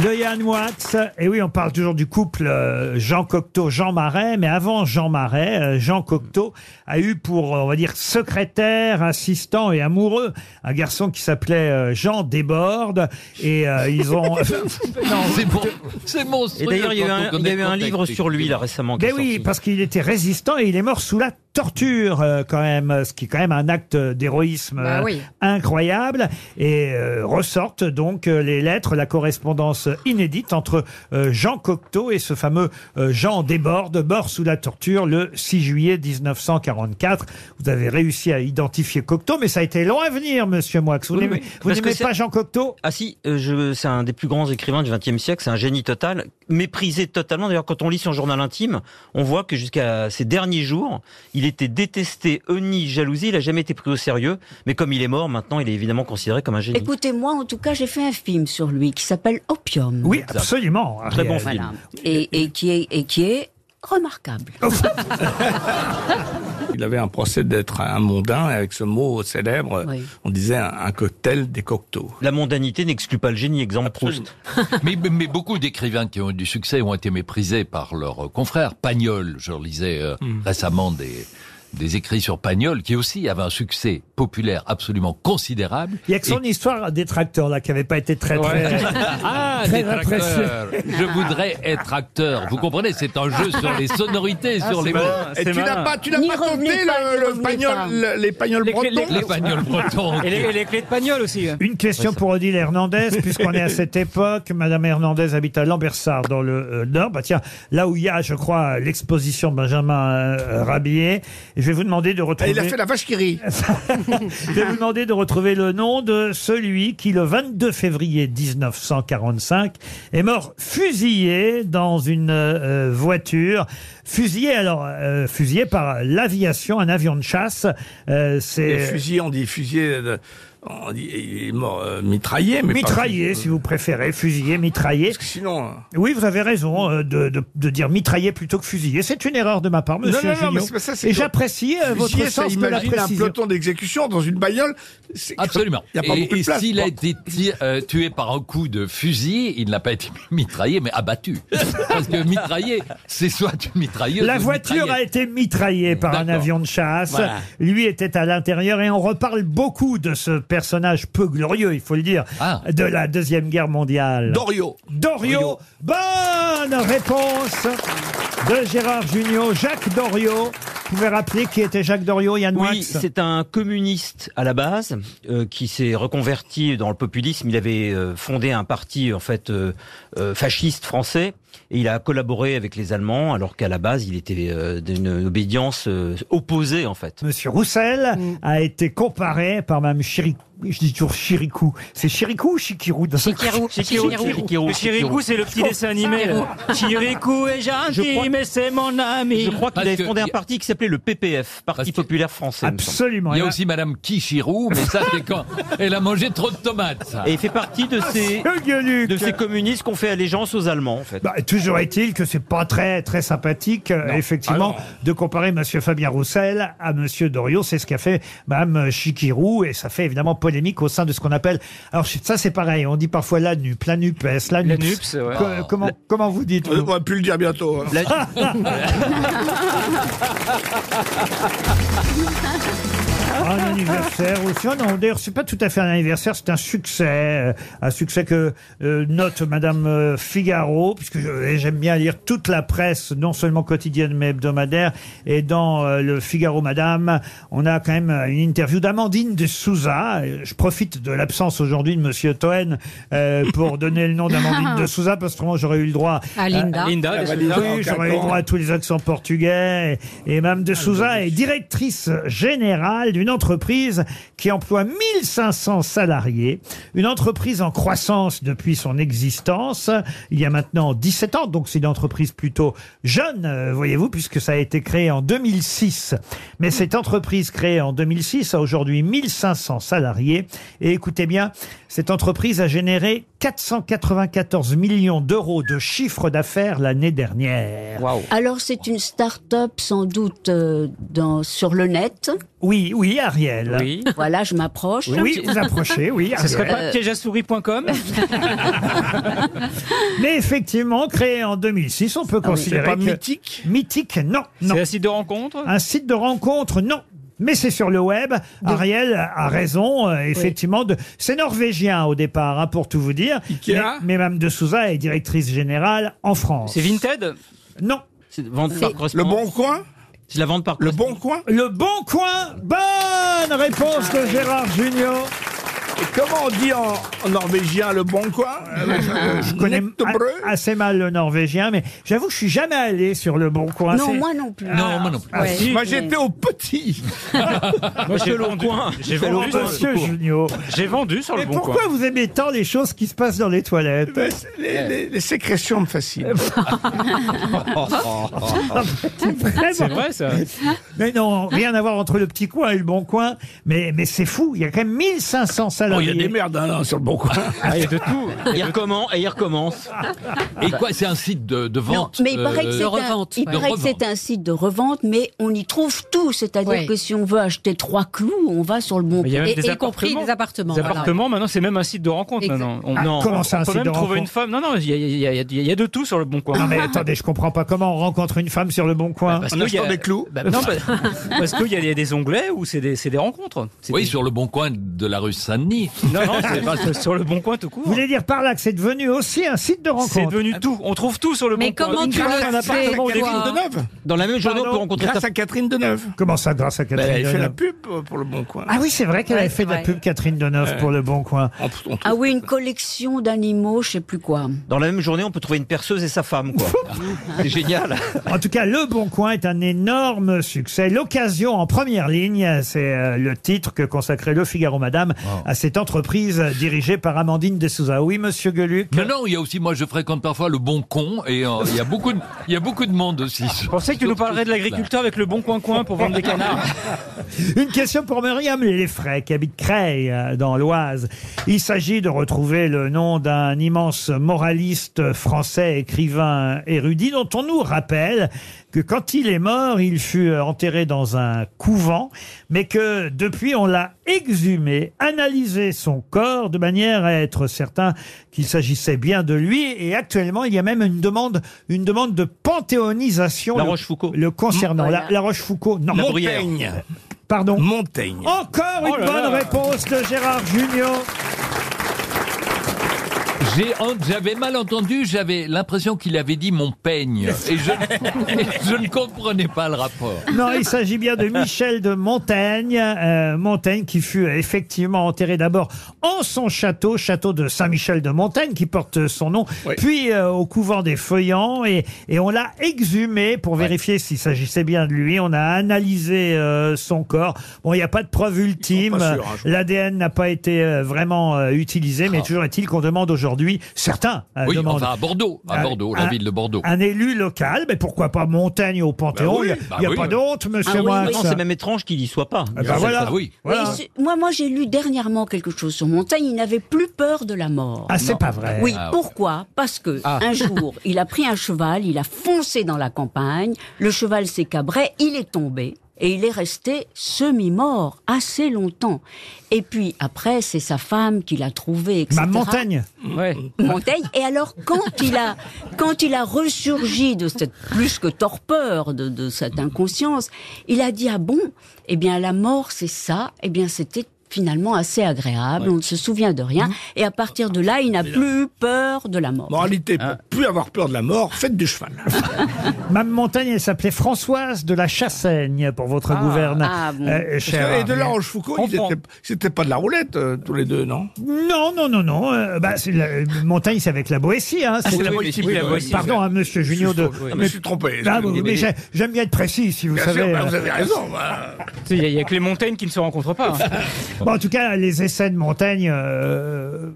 de Yann Wax. Et oui, on parle toujours du couple euh, Jean Cocteau-Jean Marais, mais avant Jean Marais, euh, Jean Cocteau a eu pour, on va dire, secrétaire, assistant et amoureux un garçon qui s'appelait euh, Jean Desbordes. Et euh, ils ont...
Non, c'est bon. C'est monstrueux.
Et d'ailleurs, il y a eu
quand on
un, il y
connaît
a eu
le
un
contexte,
livre sur lui, là, récemment. qui est
Ben oui,
sorti.
parce qu'il était résistant et il est mort sous la torture euh, quand même, ce qui est quand même un acte d'héroïsme
Bah
euh,
oui.
incroyable. Et euh, ressortent donc euh, les lettres, la correspondance inédite entre euh, Jean Cocteau et ce fameux euh, Jean Desbordes, mort sous la torture le 6 juillet 1944. Vous avez réussi à identifier Cocteau, mais ça a été long à venir, Monsieur Moix. Vous
Oui, oui.
n'aimez vous
Parce que
n'aimez
c'est-
pas Jean Cocteau
Ah si, euh, je, c'est un des plus grands écrivains du XXe siècle, c'est un génie total, méprisé totalement. D'ailleurs, quand on lit son journal intime, on voit que jusqu'à ses derniers jours, il était détesté, honni, jalousie, il a jamais été pris au sérieux. Mais comme il est mort, maintenant, il est évidemment considéré comme un génie.
Écoutez-moi, en tout cas, j'ai fait un film sur lui qui s'appelle Opium.
Oui, absolument.
Ah, Très bon
Ariel.
film.
Voilà. Et, et qui est, et qui est remarquable.
Il avait un procès d'être un mondain, et avec ce mot célèbre,
Oui.
on disait un, un cocktail des cocteaux.
La mondanité n'exclut pas le génie, exemple Proust.
mais, mais- mais beaucoup d'écrivains qui ont eu du succès ont été méprisés par leurs euh, confrères. Pagnol, je relisais euh,
Hmm.
récemment des, des écrits sur Pagnol, qui aussi avait un succès populaire absolument considérable.
Il y a que son histoire des tracteurs là qui n'avait pas été très très.
Ah,
Très
détracteur. Je voudrais être acteur. Vous comprenez, c'est un jeu sur les sonorités,
Ah,
sur les mots.
Et tu n'as pas, tu n'as
N'y
pas
revenez
tenté
pas, n'y
le, le
revenez
pagnol,
pas.
le- les pagnols
Les clés-
bretons
les-
Les bagnoles bretons.
Et les, et les clés de Pagnol aussi. hein.
Une question pour Odile Hernandez, puisqu'on est à cette époque. Madame Hernandez habite à Lambersart, dans le euh, Nord. Bah, tiens, là où il y a, je crois, l'exposition Benjamin euh, Rabier. Je vais vous demander de retrouver.
Ah, Il a fait la vache qui rit.
Je vais vous demander de retrouver le nom de celui qui, le 22 février 1945, est mort fusillé dans une euh, voiture. Fusillé, alors, euh, fusillé par l'aviation, un avion de chasse. Euh,
Les
c'est
fusils, on dit fusillé, de- on dit, il est mort euh, mitraillé, mais pas-
mitraillé, si vous préférez, fusillé, mitraillé.
sinon. euh,
Oui, vous avez raison euh, de, de- de dire mitraillé plutôt que fusillé. C'est une erreur de ma part,
Non,
monsieur
non, non, mais
Junio.
c'est pas ça, c'est
Et
que-
j'apprécie euh, votre
Fusillé, ça
sens de la
imagine un
précision.
peloton d'exécution dans une bagnole. c'est-
Absolument.
Il n'y a pas
et
beaucoup de
et
place.
s'il a
Bon.
été ti- euh, tué par un coup de fusil, il n'a pas été mitraillé, mais abattu. Parce que mitraillé, c'est soit une mitrailleuse.
La
ou
voiture a
mitraillette.
été mitraillée par un avion de chasse.
Voilà.
Lui était à l'intérieur et on reparle beaucoup de ce personnage peu glorieux, il faut le dire,
Ah.
de la Deuxième Guerre mondiale.
Dorio.
Dorio. Bonne réponse de Gérard Junior. Jacques Dorio. Vous pouvez rappeler qui était Jacques Dorio, Yann
Oui,
Moix
c'est un communiste à la base euh, qui s'est reconverti dans le populisme. Il avait euh, fondé un parti en fait euh, euh, fasciste français et il a collaboré avec les Allemands alors qu'à la base il était euh, d'une obédience euh, opposée en fait.
Monsieur Roussel a été comparé par Mme Chirikou. Je dis toujours Chirikou. C'est Chirikou ou Chikirou dans ce-
Chikirou. Chikirou. Chikirou.
Le Chirikou, c'est le petit dessin animé. là. Chirikou est
Je
gentil,
crois-
mais c'est mon ami.
Je crois qu'il avait fondé un parti qui s'appelait le PPF, Parti populaire français. il me semble.
Il y a aussi Madame Kichirou, mais ça c'est quand elle a mangé trop de tomates. ça.
Et il fait partie de
Ah,
ces, de ces communistes qu'on fait allégeance aux Allemands, en fait.
Bah, toujours est-il que c'est pas très très sympathique, euh, effectivement, de comparer Monsieur Fabien Roussel à Monsieur Doriot. C'est ce qu'a fait Madame Chikirou et ça fait évidemment polémique au sein de ce qu'on appelle. Alors ça c'est pareil, on dit parfois la nupe, la nupe, la nupe.
NUPES, ouais. Ah.
comment comment vous dites
On va plus le dire bientôt. hein.
un anniversaire aussi. Ah non, d'ailleurs, c'est pas tout à fait un anniversaire, c'est un succès. euh, Un succès que euh, note Madame euh, Figaro, puisque je- et j'aime bien lire toute la presse, non seulement quotidienne mais hebdomadaire. Et dans euh, le Figaro Madame, on a quand même euh, une interview d'Amandine de Souza. Et Je profite de l'absence aujourd'hui de Monsieur Toen euh, pour donner le nom d'Amandine de Souza, parce que moi j'aurais eu le droit euh,
À Linda. Linda de
oui,
Souza, en
j'aurais eu le
quatre ans.
droit à tous les accents portugais. Et, et Mme de Souza est directrice générale d'une entreprise qui emploie 1500 salariés. Une entreprise en croissance depuis son existence. Il y a maintenant 17 ans, donc c'est une entreprise plutôt jeune, euh, voyez-vous, puisque ça a été créé en 2006. Mais cette entreprise créée en 2006 a aujourd'hui 1500 salariés. Et écoutez bien, cette entreprise a généré 494 millions d'euros de chiffre d'affaires l'année dernière.
Alors, c'est une start-up sans doute euh, dans, sur le net.
Oui, oui, Ariel.
Oui.
Voilà, je m'approche.
Oui, vous approchez, oui.
Ce serait pas
Euh,
piègeasouris.com
Mais effectivement, créé en 2006, on peut
Ah oui.
considérer
C'est pas
que-
Mythique
Mythique, non. non.
C'est un site de rencontre
Un site de rencontre, non. Mais c'est sur le web. Ariel a raison, euh, effectivement. De... C'est norvégien au départ, hein, pour tout vous dire.
Ikea
mais, mais Mme de Souza est directrice générale en France.
C'est Vinted
Non.
C'est vente par correspondance.
coin
C'est la vente par
Le bon coin
Le bon coin Bonne réponse de Gérard Junior.
Et comment on dit en, en norvégien le bon coin
Euh, Je connais a- assez mal le norvégien, mais j'avoue, que je suis jamais allé sur le bon coin.
Non,
C'est-
moi non plus.
Non, moi non plus. Ah, si, moi, j'étais
au petit.
Monsieur
Loncoin. J'ai
Monsieur
vendu sur le
Oh, Monsieur
Bon Coin.
Junio.
J'ai vendu sur le
Mais
bon coin.
pourquoi vous aimez tant les choses qui se passent dans les toilettes
les, les- les sécrétions me fascinent.
C'est vrai, ça.
Mais non, rien à voir entre le petit coin et le bon coin. Mais, mais c'est fou, il y a quand même 1500
Bon,
salariés.
Oh,
Ah,
Il y a des merdes hein, là, sur le bon coin.
Il y a de tout. Il recommence. Et il recommence.
Et quoi, c'est un site de, de
Non,
vente
mais il paraît, que
euh,
c'est un, il
de
paraît que
revente.
c'est un site de revente, mais on y trouve tout. C'est-à-dire
Oui.
que si on veut acheter trois clous, on va sur le bon
Il y a
coin.
même
Et- et
des
y
appartements.
compris des appartements.
Les
voilà.
appartements, maintenant, c'est même un site de rencontre.
Exact.
Maintenant. On,
Ah,
non,
comment
on-
ça, un
on peut
site
même
de
trouver
rencontre
une femme. Non, non, il y, a- il y a- il y a- il y a de tout sur le bon coin.
Non mais attendez, je comprends pas comment on rencontre une femme sur le bon coin.
Parce qu'il y a- Bah, non, bah, parce qu'il y, a- il y a des onglets où c'est des, c'est des rencontres. C'est
Oui,
des-
sur le bon coin de la rue Saint-Denis,
Miami. Non, non, c'est pas sur- sur le bon coin tout court.
Vous voulez dire par là que c'est devenu aussi un site de rencontre
C'est devenu tout. On trouve tout sur le
Mais
bon coin.
comment tu
Grâce
le
à un
sais,
appartement
toi
Catherine Deneuve.
Dans la même
journée, on peut rencontrer
Grâce
ta-
à Catherine Deneuve.
Comment ça, grâce à Catherine
Bah, elle fait la
Deneuve
pub euh, pour le bon coin.
Ah oui, c'est vrai qu'elle
Ouais,
avait fait de la
ouais.
pub Catherine Deneuve pour Le Bon Coin.
Ah oui, une collection d'animaux, je sais plus quoi.
Dans la même journée, on peut trouver une perceuse et sa femme, quoi. C'est génial.
En tout cas, Le Bon Coin est un énorme succès. L'occasion en première ligne, c'est euh, le titre que consacrait Le Figaro Madame à cette entreprise dirigée par Amandine Dessouza. Oui, monsieur Gueluc
Non, non, il y a aussi, moi je fréquente parfois le bon con et euh, il y a beaucoup de, il y a beaucoup de monde aussi. Je
pensais que tu nous parlerais de l'agriculteur avec le bon coin-coin pour vendre des canards.
bah, Une question pour Myriam Léfray, qui habite Creil, euh, dans l'Oise. Il s'agit de retrouver le nom d'un immense moraliste français, écrivain érudit, dont on nous rappelle que quand il est mort, il fut euh, enterré dans un couvent, mais que depuis, on l'a exhumé, analysé son corps de manière à être certain qu'il s'agissait bien de lui. Et actuellement, il y a même une demande, une demande de panthéonisation.
La
le-
Rochefoucauld.
Le concernant.
Voilà.
La, la Rochefoucauld, non.
La Bruyère. Montaigne.
Pardon.
Montaigne.
Encore une
Oh là
bonne
là.
réponse de Gérard Junior.
J'ai, en- j'avais mal entendu, j'avais l'impression qu'il avait dit mon peigne et je, et je ne comprenais pas le rapport.
Non, il s'agit bien de Michel de Montaigne. euh, Montaigne qui fut effectivement enterré d'abord en son château, château de Saint-Michel de Montaigne, qui porte son nom, puis euh, au couvent des Feuillants. Et, et on l'a exhumé pour vérifier s'il s'agissait bien de lui. On a analysé euh, son corps. Bon, il n'y a pas de preuve ultime.
pas sûrs, hein, je
L'ADN n'a pas été euh, vraiment euh, utilisé, mais toujours est-il qu'on demande aujourd'hui, certains euh,
Ah. oui,
demandent.
enfin à Bordeaux, à
Ah,
Bordeaux, la
ah,
ville de Bordeaux.
Un élu local, mais pourquoi pas Montaigne au Panthéon
oui,
Il n'y a,
bah
il y a
oui.
pas de honte,
Ah
monsieur Moix.
Non, c'est même étrange qu'il y soit pas.
Ah bah voilà. Voilà.
Oui, c'est- moi, moi j'ai lu dernièrement quelque chose sur Montaigne. Il n'avait plus peur de la mort.
Ah, c'est Non. pas vrai.
Oui,
Ah, ouais.
pourquoi Parce que
Ah.
un jour, il a pris un cheval, il a foncé dans la campagne. Le cheval s'est cabré, il est tombé. Et il est resté semi-mort assez longtemps. Et puis après, c'est sa femme qui l'a trouvé, etc.
Ma Montaigne
Montaigne. Et alors, quand il a, quand il a ressurgi de cette plus que torpeur, de, de cette inconscience, il a dit ah bon, eh bien la mort c'est ça, eh bien c'était finalement assez agréable, on ne se souvient de rien, et à partir de là, il n'a plus eu peur de la mort.
Moralité, pour plus avoir peur de la mort, faites du cheval.
Mme Montaigne, elle s'appelait Françoise de la Chassaigne pour votre gouverne.
Ah,
euh, cher
et de la
Ariel.
Rochefoucauld, ils
Comprends.
étaient- c'était pas de la roulette, euh, tous les deux, non
Non, non, non, non. euh, bah, c'est la- euh, Montagne, c'est avec la Boétie. Hein,
Ah, c'est la Boétie, oui, la Boétie,
Pardon,
oui.
hein, monsieur Junio.
Je me
De...
suis trompé, je me suis trompé,
Ah,
excusez-moi.
oui, mais j'ai- j'aime bien être précis, si vous
Bien
savez.
sûr, bah,
euh.
vous avez raison, bah. Tu sais, Il y, a- il y a que les montagnes qui ne se rencontrent pas. hein.
Bon, en tout cas, les essais de Montaigne. euh,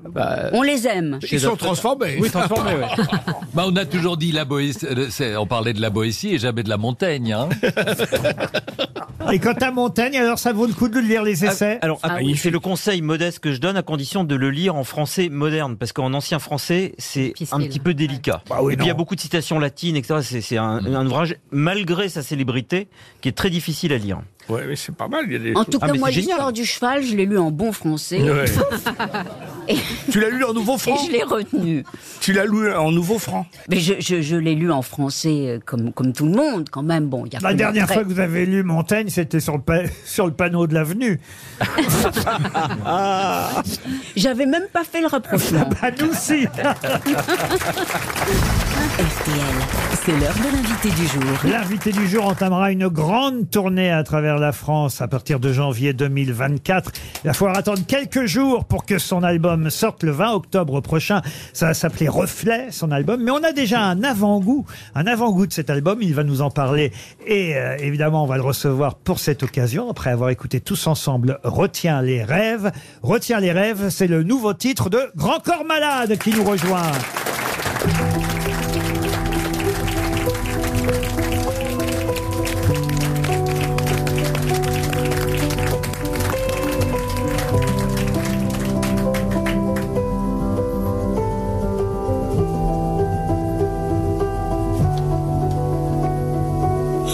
On les aime.
Oui, transformés, ouais.
Bah, on a toujours dit la Boétie, euh, c'est- on parlait de la Boétie et jamais de la Montaigne. Hein.
Et quant à Montaigne, alors ça vaut le coup de lire
Ah,
les essais
Alors,
Ah
c'est le conseil modeste que je donne à condition de le lire en français moderne, parce qu'en ancien français, c'est un petit peu délicat.
oui,
et puis il y a
non.
beaucoup de citations latines, etc. C'est- C'est un, un ouvrage, malgré sa célébrité, qui est très difficile à lire.
Oui, mais c'est pas mal.
En tout
Ah,
cas,
mais
moi,
c'est génial.
l'histoire du cheval, je l'ai lu en bon français.
Ouais.
tu
l'as lu en nouveau franc
Et je l'ai retenu.
Tu l'as lu en nouveau franc
Mais je, je- je l'ai lu en français euh, comme, comme tout le monde, quand même. Bon, il y a
La
que
dernière
très-
fois que vous avez lu Montaigne, c'était sur, le pa- sur le panneau de l'avenue.
Ah,
J'avais même pas fait le rapprochement.
bah nous si
C'est l'heure de l'invité du jour.
L'invité du jour entamera une grande tournée à travers la France à partir de janvier 2024. Il va falloir attendre quelques jours pour que son album sorte le 20 octobre prochain. Ça va s'appeler Reflet, son album. Mais on a déjà un avant-goût, un avant-goût de cet album. Il va nous en parler. Et euh, évidemment, on va le recevoir pour cette occasion. Après avoir écouté tous ensemble Retiens les rêves. Retiens les rêves, c'est le nouveau titre de Grand Corps Malade qui nous rejoint.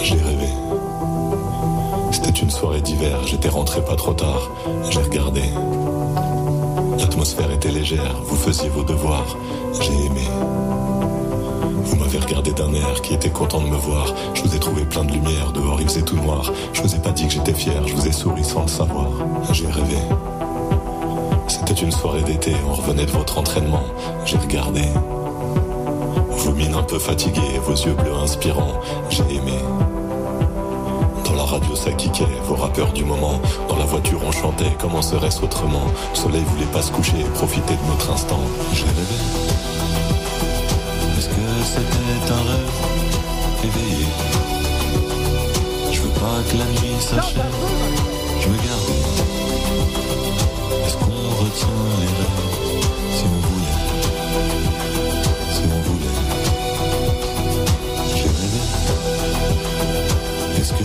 J'ai rêvé. C'était une soirée d'hiver, j'étais rentré pas trop tard, j'ai regardé. L'atmosphère était légère, vous faisiez vos devoirs, j'ai aimé. Vous m'avez regardé d'un air qui était content de me voir, je vous ai trouvé plein de lumière, dehors il faisait tout noir, je vous ai pas dit que j'étais fier, je vous ai souri sans le savoir, j'ai rêvé. C'était une soirée d'été, on revenait de votre entraînement. J'ai regardé. Vos mines un peu fatiguées, vos yeux bleus inspirants. J'ai aimé. Dans la radio, ça kickait, vos rappeurs du moment. Dans la voiture, on chantait, comment serait-ce autrement Le soleil voulait pas se coucher, profiter de notre instant. J'ai rêvé.
Est-ce que c'était un rêve éveillé Je veux pas que la nuit s'achève. Je veux garder. Est-ce qu'on retient les rêves si on voulait Si on voulait. J'ai rêvé. Est-ce que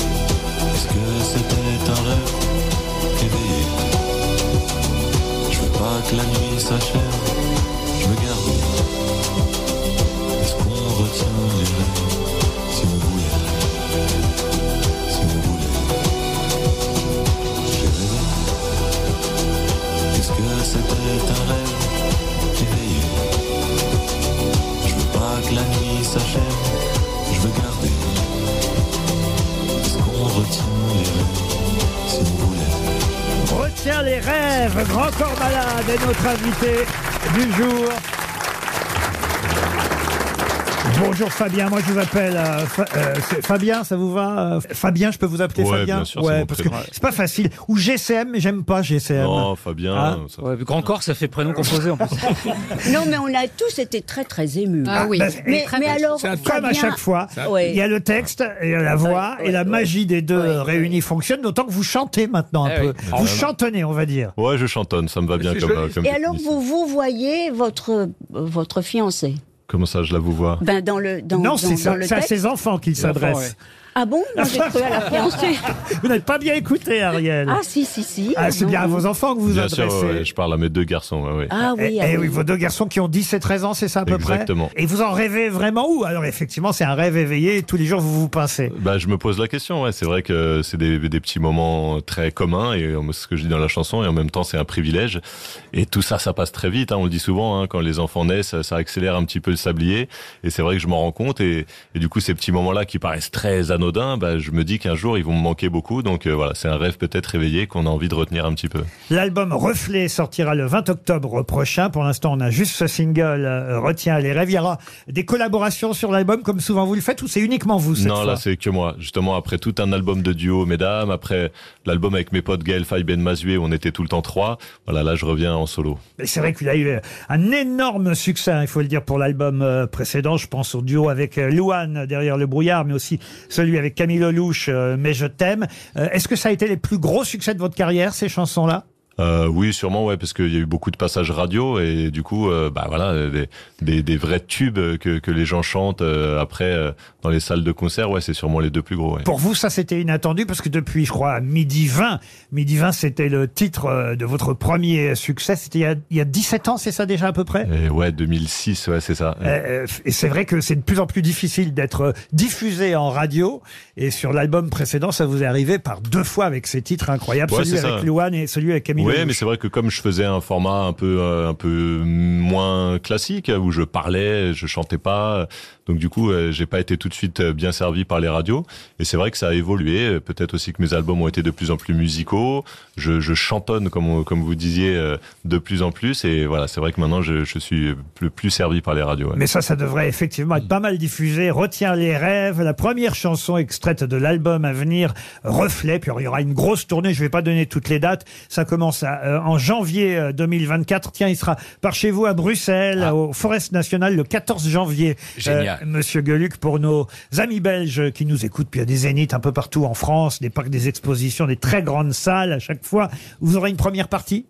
Est-ce que c'était un rêve éveillé Je veux pas que la nuit s'achève, je veux garder. Est-ce qu'on retient les rêves si on voulait Si on voulait J'ai rêvé. Est-ce que c'était un rêve éveillé Je veux pas que la nuit s'achève, je veux garder. Est-ce qu'on retient les rêves si on voulait
Retiens les rêves, grand corps malade est notre invité du jour. Bonjour Fabien, moi je vous appelle euh, Fa- euh, c'est- Fabien, ça vous va euh, Fabien, je peux vous appeler
Ouais,
Fabien
bien sûr, c'est
Ouais,
mon
parce que
prénom.
c'est pas facile. Ou GCM, mais j'aime pas GCM.
Non, Fabien,
Ah.
ça-
Grand corps, ça fait prénom composé en plus.
Non, mais on a tous été très, très émus.
Ah oui.
mais, mais
Très bien.
alors,
comme à
Fabien-
chaque fois,
Ouais.
il y a le texte, il y a la voix, et la magie des deux réunis fonctionne, d'autant que vous chantez maintenant un
Eh
peu.
oui.
Vous
Ah,
chantonnez, on va dire.
Ouais, je chantonne, ça me va bien comme, euh, comme
Et alors,
technique.
vous vous voyez votre, euh, votre fiancé
Comment ça, je la vous vois
ben, dans le, dans,
non,
dans-
c'est
dans
ça-
le
c'est à
texte.
ses enfants qu'il
Les enfants,
s'adresse. Ah,
Ah bon Moi, j'ai cru à la fiancée.
Vous n'êtes pas bien écouté, Ariel.
Ah si, si, si.
Ah, c'est
Non,
bien à
non.
vos enfants que vous vous
Bien sûr,
adressez.
ouais, ouais, je parle à mes deux garçons. ouais, ouais.
Ah oui,
Et,
ah
et
oui.
Eh, oui, vos deux garçons qui ont 10 et 13 ans, c'est ça à peu près
Exactement.
Et vous en rêvez vraiment où Alors effectivement, c'est un rêve éveillé et tous les jours vous vous pincez.
Bah, je me pose la question, ouais. C'est vrai que c'est des, des petits moments très communs, et euh, c'est ce que je dis dans la chanson, et en même temps, c'est un privilège. Et tout ça, ça passe très vite, hein. On le dit souvent, hein, quand les enfants naissent, ça accélère un petit peu le sablier. Et c'est vrai que je m'en rends compte, et, et du coup, ces petits moments-là qui paraissent très anodins, bah, je me dis qu'un jour, ils vont me manquer beaucoup. Donc, euh, voilà, c'est un rêve peut-être réveillé qu'on a envie de retenir un petit peu.
L'album Reflet sortira le 20 octobre prochain. Pour l'instant, on a juste ce single euh, Retiens les rêves. Il y aura des collaborations sur l'album comme souvent vous le faites ou c'est uniquement vous cette
non,
fois
là, c'est que moi. Justement, après tout un album de duo, mesdames, après l'album avec mes potes Gaël Faye, Ben Mazué, on était tout le temps trois. Voilà, là, je reviens en solo.
Mais c'est vrai qu'il a eu euh, un énorme succès, hein, il faut le dire, pour l'album euh, précédent. Je pense au duo avec euh, Louane derrière le brouillard, mais aussi celui avec Camille Lelouch, euh, Mais je t'aime. Euh, Est-ce que ça a été les plus gros succès de votre carrière, ces chansons-là
Euh, oui, sûrement, ouais, parce qu'il y a eu beaucoup de passages radio et du coup, euh, bah voilà, euh, des, des, des vrais tubes euh, que, que les gens chantent euh, après euh, dans les salles de concert, ouais, c'est sûrement les deux plus gros. ouais.
Pour vous, ça c'était inattendu parce que depuis, je crois, midi 20, midi 20, c'était le titre euh, de votre premier succès. C'était il, y a- il y a 17 ans, c'est ça déjà à peu près
Et ouais, 2006, ouais, c'est ça.
Euh, euh, Et c'est vrai que c'est de plus en plus difficile d'être euh, diffusé en radio. Et sur l'album précédent, ça vous est arrivé par deux fois avec ces titres incroyables,
Ouais,
celui
c'est
avec
ça.
Louane et celui avec Camille.
Oui,
Lelouch.
mais c'est vrai que comme je faisais un format un peu euh, un peu moins classique où je parlais, je chantais pas, donc Donc du coup, euh, j'ai pas été tout de suite euh, bien servi par les radios. Et c'est vrai que ça a évolué. Euh, Peut-être aussi que mes albums ont été de plus en plus musicaux. Je, je chantonne comme on- comme vous disiez euh, de plus en plus. Et voilà, c'est vrai que maintenant je, je suis plus, plus servi par les radios. ouais.
Mais ça, ça devrait effectivement être pas mal diffusé. Retiens les rêves. La première chanson extraite de l'album à venir, Reflet. Puis alors, il y aura une grosse tournée. Je vais pas donner toutes les dates. Ça commence à, euh, en janvier euh, 2024. Tiens, il sera par chez vous à Bruxelles,
Ah.
au Forest National, le 14 janvier. Euh,
Génial.
Monsieur Gueluc, pour nos amis belges qui nous écoutent, puis il y a des zéniths un peu partout en France, des parcs, des expositions, des très grandes salles à chaque fois. Vous aurez une première partie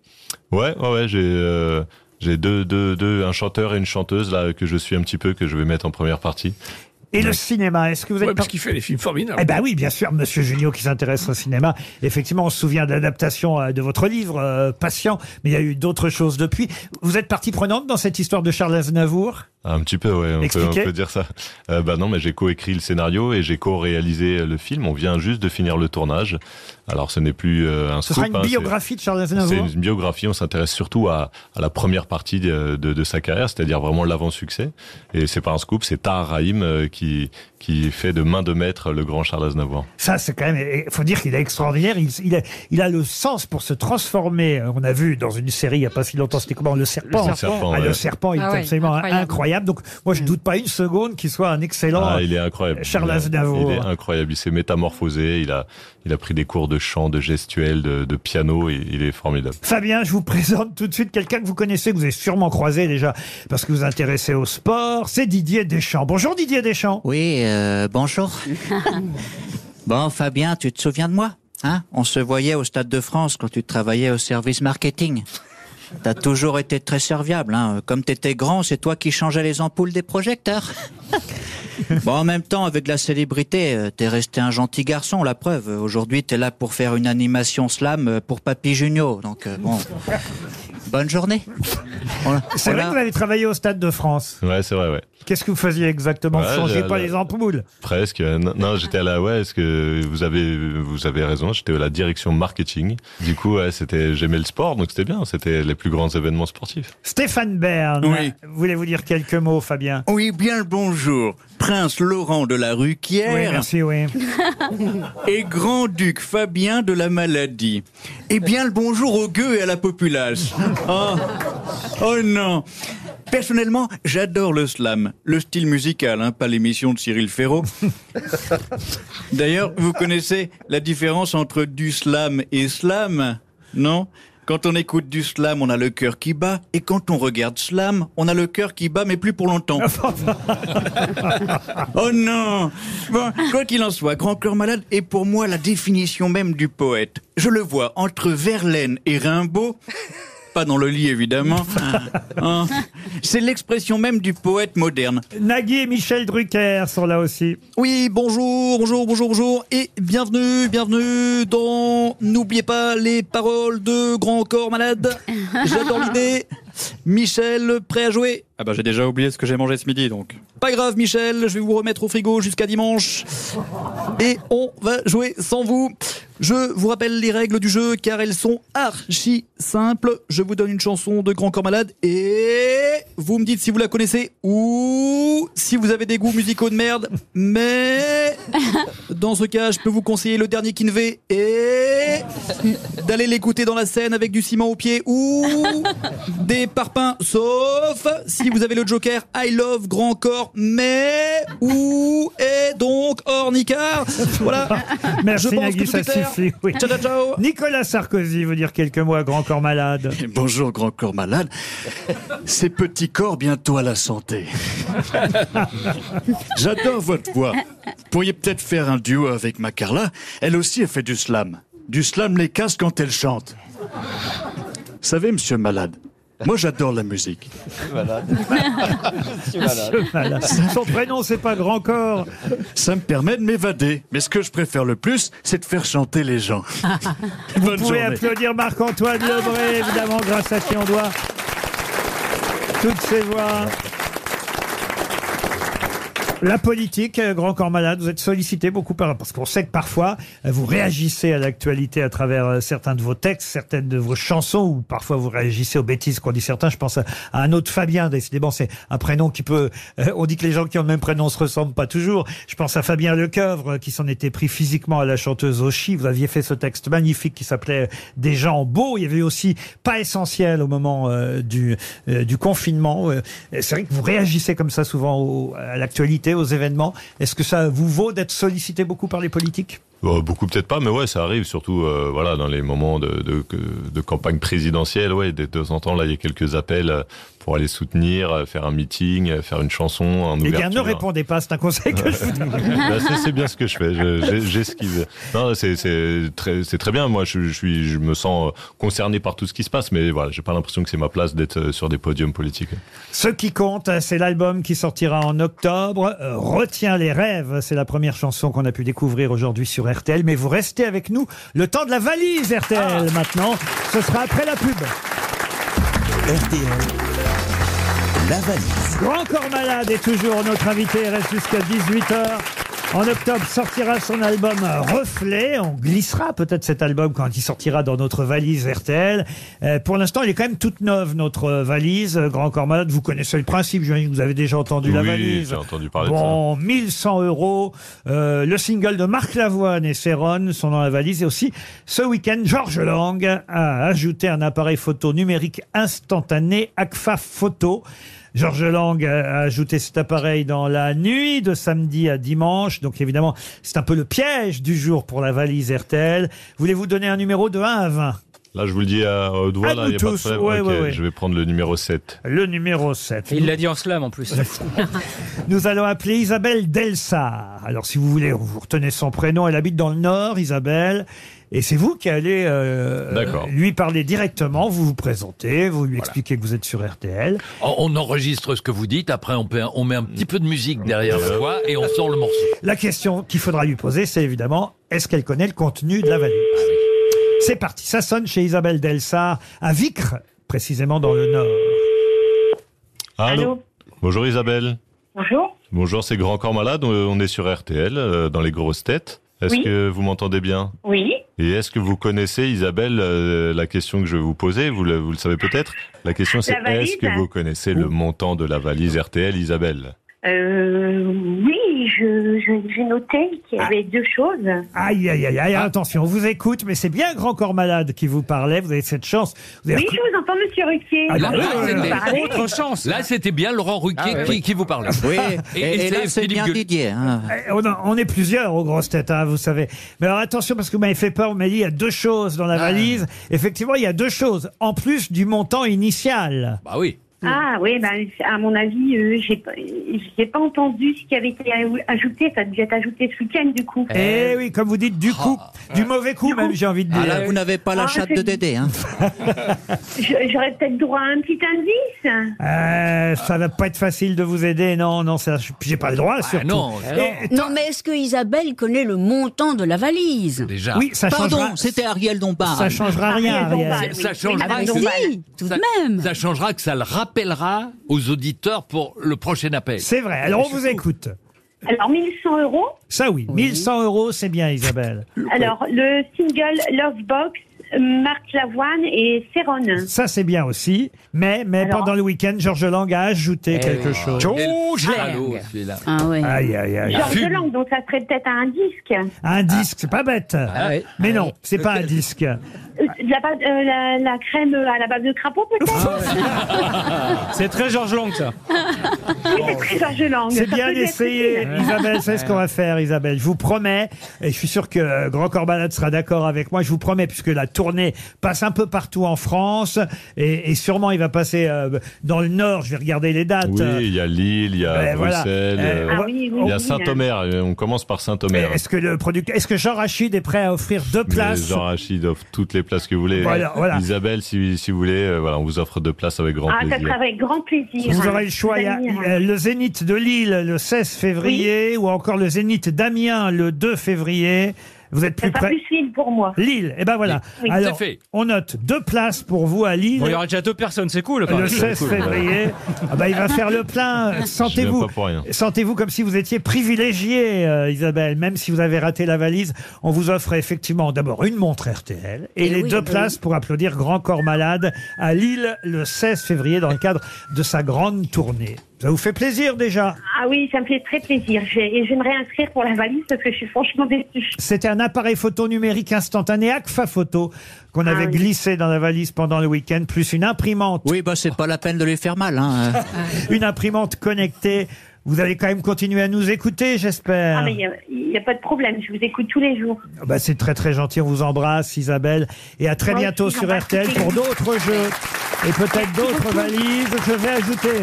Ouais, ouais, ouais, j'ai euh, j'ai deux, deux, deux, un chanteur et une chanteuse là que je suis un petit peu que je vais mettre en première partie.
Et le cinéma, est-ce que vous êtes
Ouais, parce
par-
qu'il fait des films formidables.
Eh ben oui, bien sûr, Monsieur Junio qui s'intéresse au cinéma. Effectivement, on se souvient de l'adaptation euh, de votre livre euh, Patient, mais il y a eu d'autres choses depuis. Vous êtes partie prenante dans cette histoire de Charles Aznavour.
Un petit peu, ouais, on peut, on
Expliquez.
peut dire ça. Euh, bah non, mais j'ai co-écrit le scénario et j'ai co-réalisé euh, le film. On vient juste de finir le tournage. Alors ce n'est plus euh, un
Ce sera
scoop,
une
hein, c'est-
biographie de Charles
C'est
Aznavour.
une biographie, on s'intéresse surtout à, à la première partie de, de- de sa carrière, c'est-à-dire vraiment l'avant-succès. Et c'est pas un scoop, c'est Tahar Rahim euh, qui, qui fait de main de maître le grand Charles Aznavour.
Ça, c'est quand même. Il faut dire qu'il est extraordinaire. Il, il, a, il a le sens pour se transformer. Euh, On a vu dans une série il n'y a pas si longtemps, c'était comment Le serpent.
Le Serpent,
Ah, le
ouais.
serpent, il
Ah
est
ouais,
absolument incroyable.
incroyable. Mm.
Donc, moi, je doute pas une seconde qu'il soit un excellent. euh,
Ah, il est incroyable.
Charles
Il est-
Aznavour.
Il est incroyable. Il s'est métamorphosé. Il a, il a pris des cours de chant, de gestuelle, de, de piano. et il est formidable.
Fabien, je vous présente tout de suite quelqu'un que vous connaissez, que vous avez sûrement croisé déjà parce que vous vous intéressez au sport. C'est Didier Deschamps. Bonjour Didier Deschamps.
Oui, euh, bonjour. bon, Fabien, tu te souviens de moi hein On se voyait au Stade de France quand tu travaillais au service marketing. T'as toujours été très serviable. Hein. Comme t'étais grand, c'est toi qui changeais les ampoules des projecteurs. bon, en même temps, avec la célébrité, euh, t'es resté un gentil garçon, la preuve. Euh, Aujourd'hui, t'es là pour faire une animation slam euh, pour Papy Junio. Donc, euh, bon, bonne journée.
C'est
Voilà.
vrai que vous avez travaillé au Stade de France.
Ouais, c'est vrai, ouais.
Qu'est-ce que vous faisiez exactement Vous
Ouais,
changez
j'ai-
pas
j'ai-
les ampoules.
Presque. euh, Non, non, j'étais à la ouais. Est-ce que vous avez vous avez raison J'étais à la direction marketing. Du coup, ouais, c'était j'aimais le sport, donc c'était bien. C'était les plus grands événements sportifs.
Stéphane Bern,
Oui.
voulez-vous dire quelques mots, Fabien
Oui, bien le bonjour. Prince Laurent de la Ruquière.
Oui, merci, oui.
Et grand-duc Fabien de la maladie. Et bien le bonjour aux gueux et à la populace. Oh, oh non. Personnellement, j'adore le slam, le style musical, hein, pas l'émission de Cyril Ferraud. D'ailleurs, vous connaissez la différence entre du slam et slam, non Quand on écoute du slam, on a le cœur qui bat, et quand on regarde slam, on a le cœur qui bat, mais plus pour longtemps. oh non Bon, quoi qu'il en soit, Grand Corps Malade est pour moi la définition même du poète. Je le vois entre Verlaine et Rimbaud, pas dans le lit évidemment. Hein. C'est l'expression même du poète moderne.
Nagui et Michel Drucker sont là aussi.
Oui, bonjour, bonjour, bonjour, bonjour, et bienvenue, bienvenue dans N'oubliez pas les paroles de Grand Corps Malade. J'adore l'idée. Michel, prêt à jouer Ah bah j'ai déjà oublié ce que j'ai mangé ce midi donc. Pas grave Michel, je vais vous remettre au frigo jusqu'à dimanche. Et on va jouer sans vous. Je vous rappelle les règles du jeu car elles sont archi simples. Je vous donne une chanson de Grand Corps Malade et vous me dites si vous la connaissez ou si vous avez des goûts musicaux de merde. Mais dans ce cas, je peux vous conseiller le dernier Kinvé et d'aller l'écouter dans la scène avec du ciment aux pieds ou des parpaings. Sauf si vous avez le Joker, I love Grand Corps, mais où est donc Ornicard Voilà.
Merci
Je pense
Nagui,
que tout
ça
est clair.
suffit. oui. Nicolas Sarkozy veut dire quelques mots à Grand Corps Malade.
Bonjour, grand corps malade. Ces petits corps, bientôt à la santé. J'adore votre voix. Vous pourriez peut-être faire un duo avec ma Carla. Elle aussi, elle fait du slam. Du slam les casse quand elle chante. Vous savez, monsieur malade, moi j'adore la musique.
Monsieur Malade. Son prénom, c'est pas grand corps.
Ça me permet de m'évader. Mais ce que je préfère le plus, c'est de faire chanter les gens.
Vous
Bonne
pouvez
journée.
applaudir Marc-Antoine Lebré, évidemment, grâce à qui on doit toutes ses voix. La politique, euh, Grand Corps Malade, vous êtes sollicité beaucoup par... Parce qu'on sait que parfois, euh, vous réagissez à l'actualité à travers euh, certains de vos textes, certaines de vos chansons, ou parfois vous réagissez aux bêtises qu'on dit certains. Je pense à, à un autre Fabien, décidément, c'est un prénom qui peut... euh, on dit que les gens qui ont le même prénom se ressemblent pas toujours. Je pense à Fabien Lecoeuvre, euh, qui s'en était pris physiquement à la chanteuse Oshi. Vous aviez fait ce texte magnifique qui s'appelait Des gens beaux. Il y avait aussi Pas essentiel au moment euh, du, euh, du confinement. Euh, C'est vrai que vous réagissez comme ça souvent au- à l'actualité, aux événements. Est-ce que ça vous vaut d'être sollicité beaucoup par les politiques
Euh, beaucoup peut-être pas, mais ouais, ça arrive surtout euh, voilà dans les moments de, de, de campagne présidentielle. Ouais, de temps en temps, là, il y a quelques appels euh, pour aller soutenir, euh, faire un meeting, euh, faire une chanson. En
Eh bien, ne
ouverture. hein.
répondez pas, c'est un conseil que je vous donne.
Bah, c'est- c'est bien ce que je fais. je- j'ai- J'esquive. Non, c'est c'est très, c'est très bien. Moi, je, je suis, je me sens concerné par tout ce qui se passe, mais voilà, j'ai pas l'impression que c'est ma place d'être euh, sur des podiums politiques.
Ce qui compte, c'est l'album qui sortira en octobre. Euh, Retiens les rêves, c'est la première chanson qu'on a pu découvrir aujourd'hui sur RTL. Mais vous restez avec nous le temps de la valise RTL
Ah.
maintenant. Ce sera après la pub.
La valise.
Grand Corps Malade est toujours notre invité, reste jusqu'à 18h. En octobre sortira son album Reflet. On glissera peut-être cet album quand il sortira dans notre valise RTL. Euh, pour l'instant, il est quand même toute neuve, notre valise. Euh, Grand Corps Malade, vous connaissez le principe, j'imagine que vous avez déjà entendu la
Oui,
valise.
j'ai entendu parler de
Bon, 1100 euros. Euh, le single de Marc Lavoine et Céron sont dans la valise. Et aussi, ce week-end, Georges Lang a ajouté un appareil photo numérique instantané, ACFA Photo. Georges Lang a a ajouté cet appareil dans la nuit de samedi à dimanche. Donc évidemment, c'est un peu le piège du jour pour la valise RTL. Voulez-vous donner un numéro de 1 à 20
Là, je vous le dis à haute voix,
À
là,
nous
il n'y a pas de
tous,
problème.
ouais,
Ok,
ouais, ouais.
Je vais prendre le numéro 7.
Le numéro 7.
Il l'a dit en slam en plus.
Nous allons appeler Isabelle Delsar. Alors, si vous voulez, vous retenez son prénom. Elle habite dans le Nord, Isabelle. Et c'est vous qui allez euh,
D'accord.
euh, lui parler directement. Vous vous présentez, vous lui expliquez que vous êtes sur RTL.
On on enregistre ce que vous dites, après on, peut- on met un petit peu de musique derrière
Euh.
la voix et on sort le morceau.
La question qu'il faudra lui poser, c'est évidemment, est-ce qu'elle connaît le contenu de la valise C'est parti. Ça sonne chez Isabelle Delsar, à Vicre, précisément dans le Nord.
Allô.
Allô
Bonjour Isabelle.
Bonjour.
Bonjour, c'est Grand Corps Malade. euh, On est sur RTL, euh, dans les grosses têtes. Est-ce
Oui.
que vous m'entendez bien
Oui.
Et est-ce que vous connaissez, Isabelle, euh, la question que je vais vous poser Vous le, vous le savez peut-être. La question, c'est
La valise.
est-ce que vous connaissez le montant de la valise RTL, Isabelle
Euh, oui, je- je- j'ai noté qu'il y avait deux choses.
Ah. Aïe, aïe, aïe, aïe, attention, on vous écoute, mais c'est bien Grand Corps Malade qui vous parlait, vous avez cette chance. Vous avez
Oui,
recru-
je vous entends, monsieur Ruquier.
Ah, bah,
Vous
oui, oui, oui.
parlez.
chance. Là, c'était bien Laurent Ruquier
Ah, oui,
qui,
oui.
qui vous parle.
Oui,
et- et là, c'est bien hein.
Didier. hein. Eh, On, en- on est plusieurs aux grosses têtes, hein, vous savez. Mais alors attention, parce que vous m'avez fait peur, vous m'avez dit il y a deux choses dans la valise. Effectivement, il y a deux choses, en plus du montant initial.
Bah oui.
Ah oui, ben, à mon avis, euh, j'ai pas- j'ai pas entendu ce qui avait été ajouté. Ça devait être ajouté ce week-end, du coup.
Eh oui, comme vous dites, du coup, du mauvais coup, même, j'ai envie de dire.
Ah, là, vous n'avez pas la Ah, chatte de c'est-
Dédé, hein.
Je- J'aurais peut-être droit à un petit indice.
Euh, ça va pas être facile de vous aider, non, non, ça, j'ai pas le droit, surtout.
non,
Et-
Non, mais est-ce que Isabelle connaît le montant de la valise
Déjà.
Oui, ça
Pardon,
changera-
c'était Ariel Dombard.
ça changera rien, Ariel.
Bah, Ça changera,
Ah, bah, si, tout de
ça-
même.
ça changera que ça le rappellera aux auditeurs pour le prochain appel.
C'est vrai, alors on vous écoute.
Alors, 1100 euros.
Ça oui, 1100 euros, c'est bien, Isabelle.
Alors, le single Lovebox, Marc Lavoine et Céron.
Ça, c'est bien aussi. Mais, mais pendant le week-end, Georges Lang a
Eh
ajouté quelque
Euh,
chose.
Georges Lang.
Allô, celui-là.
Ah
Ah
Aïe, aïe,
Ah,
aïe.
Georges Lang, donc ça serait peut-être un disque. Euh,
Un disque, c'est pas bête.
Ah
Mais non, c'est pas un disque.
Euh, de la, base- euh, la- la crème à la base de crapaud, peut-être
C'est très Georges Lang ça.
Ah,
Oui, c'est très Georges Lang.
C'est
Ça
bien
peut lui être
essayé,
utile.
Isabelle. C'est ce qu'on va faire, Isabelle. Je vous promets, et je suis sûr que euh, Grand Corps Malade sera d'accord avec moi, je vous promets, puisque la tournée passe un peu partout en France, et, et sûrement il va passer euh, dans le Nord. Je vais regarder les dates.
Oui, il y a Lille, il y a
ben, voilà.
Bruxelles,
Euh,
euh,
Ah oui, oui,
il y a
oui,
Saint-Omer. euh, On commence par Saint-Omer.
Est-ce que le producteur, est-ce que Jean Rachid est prêt à offrir deux
Mais
places
Jean Rachid offre toutes les places que vous voulez.
Voilà, voilà.
Isabelle, si, si vous voulez, euh, voilà, on vous offre deux places avec grand
Ah, ça
plaisir.
serait avec grand plaisir.
Vous aurez le choix. Il y a euh, le Zénith de Lille le 16 février ou encore le Zénith d'Amiens le 2 février. Vous êtes plus
Ça sera
près.
plus Lille pour moi.
Lille, et ben voilà.
Oui.
Alors,
C'est fait.
on note deux places pour vous à Lille.
Bon, il y aura déjà deux personnes, c'est cool. quand
Le
même.
16
C'est cool.
février, Ah bah, il va faire le plein.
viens
Sentez-vous,
pas pour rien.
sentez-vous comme si vous étiez privilégié, euh, Isabelle. Même si vous avez raté la valise, on vous offre effectivement d'abord une montre RTL et,
Eh
les
oui,
deux
bah
places
oui.
pour applaudir Grand Corps Malade à Lille le 16 février dans le cadre de sa grande tournée. Ça vous fait plaisir déjà
Ah oui, ça me fait très plaisir. J'ai- Et j'aimerais inscrire pour la valise parce que je suis franchement déçue.
C'était un appareil photo numérique instantané Agfa Photo qu'on
Ah
avait glissé dans la valise pendant le week-end, plus une imprimante. Oui, bah c'est pas la peine de lui faire mal. hein. une imprimante connectée. Vous allez quand même continuer à nous écouter, j'espère.
Ah, mais il n'y a, pas de problème, je vous écoute tous les jours.
Ah bah, c'est très très gentil, on vous embrasse Isabelle et à très
Moi
bientôt
aussi,
sur
j'embrasse
RTL
toute
pour
l'équipe.
d'autres jeux et peut-être d'autres valises. Je vais ajouter,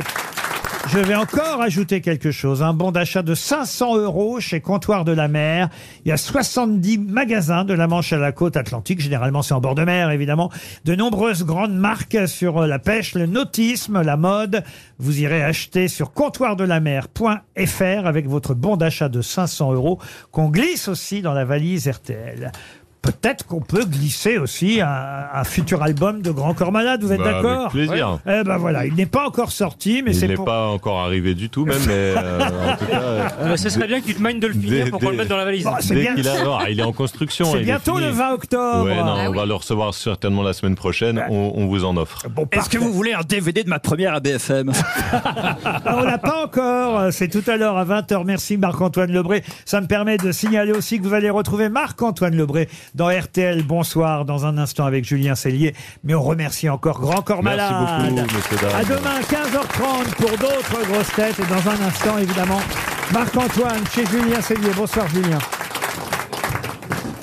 je vais encore ajouter quelque chose, un bon d'achat de 500 euros chez Comptoir de la Mer. Il y a 70 magasins de la Manche à la côte atlantique, généralement c'est en bord de mer évidemment. De nombreuses grandes marques sur euh, la pêche, le nautisme, la mode. Vous irez acheter sur comptoirdelamer.fr avec votre bon d'achat de 500 euros qu'on glisse aussi dans la valise RTL. Peut-être qu'on peut glisser aussi un, un futur album de Grand Corps Malade, vous êtes
Bah, avec
d'accord
plaisir.
Eh ben voilà, il n'est pas encore sorti, mais
il
c'est
n'est
pour...
pas encore arrivé du tout, même, mais euh, en tout cas. euh,
Euh, ce serait bien que tu te manges de le finir
dès-
pour qu'on le
dès-
mette dans la valise.
Ah,
dès qu'il a- non, il est en construction.
C'est
il est
bientôt
fini.
le 20 octobre.
Ouais, non,
Ah
on va le recevoir certainement la semaine prochaine. On, on vous en offre.
Est-ce que vous voulez un DVD de ma première à BFM
Ah, on l'a pas encore, euh, c'est tout à l'heure à 20h. Merci Marc-Antoine Lebré. Ça me permet de signaler aussi que vous allez retrouver Marc-Antoine Lebré dans RTL. Bonsoir, dans un instant avec Julien Cellier. Mais on remercie encore Grand Corps
Merci
Malade.
beaucoup, monsieur Dame.
À demain, 15h30 pour d'autres grosses têtes. Et dans un instant, évidemment, Marc-Antoine chez Julien Cellier. Bonsoir Julien.